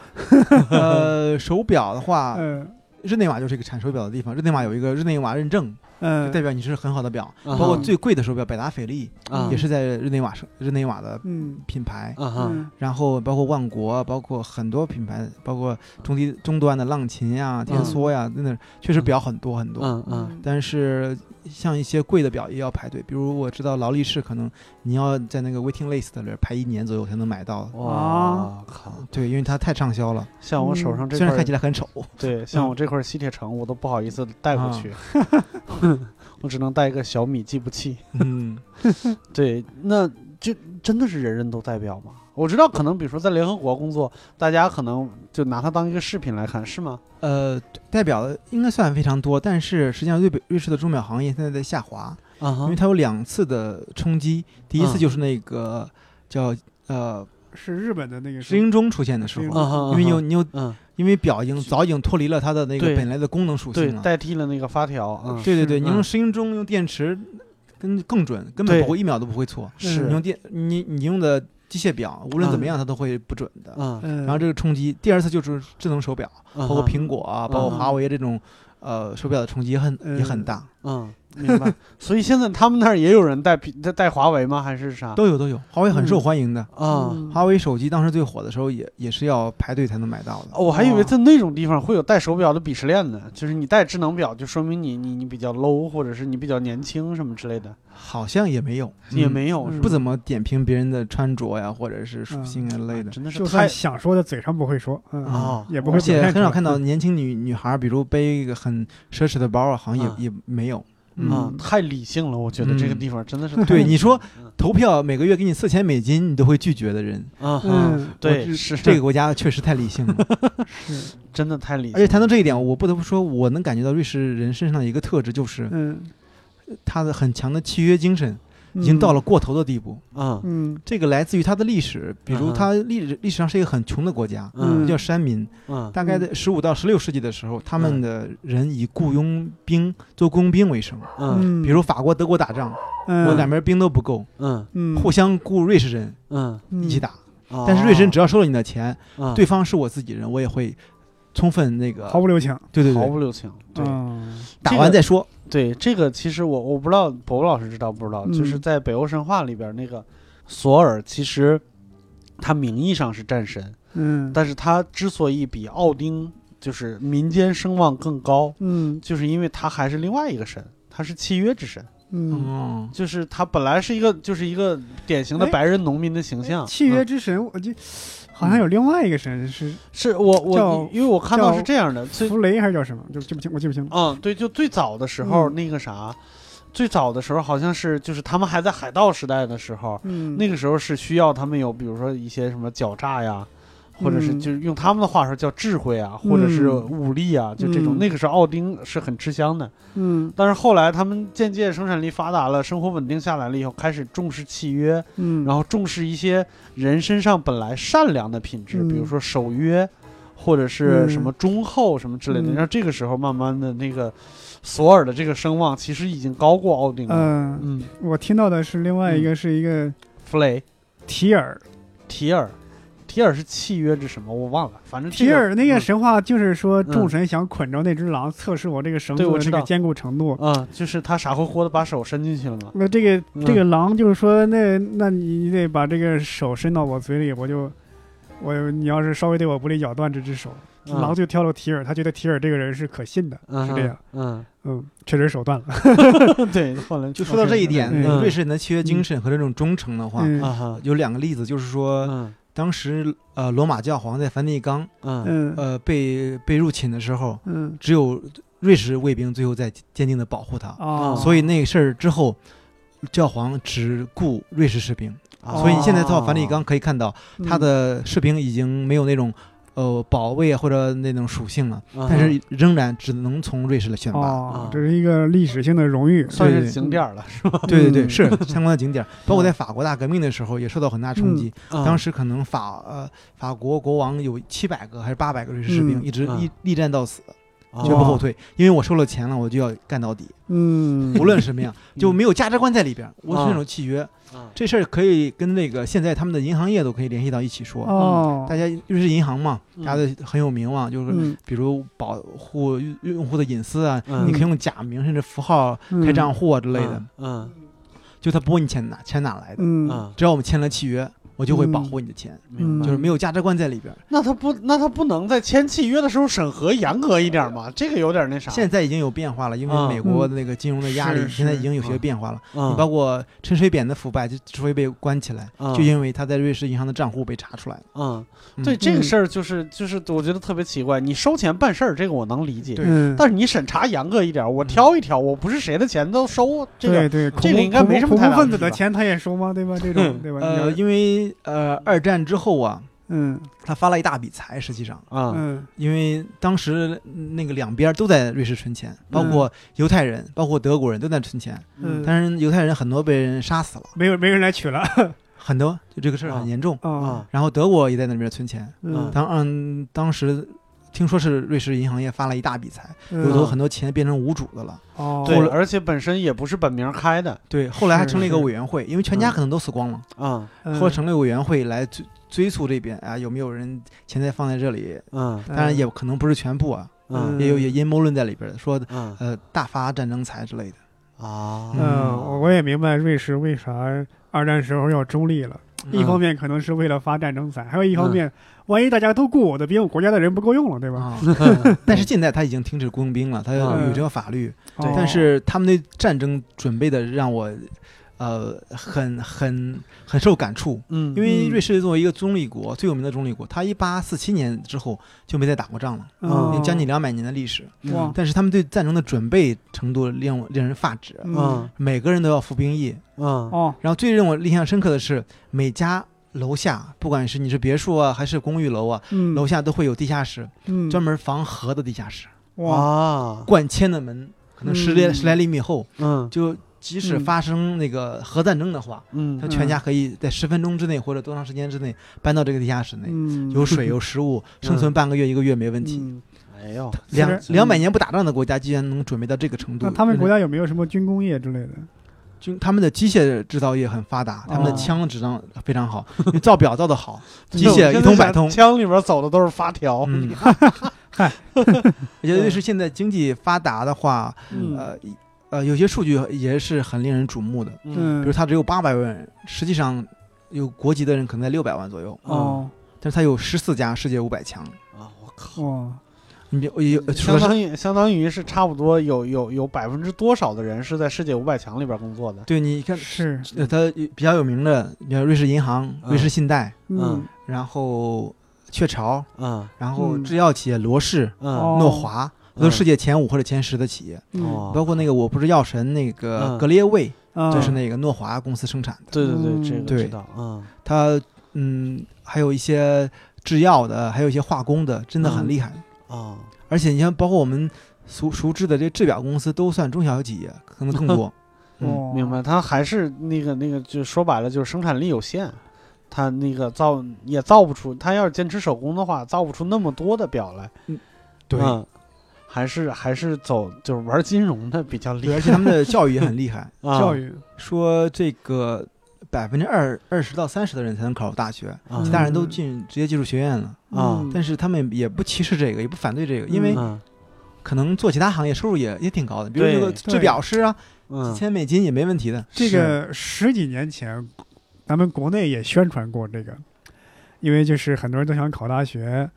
D: 呃，手表的话，
C: 嗯
D: 日内瓦就是一个产手表的地方，日内瓦有一个日内瓦认证，就代
C: 嗯
D: 表你是很好的表。
B: 啊哈
D: 包括最贵的手表百达翡丽
B: 啊
D: 也是在日内瓦生日内瓦的
C: 嗯
D: 品牌。
B: 啊哈
C: 嗯
D: 然后包括万国，啊包括很多品牌，包括中低终端的浪琴呀、天梭呀，真的确实表很多很多。
B: 嗯嗯
C: 嗯，
D: 但是像一些贵的表也要排队，比如我知道劳力士，可能你要在那个 waiting list 里排一年左右才能买到。
B: 哇靠！
D: 对，因为它太畅销了，
B: 像我手上这
D: 嗯虽然
B: 块
D: 看起，来
B: [laughs]
D: 很丑。
B: 对，像我这块吸铁橙，我都不好意思带过 [laughs] 去，我只能带一个小米计步器。
D: 嗯，
B: 对，那就真的是人人都代表吗？我知道，可能比如说在联合国工作，大家可能就拿它当一个饰品来看，是吗？
D: 呃，代表的应该算非常多，但是实际上瑞北瑞士的钟表行业现在在下滑，
B: 啊哈
D: 因为它有两次的冲击，第一次
B: 嗯
D: 就是那个叫呃
C: 是日本的那个
D: 石英钟出现的时
C: 石英
D: 候
C: 钟，
B: 啊哈，
D: 因为有你有
B: 嗯，
D: 因为表已经早已经脱离了它的那个
B: 对
D: 本来的功能属
B: 对
D: 性，了。
B: 代替了那个发条啊，
D: 对对
C: 是
D: 对，你
B: 嗯
D: 用石英钟用电池，跟更准，根本
B: 对
D: 不会一秒都不会错。
B: 是嗯
D: 你用电，你你用的机械表，无论怎么样它都会不准的。
B: 啊，
C: 嗯，
D: 然后这个冲击，第二次就是智能手表，
B: 包
D: 包括苹，果啊，包括华为这种呃手表的冲击也很也很大，
B: 嗯嗯，明白。所以现在他们那儿也有人带苹带带华为吗？还是啥？
D: 都有嗯都有。华为
B: 嗯
D: 很受欢迎的，
B: 啊，
D: 华为手机当时最火的时候也也是要排队才能买到的。
B: 哦我还以为在那种地方会有戴手表的鄙视链呢，就是你戴智能表就说明你你你比较 low，或者是你比较年轻什么之类的，
D: 好像也没有，
B: 也
D: 嗯
B: 没有，是吧
D: 不怎么点评别人的穿着呀，或者是哦属性啊类的。
B: 真的是
C: 就
B: 太
C: 算想说的嘴上不会说，嗯，
B: 啊，
C: 也不会
D: 而且
C: 表现
D: 很少
C: 出来
D: 看到年轻女女孩儿，比如背一个很奢侈的包啊，好像也、
B: 啊
D: 也没有。
B: 啊
C: 嗯，
B: 太理性了，我觉得这个地方真的是太
D: 对
B: 理
D: 你说
B: 性了
D: 投票每个月给你四千美金，你都会拒绝的人，
B: 啊哈，
C: 嗯
D: 我
B: 对，
D: 这
B: 是
D: 这个国家确实太理
C: [laughs]
D: 性了。
C: 是
B: 真的太理性了，
D: 而且谈到这一点，我不得不说，我能感觉到瑞士人身上的一个特质，就是
C: 嗯，
D: 他的很强的契约精神，已经到了过头的地步。
B: 啊
C: 嗯
D: 这个来自于它的历史，比如
B: 啊哈
D: 它历史历史上是一个很穷的国家，
B: 嗯
D: 叫山民。
B: 嗯
D: 大概在十五到十六世纪的时候，他们的人以雇佣兵做雇佣兵为生。啊
B: 嗯
C: 嗯，
D: 比如法国、德国打仗，我
C: 我
D: 两边兵都不够，
B: 嗯
C: 嗯
D: 互相雇瑞士人
B: 嗯，
D: 一起，打。
B: 啊
D: 但是瑞士人只要收了你的钱，
B: 啊
D: 对方是我自己人，我也会充分那
C: 嗯
D: 个
C: 毫不留情，
D: 对对
B: 毫
D: 对，
B: 不留情，对。
C: 嗯
D: 打完再说。
B: 对这个，其实我我不知道博博老师知道不知道，就是
C: 嗯
B: 在北欧神话里边，那个索尔其实他名义上是战神，
C: 嗯
B: 但是他之所以比奥丁就是民间声望更高，
C: 嗯
B: 就是因为他还是另外一个神，他是契约之神，
C: 嗯。
D: 嗯，
B: 就是他本来是一个就是一个典型的
C: 哎
B: 白人农民的形象。
C: 契约
B: 嗯
C: 之神，我就好像有另外一个神是
B: 是我我
C: 叫
B: 因为我看到
C: 叫
B: 是这样的，最
C: 弗雷还是叫什么？就记不清，我记不清
D: 哦
C: 了。
B: 嗯，对，就最早的时候、
C: 嗯
B: 那个啥，最早的时候好像是就是他们还在海盗时代的时候，
C: 嗯，
B: 那个时候是需要他们有，比如说一些什么狡诈呀，或者是
C: 嗯
B: 就是用他们的话说叫智慧啊，或者是
C: 嗯
B: 武力啊，就这种。
C: 嗯
B: 那个时候奥丁是很吃香的，
C: 嗯
B: 但是后来他们渐渐生产力发达了，生活稳定下来了以后，开始重视契约，
C: 嗯，
B: 然后重视一些人身上本来善良的品质，
C: 嗯
B: 比如说守约。或者是
C: 嗯
B: 什么忠厚什么之类的，
C: 嗯
B: 然后这个时候慢慢的那个索尔的这个声望其实已经高过奥丁
D: 呃
B: 了。
C: 嗯，
B: 嗯，
C: 我听到的是另外一个是一个
B: 弗雷，
C: 提尔，
B: 提尔，提尔是契约之什么？我忘了，反正这
C: 提
B: 个
C: 尔那个
B: 嗯
C: 神话就是说，
B: 嗯
C: 众神想捆着那只狼，测试我这个绳子
B: 对我
C: 的
B: 知
C: 这
B: 道
C: 个坚固程度。
B: 啊，就是他傻乎乎的把手伸进去了嘛。
C: 那这个
B: 嗯
C: 这个狼就是说，那那你你得把这个手伸到我嘴里，我就我你要是稍微对我不利，咬断这只手。
B: 嗯
C: 狼就挑了提尔，他觉得提尔这个人是可信的，
B: 嗯
C: 是这样，
B: 嗯，
C: 嗯，确实手段了，
B: [laughs] 对，后来
D: 嗯就说到这一点，
C: 嗯
D: 瑞士人的契约精神和这种忠诚的话，
C: 嗯
B: 啊哈，
D: 有两个例子，就是说
B: 嗯
D: 当时呃罗马教皇在梵蒂冈
B: 嗯
C: 嗯
D: 呃被被入侵的时候，
C: 嗯
D: 只有瑞士卫兵最后在坚定的保护他，
C: 啊，
D: 所以那个事儿之后。教皇只雇瑞士士兵，
C: 哦
B: 啊
D: 呃所以现在到梵蒂冈可以看到，
C: 嗯
D: 他的士兵已经没有那种，呃，保卫或者那种属性了，
B: 嗯
D: 但是仍然只能从瑞士来选拔。
C: 哦
B: 啊，
C: 这是一个历史性的荣誉，
B: 算
D: 对
B: 是
D: 对
B: 景点儿了，是吧？
D: 对对对，
C: 嗯 [laughs]
D: 是相关的景点儿，包括在法国大革命的时候也受到很大冲击。
C: 嗯
D: 当
B: 时
D: 时可能法呃法国国王有七百个还是八百个瑞士士兵，
C: 嗯哦
D: 一直
B: 嗯
D: 一力战到死，绝
B: 绝
D: 不后退。因为我收了钱了，我就要干到底，
C: 嗯，
D: 无论什么样，就没有价值观在里边儿。我是那
B: 啊
D: 种契约，
B: 啊
D: 这事儿可以跟那个现在他们的银行业都可以联系到一起说。
C: 哦，
D: 大家瑞士银行嘛，
B: 嗯
D: 大家都很有名嘛，就是
C: 嗯
D: 比如保护用用户的隐私啊，
B: 嗯
D: 你可以用假名甚至符号
C: 嗯
D: 开账户啊之类的，，
B: 嗯
D: 就他不问你钱哪钱哪来的。
C: 嗯
B: 嗯啊，
D: 只要我们签了契约，我就会保护你的钱，
B: 明
C: 嗯
B: 白
D: 就是没有价值观在里边儿。
B: 那他不，那他不能在签契约的时候审核严格一点吗？这个有点那啥。
D: 现在已经有变化了，因
B: 啊
D: 为美国的那个金融的压力，
B: 是是
D: 现在已经有些变化了。
B: 嗯
D: 你包括陈水扁的腐败，就之所以被关起来，
B: 啊
D: 就因为他在瑞士银行的账户被查出来了。
B: 嗯，
D: 嗯
B: 对这个事儿就是就是我觉得特别奇怪，你收钱办事儿这个我能理解，
D: 对
C: 嗯，
B: 但是你审查严格一点，我挑一挑，我不是谁的钱都收这个
C: 对对，恐
B: 这个
C: 怖
B: 应该
C: 恐怖
B: 没什么
C: 恐
B: 太
C: 怖
B: 大
C: 分
B: 问
C: 子
B: 题
C: 的
B: 吧
C: 钱他也收吗？对吧？这种对
B: 嗯
C: 吧？
D: 呃，
C: 你要
D: 因为呃，二战之后啊，
C: 嗯
D: 他发了一大笔财，实际上，
B: 啊
C: 嗯
D: 因为当时嗯那个两边都在瑞士存钱，包括犹太人，包括德国人都在存钱，
C: 嗯，
D: 但是犹太人很多被人杀死了，
C: 没有没人来取了
D: 很多就这个事儿很严重。
C: 啊
B: 啊，
D: 然后德国也在那边存钱，
C: 嗯
D: 当嗯当时听说是瑞士银行业发了一大笔财，
C: 嗯
D: 有头很多钱变成无主的了。
C: 哦，
B: 对，而且本身也不是本名开的
D: 对，后来还
C: 是
D: 成立一个
C: 是
D: 委员会，因为全家
B: 嗯
D: 可能都死光了，
B: 啊
C: 嗯
D: 后来成立委员会来追追溯这边啊有没有人钱在放在这里，
B: 嗯
D: 当然也可能不是全部啊，
B: 嗯
D: 也有也阴谋论在里边儿说
B: 嗯
D: 呃大发战争财之类的。
B: 啊
C: 嗯，我我也明白瑞士为啥二战时候要中立了。一方面可能是为了发战争财，还有一方面，万一大家都雇我的兵，我国家的人不够用了，对吧？
D: 啊，
C: [laughs]
D: 但是近代他已经停止雇佣兵了，他
B: 嗯
D: 有这个法律，
B: 对
C: 哦
D: 但是他们对战争准备的让我，呃，很很很受感触。
B: 嗯
D: 因为
C: 嗯
D: 瑞士作为一个中立国，最有名的中立国，它一八四七年之后就没再打过仗了，
C: 哦
B: 嗯
D: 将近两百年的历史。
C: 哇
D: 但是他们对战争的准备程度令我令人发指，
B: 嗯
D: 每个人都要服兵役。
B: 嗯
C: 哦
D: 然后最让我印象深刻的是，每家楼下，不管是你是别墅啊还是公寓楼啊，
C: 嗯
D: 楼下都会有地下室，
C: 嗯
D: 专门防河的地下室，
C: 哇
B: 啊
D: 灌铅的门可能十来、
C: 嗯
D: 十来厘米厚，
B: 嗯
D: 就即使
C: 嗯
D: 发生那个核战争的话，他
B: 嗯
D: 全家可以在十分钟之内或者多长时间之内搬到这个地下室内，
C: 嗯
D: 有水有食
C: [laughs]
D: 物，生存半个月一个月没问题。
C: 嗯
B: 哎呦
D: 两
C: 是
D: 两百年不打仗的国家，居然能准备到这个程度
C: 那，他们国
D: 家
C: 家有没有什么军工业之类的？
D: 就他们的机械制造业很发达，他们的
C: 哦
D: 枪质量非常好，因为造表造的
C: [laughs]
D: 好，机
B: 对我
D: 械
B: 现
D: 一
B: 在
D: 通百
B: 想
D: 通。
B: 枪里边走的都是发条
D: 嗯，
C: [laughs] 嗨，
D: [laughs] 我觉得是现在经济发达的话，
C: 嗯
D: 呃呃，有些数据也是很令人瞩目的，
B: 嗯
D: 比
C: 嗯
D: 如，他只有八百万人，实际上有国籍的人可能在六百万左右，
C: 哦
D: 但是他有十四家世界五百强。
B: 啊我靠。
C: 哇，
D: 你别，也除
B: 相
D: 了是
B: 当于相当于是差不多有有有百分之多少的人是在世界五百强里边工作的？
D: 对，你看，
C: 是，
D: 呃，他比较有名的，你看瑞士银行、
B: 嗯
D: 瑞士信贷，
C: 嗯
D: 然后雀巢，
B: 嗯
D: 然后
C: 嗯
D: 制药企业罗氏、
B: 嗯哦
C: 哦
D: 诺华，都是世界前五或者前十的企业，
C: 嗯，
D: 包括那个我不是药神那个
B: 嗯
D: 格列卫，
C: 啊
D: 就是那个诺华公司生产的，
B: 对对
C: 嗯
B: 对，这个
D: 对
B: 知道嗯
D: 它嗯，还有一些制药的，还有一些化工的，真的很
C: 嗯
D: 厉害。
B: 啊
D: 而且你像包括我们熟熟知的这制表公司，都算中小企业，可能更
B: [laughs]
D: 多。嗯，
C: 哦
B: 明白，他还是那个那个，就说白了就是生产力有限，他那个造也造不出，他要是坚持手工的话，造不出那么多的表来。
D: 对。
B: 嗯还是还是走就是玩金融的比较厉
D: 对，
B: 害
D: 而且他们
B: [laughs]
D: 的教育也很厉害，
B: 啊
C: 教育，
D: 说这个百分之二二十到三十的人才能考入大学，
B: 啊
D: 其他人都进职业技术学院了。
B: 啊
C: 嗯
D: 但是他们也不歧视这个，也不反对这个，因为
B: 嗯
D: 可能做其他行业收入也也挺高的，比如这个
B: 对
D: 制表师啊，几
B: 嗯
D: 千美金也没问题的。
C: 这
B: 是
C: 个十几年前，咱们国内也宣传过这个，因为就是很多人都想考大学，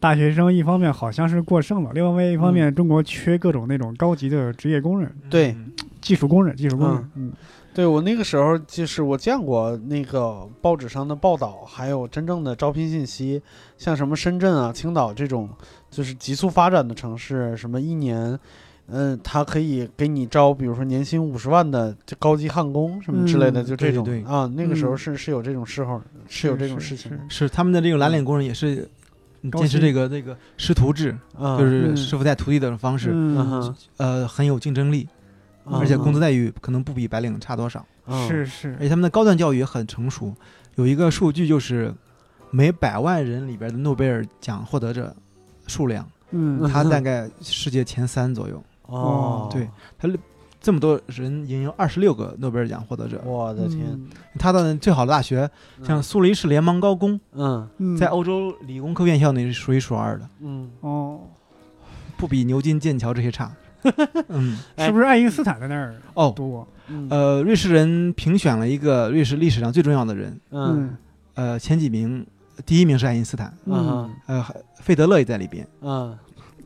C: 大学生一方面好像是过剩了，另外一方
B: 嗯
C: 面中国缺各种那种高级的职业工人、
B: 对
D: 嗯
C: 技术工人、技术工人。嗯，
B: 对我那个时候，就是我见过那个报纸上的报道，还有真正的招聘信息，像什么深圳啊、青岛这种就是急速发展的城市，什么一年，嗯，他可以给你招，比如说年薪五十万的这高级焊工什么之类的，
C: 嗯
B: 就这种
D: 对对
B: 啊。那个时候
C: 嗯
B: 是是有这种时候，是有这种事情的
C: 是
D: 是他们的这种蓝领工人也是
C: 高
D: 坚持
C: 薪
D: 这个这个师徒制，
B: 啊，
D: 就是
C: 嗯
D: 师傅带徒弟的方式，
B: 嗯
C: 嗯，
B: 哼，
D: 呃，很有竞争力，
B: 啊
D: 而且工资待遇可能不比白领差多少，
B: 啊
C: 是是
D: 而且他们的高段教育也很成熟。有一个数据就是，每百万人里边的诺贝尔奖获得者数量，
C: 嗯
D: 他大概世界前三左右。
B: 哦，
D: 对，他这么多人，已经有二十六个诺贝尔奖获得者。
C: 哦
B: 我的天，
D: 他的最好的大学，嗯像苏黎世联邦高工，
B: 嗯
C: 嗯，
D: 在欧洲理工科院校那是数一数二的，
B: 嗯，
C: 哦，
D: 不比牛津、剑桥这些差。嗯，
B: 哎
C: 是不是爱因斯坦在那儿
D: 哦，
C: 读过？
B: 嗯
D: 呃，瑞士人评选了一个瑞士历史上最重要的人，
B: 嗯
D: 呃，前几名，呃第一名是爱因斯坦，
B: 嗯
C: 嗯，
D: 呃，费德勒也在里边，
B: 嗯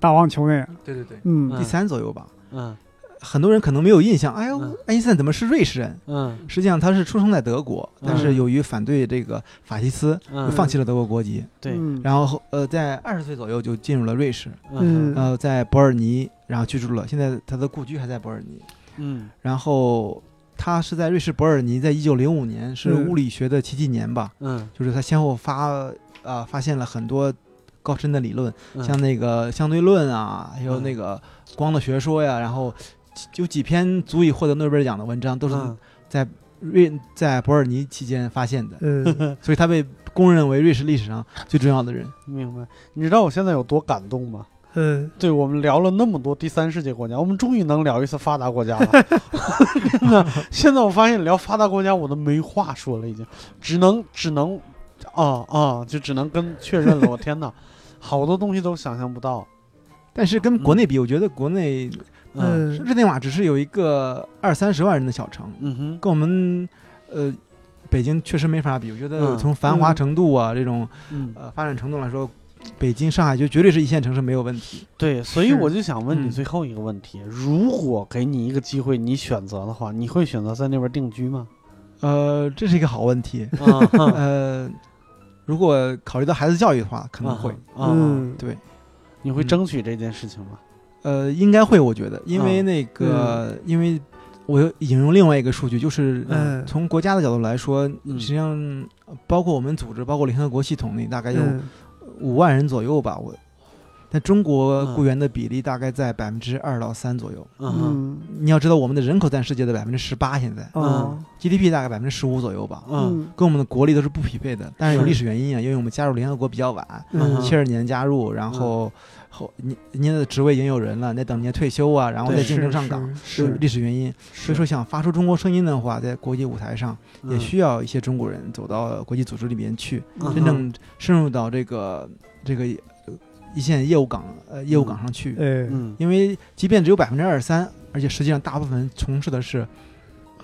C: 打网球那个，
D: 对对对，
C: 嗯
B: 嗯
D: 第三左右吧。
B: 嗯
D: 很多人可能没有印象，哎
B: 嗯
D: 呦，爱因斯坦怎么是瑞士人？
B: 嗯
D: 实际上他是出生在德国，
B: 嗯
D: 但是由于反对这个法西斯，就
B: 嗯，
D: 放弃了德国国籍。
B: 对，
C: 嗯
D: 然后后呃，在二十岁左右就进入了瑞士，
B: 嗯
D: 呃，在伯尔尼，然后居住了。现在他的故居还在伯尔尼。
B: 嗯
D: 然后他是在瑞士伯尔尼，在一九零五年是
C: 嗯
D: 物理学的奇迹年吧，
B: 嗯
D: 就是他先后发啊、呃发现了很多高深的理论，
B: 嗯
D: 像那个相对论啊，还有
B: 嗯
D: 那个光的学说呀，然后几有几篇足以获得诺贝尔奖的文章都是
B: 嗯
D: 瑞在伯尔尼期间发现的，
C: 呃，
B: 嗯
D: 所以他被公认为瑞士历史上最重要的人。
B: [laughs] 明白。你知道我现在有多感动吗？
C: 嗯，
B: 对我们聊了那么多第三世界国家，我们终于能聊一次发达国家了。 [laughs] 真的，现在我发现聊发达国家我都没话说了，已经只能只能啊啊，就只能跟确认了。我天哪，好多东西都想象不到。
D: 但是跟国内比，我觉得国内
B: 嗯
C: 嗯
D: 日内瓦只是有一个二三十万人的小城，
B: 嗯哼，
D: 跟我们呃北京确实没法比。我觉得
B: 嗯
D: 从繁华程度啊、这种
B: 嗯，
D: 呃发展程度来说，北京、上海就绝对是一线城市，没有问题。
B: 对，所以
C: 是
B: 我就想问你
D: 嗯
B: 最后一个问题：如果给你一个机会，你选择的话，你会选择在那边定居吗？ [laughs]
D: 呃，这是一个好问题。
B: 啊，
C: 嗯
D: 呃，如果考虑到孩子教育的话，可能会、
B: 啊，
C: 嗯
D: 对。
B: 你会
D: 嗯
B: 争取这件事情吗？
D: 呃，应该会，我觉得，因
C: 嗯
D: 为那个，因为我引用另外一个数据，就是、
C: 嗯
D: 呃从国家的角度来说，
B: 嗯
D: 实际上呃包括我们组织，包括联合国系统内，大概有
C: 嗯
D: 五万人左右吧。我，但中国
B: 嗯
D: 雇员的比例大概在百分之二到三左右。
B: 嗯
C: 嗯
D: 你要知道，我们的人口占世界的百分之十八，现在
C: 哦
D: GDP 大概百分之十五左右吧，
B: 嗯
D: 跟我们的国力都是不匹配的。但是有
B: 是
D: 历史原因啊，因为我们加入联合国比较晚，
B: 嗯
D: 七二年加入，然后后您您的职位已经有人了，你得等您退休啊，然后
B: 对
D: 再竞争上岗，，
C: 是
D: 就是历史原因。所以说，想发出中国声音的话，在国际舞台上也需要一些中国人走到国际组织里面去，
B: 嗯
D: 真正深入到这个这个呃一线业务岗呃业务岗上去。
C: 呃，
B: 嗯
D: 因为即便只有百分之二三，而且实际上大部分人从事的是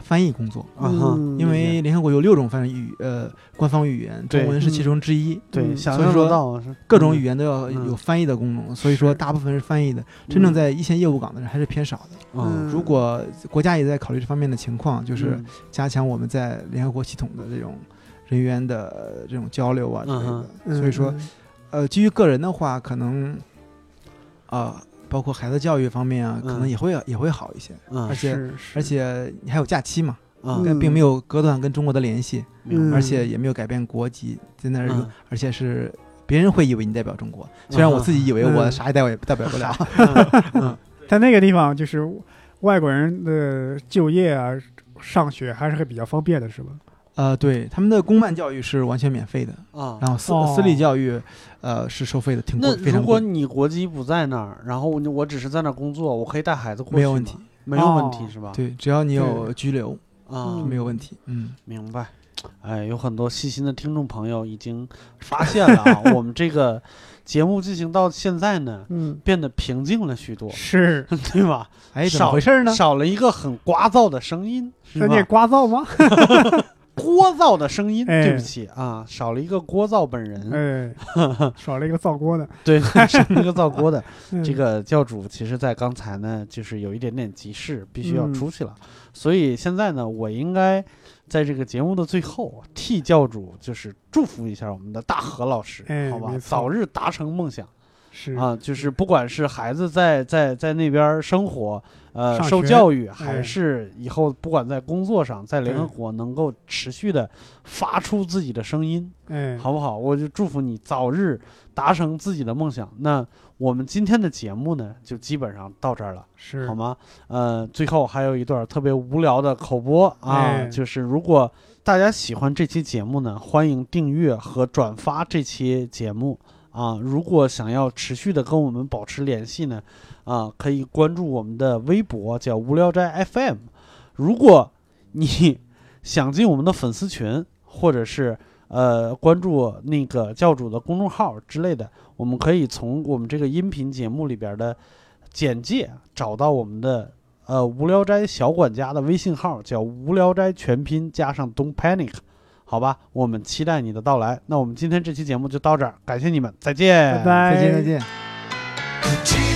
D: 翻译工作。
B: 啊哈，
D: 因为联合国有六种翻译语，呃，官方语言，
B: 对
D: 中文是其中之一。
B: 对，
C: 嗯
B: 想
D: 所以
B: 象
D: 说
B: 得到是
D: 各种语言都要
B: 嗯
D: 有翻译的功能，所以说大部分是翻译的。真正在一线业务岗的人还是偏少的。
B: 嗯
D: 如果国家也在考虑这方面的情况，啊就是
B: 嗯
D: 加强我们在联合国系统的这种人员的呃这种交流啊之类
B: 嗯
D: 的。所以说，呃，基于个人的话，可能啊、包括孩子教育方面啊，可能
B: 嗯
D: 也会也会好一些。
B: 嗯
D: 而且而且你还有假期嘛，
B: 嗯
C: 嗯
D: 并没有隔断跟中国的联系，
B: 明白
D: 而且也没有改变国籍，在那儿有、
B: 嗯
D: 而且是别人会以为你代表中国，虽然我自己以为我
C: 嗯
D: 啥也代表也代表不了。
C: 在那个地方，就是外国人的就业啊、上学还是会比较方便的，是吧？
D: 呃，对，他们的公办教育是完全免费的，
B: 啊。
D: 然后私、
C: 哦
D: 私立教育，呃，是收费的，挺
B: 那
D: 贵，非
B: 如
D: 常
B: 果
D: 贵，
B: 你国籍不在那儿，然后我我只是在那儿工作，我可以带孩子过去吗
D: 没有问题，。
B: 没有问
C: 哦
B: 题是吧？
D: 对，只要你有居留，
B: 啊
C: 嗯，
D: 没有问题。嗯，
B: 明白。哎，有很多细心的听众朋友已经发现了啊， [laughs] 我们这个节目进行到现在呢，
C: 嗯，
B: 变得平静了许 [laughs] 多，
C: 是，
B: 对吧？
D: 哎，怎
B: 少
D: 么回事呢？
B: 少了一个很聒噪的声音，是
C: 那
B: 吧
C: 你？刮噪吗？
B: 聒噪的声音，
C: 哎
B: 对不起啊，少了一个聒噪本人，
C: 哎，
B: [laughs]
C: 少了一个造锅的。 [laughs]
B: 对，少了一个造锅的。
C: 嗯
B: 这个教主其实，在刚才呢，就是有一点点急事，必须要
C: 嗯
B: 出去了。所以现在呢，我应该在这个节目的最后替教主就是祝福一下我们的大河老师，
C: 哎
B: 好吧
C: 没，错
B: 早日达成梦想
C: 是
B: 啊！就是不管是孩子在在在那边生活，呃，
C: 上
B: 受
C: 学
B: 教育，还
C: 哎
B: 是以后不管在工作上，在联合
C: 对
B: 国能够持续的发出自己的声音，
C: 哎，
B: 好不好？我就祝福你早日达成自己的梦想。那我们今天的节目呢，就基本上到这儿了，
C: 是
B: 好吗？呃，最后还有一段特别无聊的口播啊，
C: 哎
B: 就是如果大家喜欢这期节目呢，欢迎订阅和转发这期节目啊。如果想要持续的跟我们保持联系呢，啊，可以关注我们的微博，叫无聊斋 FM。如果你想进我们的粉丝群，或者是呃关注那个教主的公众号之类的，我们可以从我们这个音频节目里边的简介找到我们的呃无聊斋小管家的微信号，叫无聊斋全拼加上 Don't Panic。好吧，我们期待你的到来。那我们今天这期节目就到这儿，感谢你们，再见，
C: 拜拜，
D: 再见再见。
E: Jesus.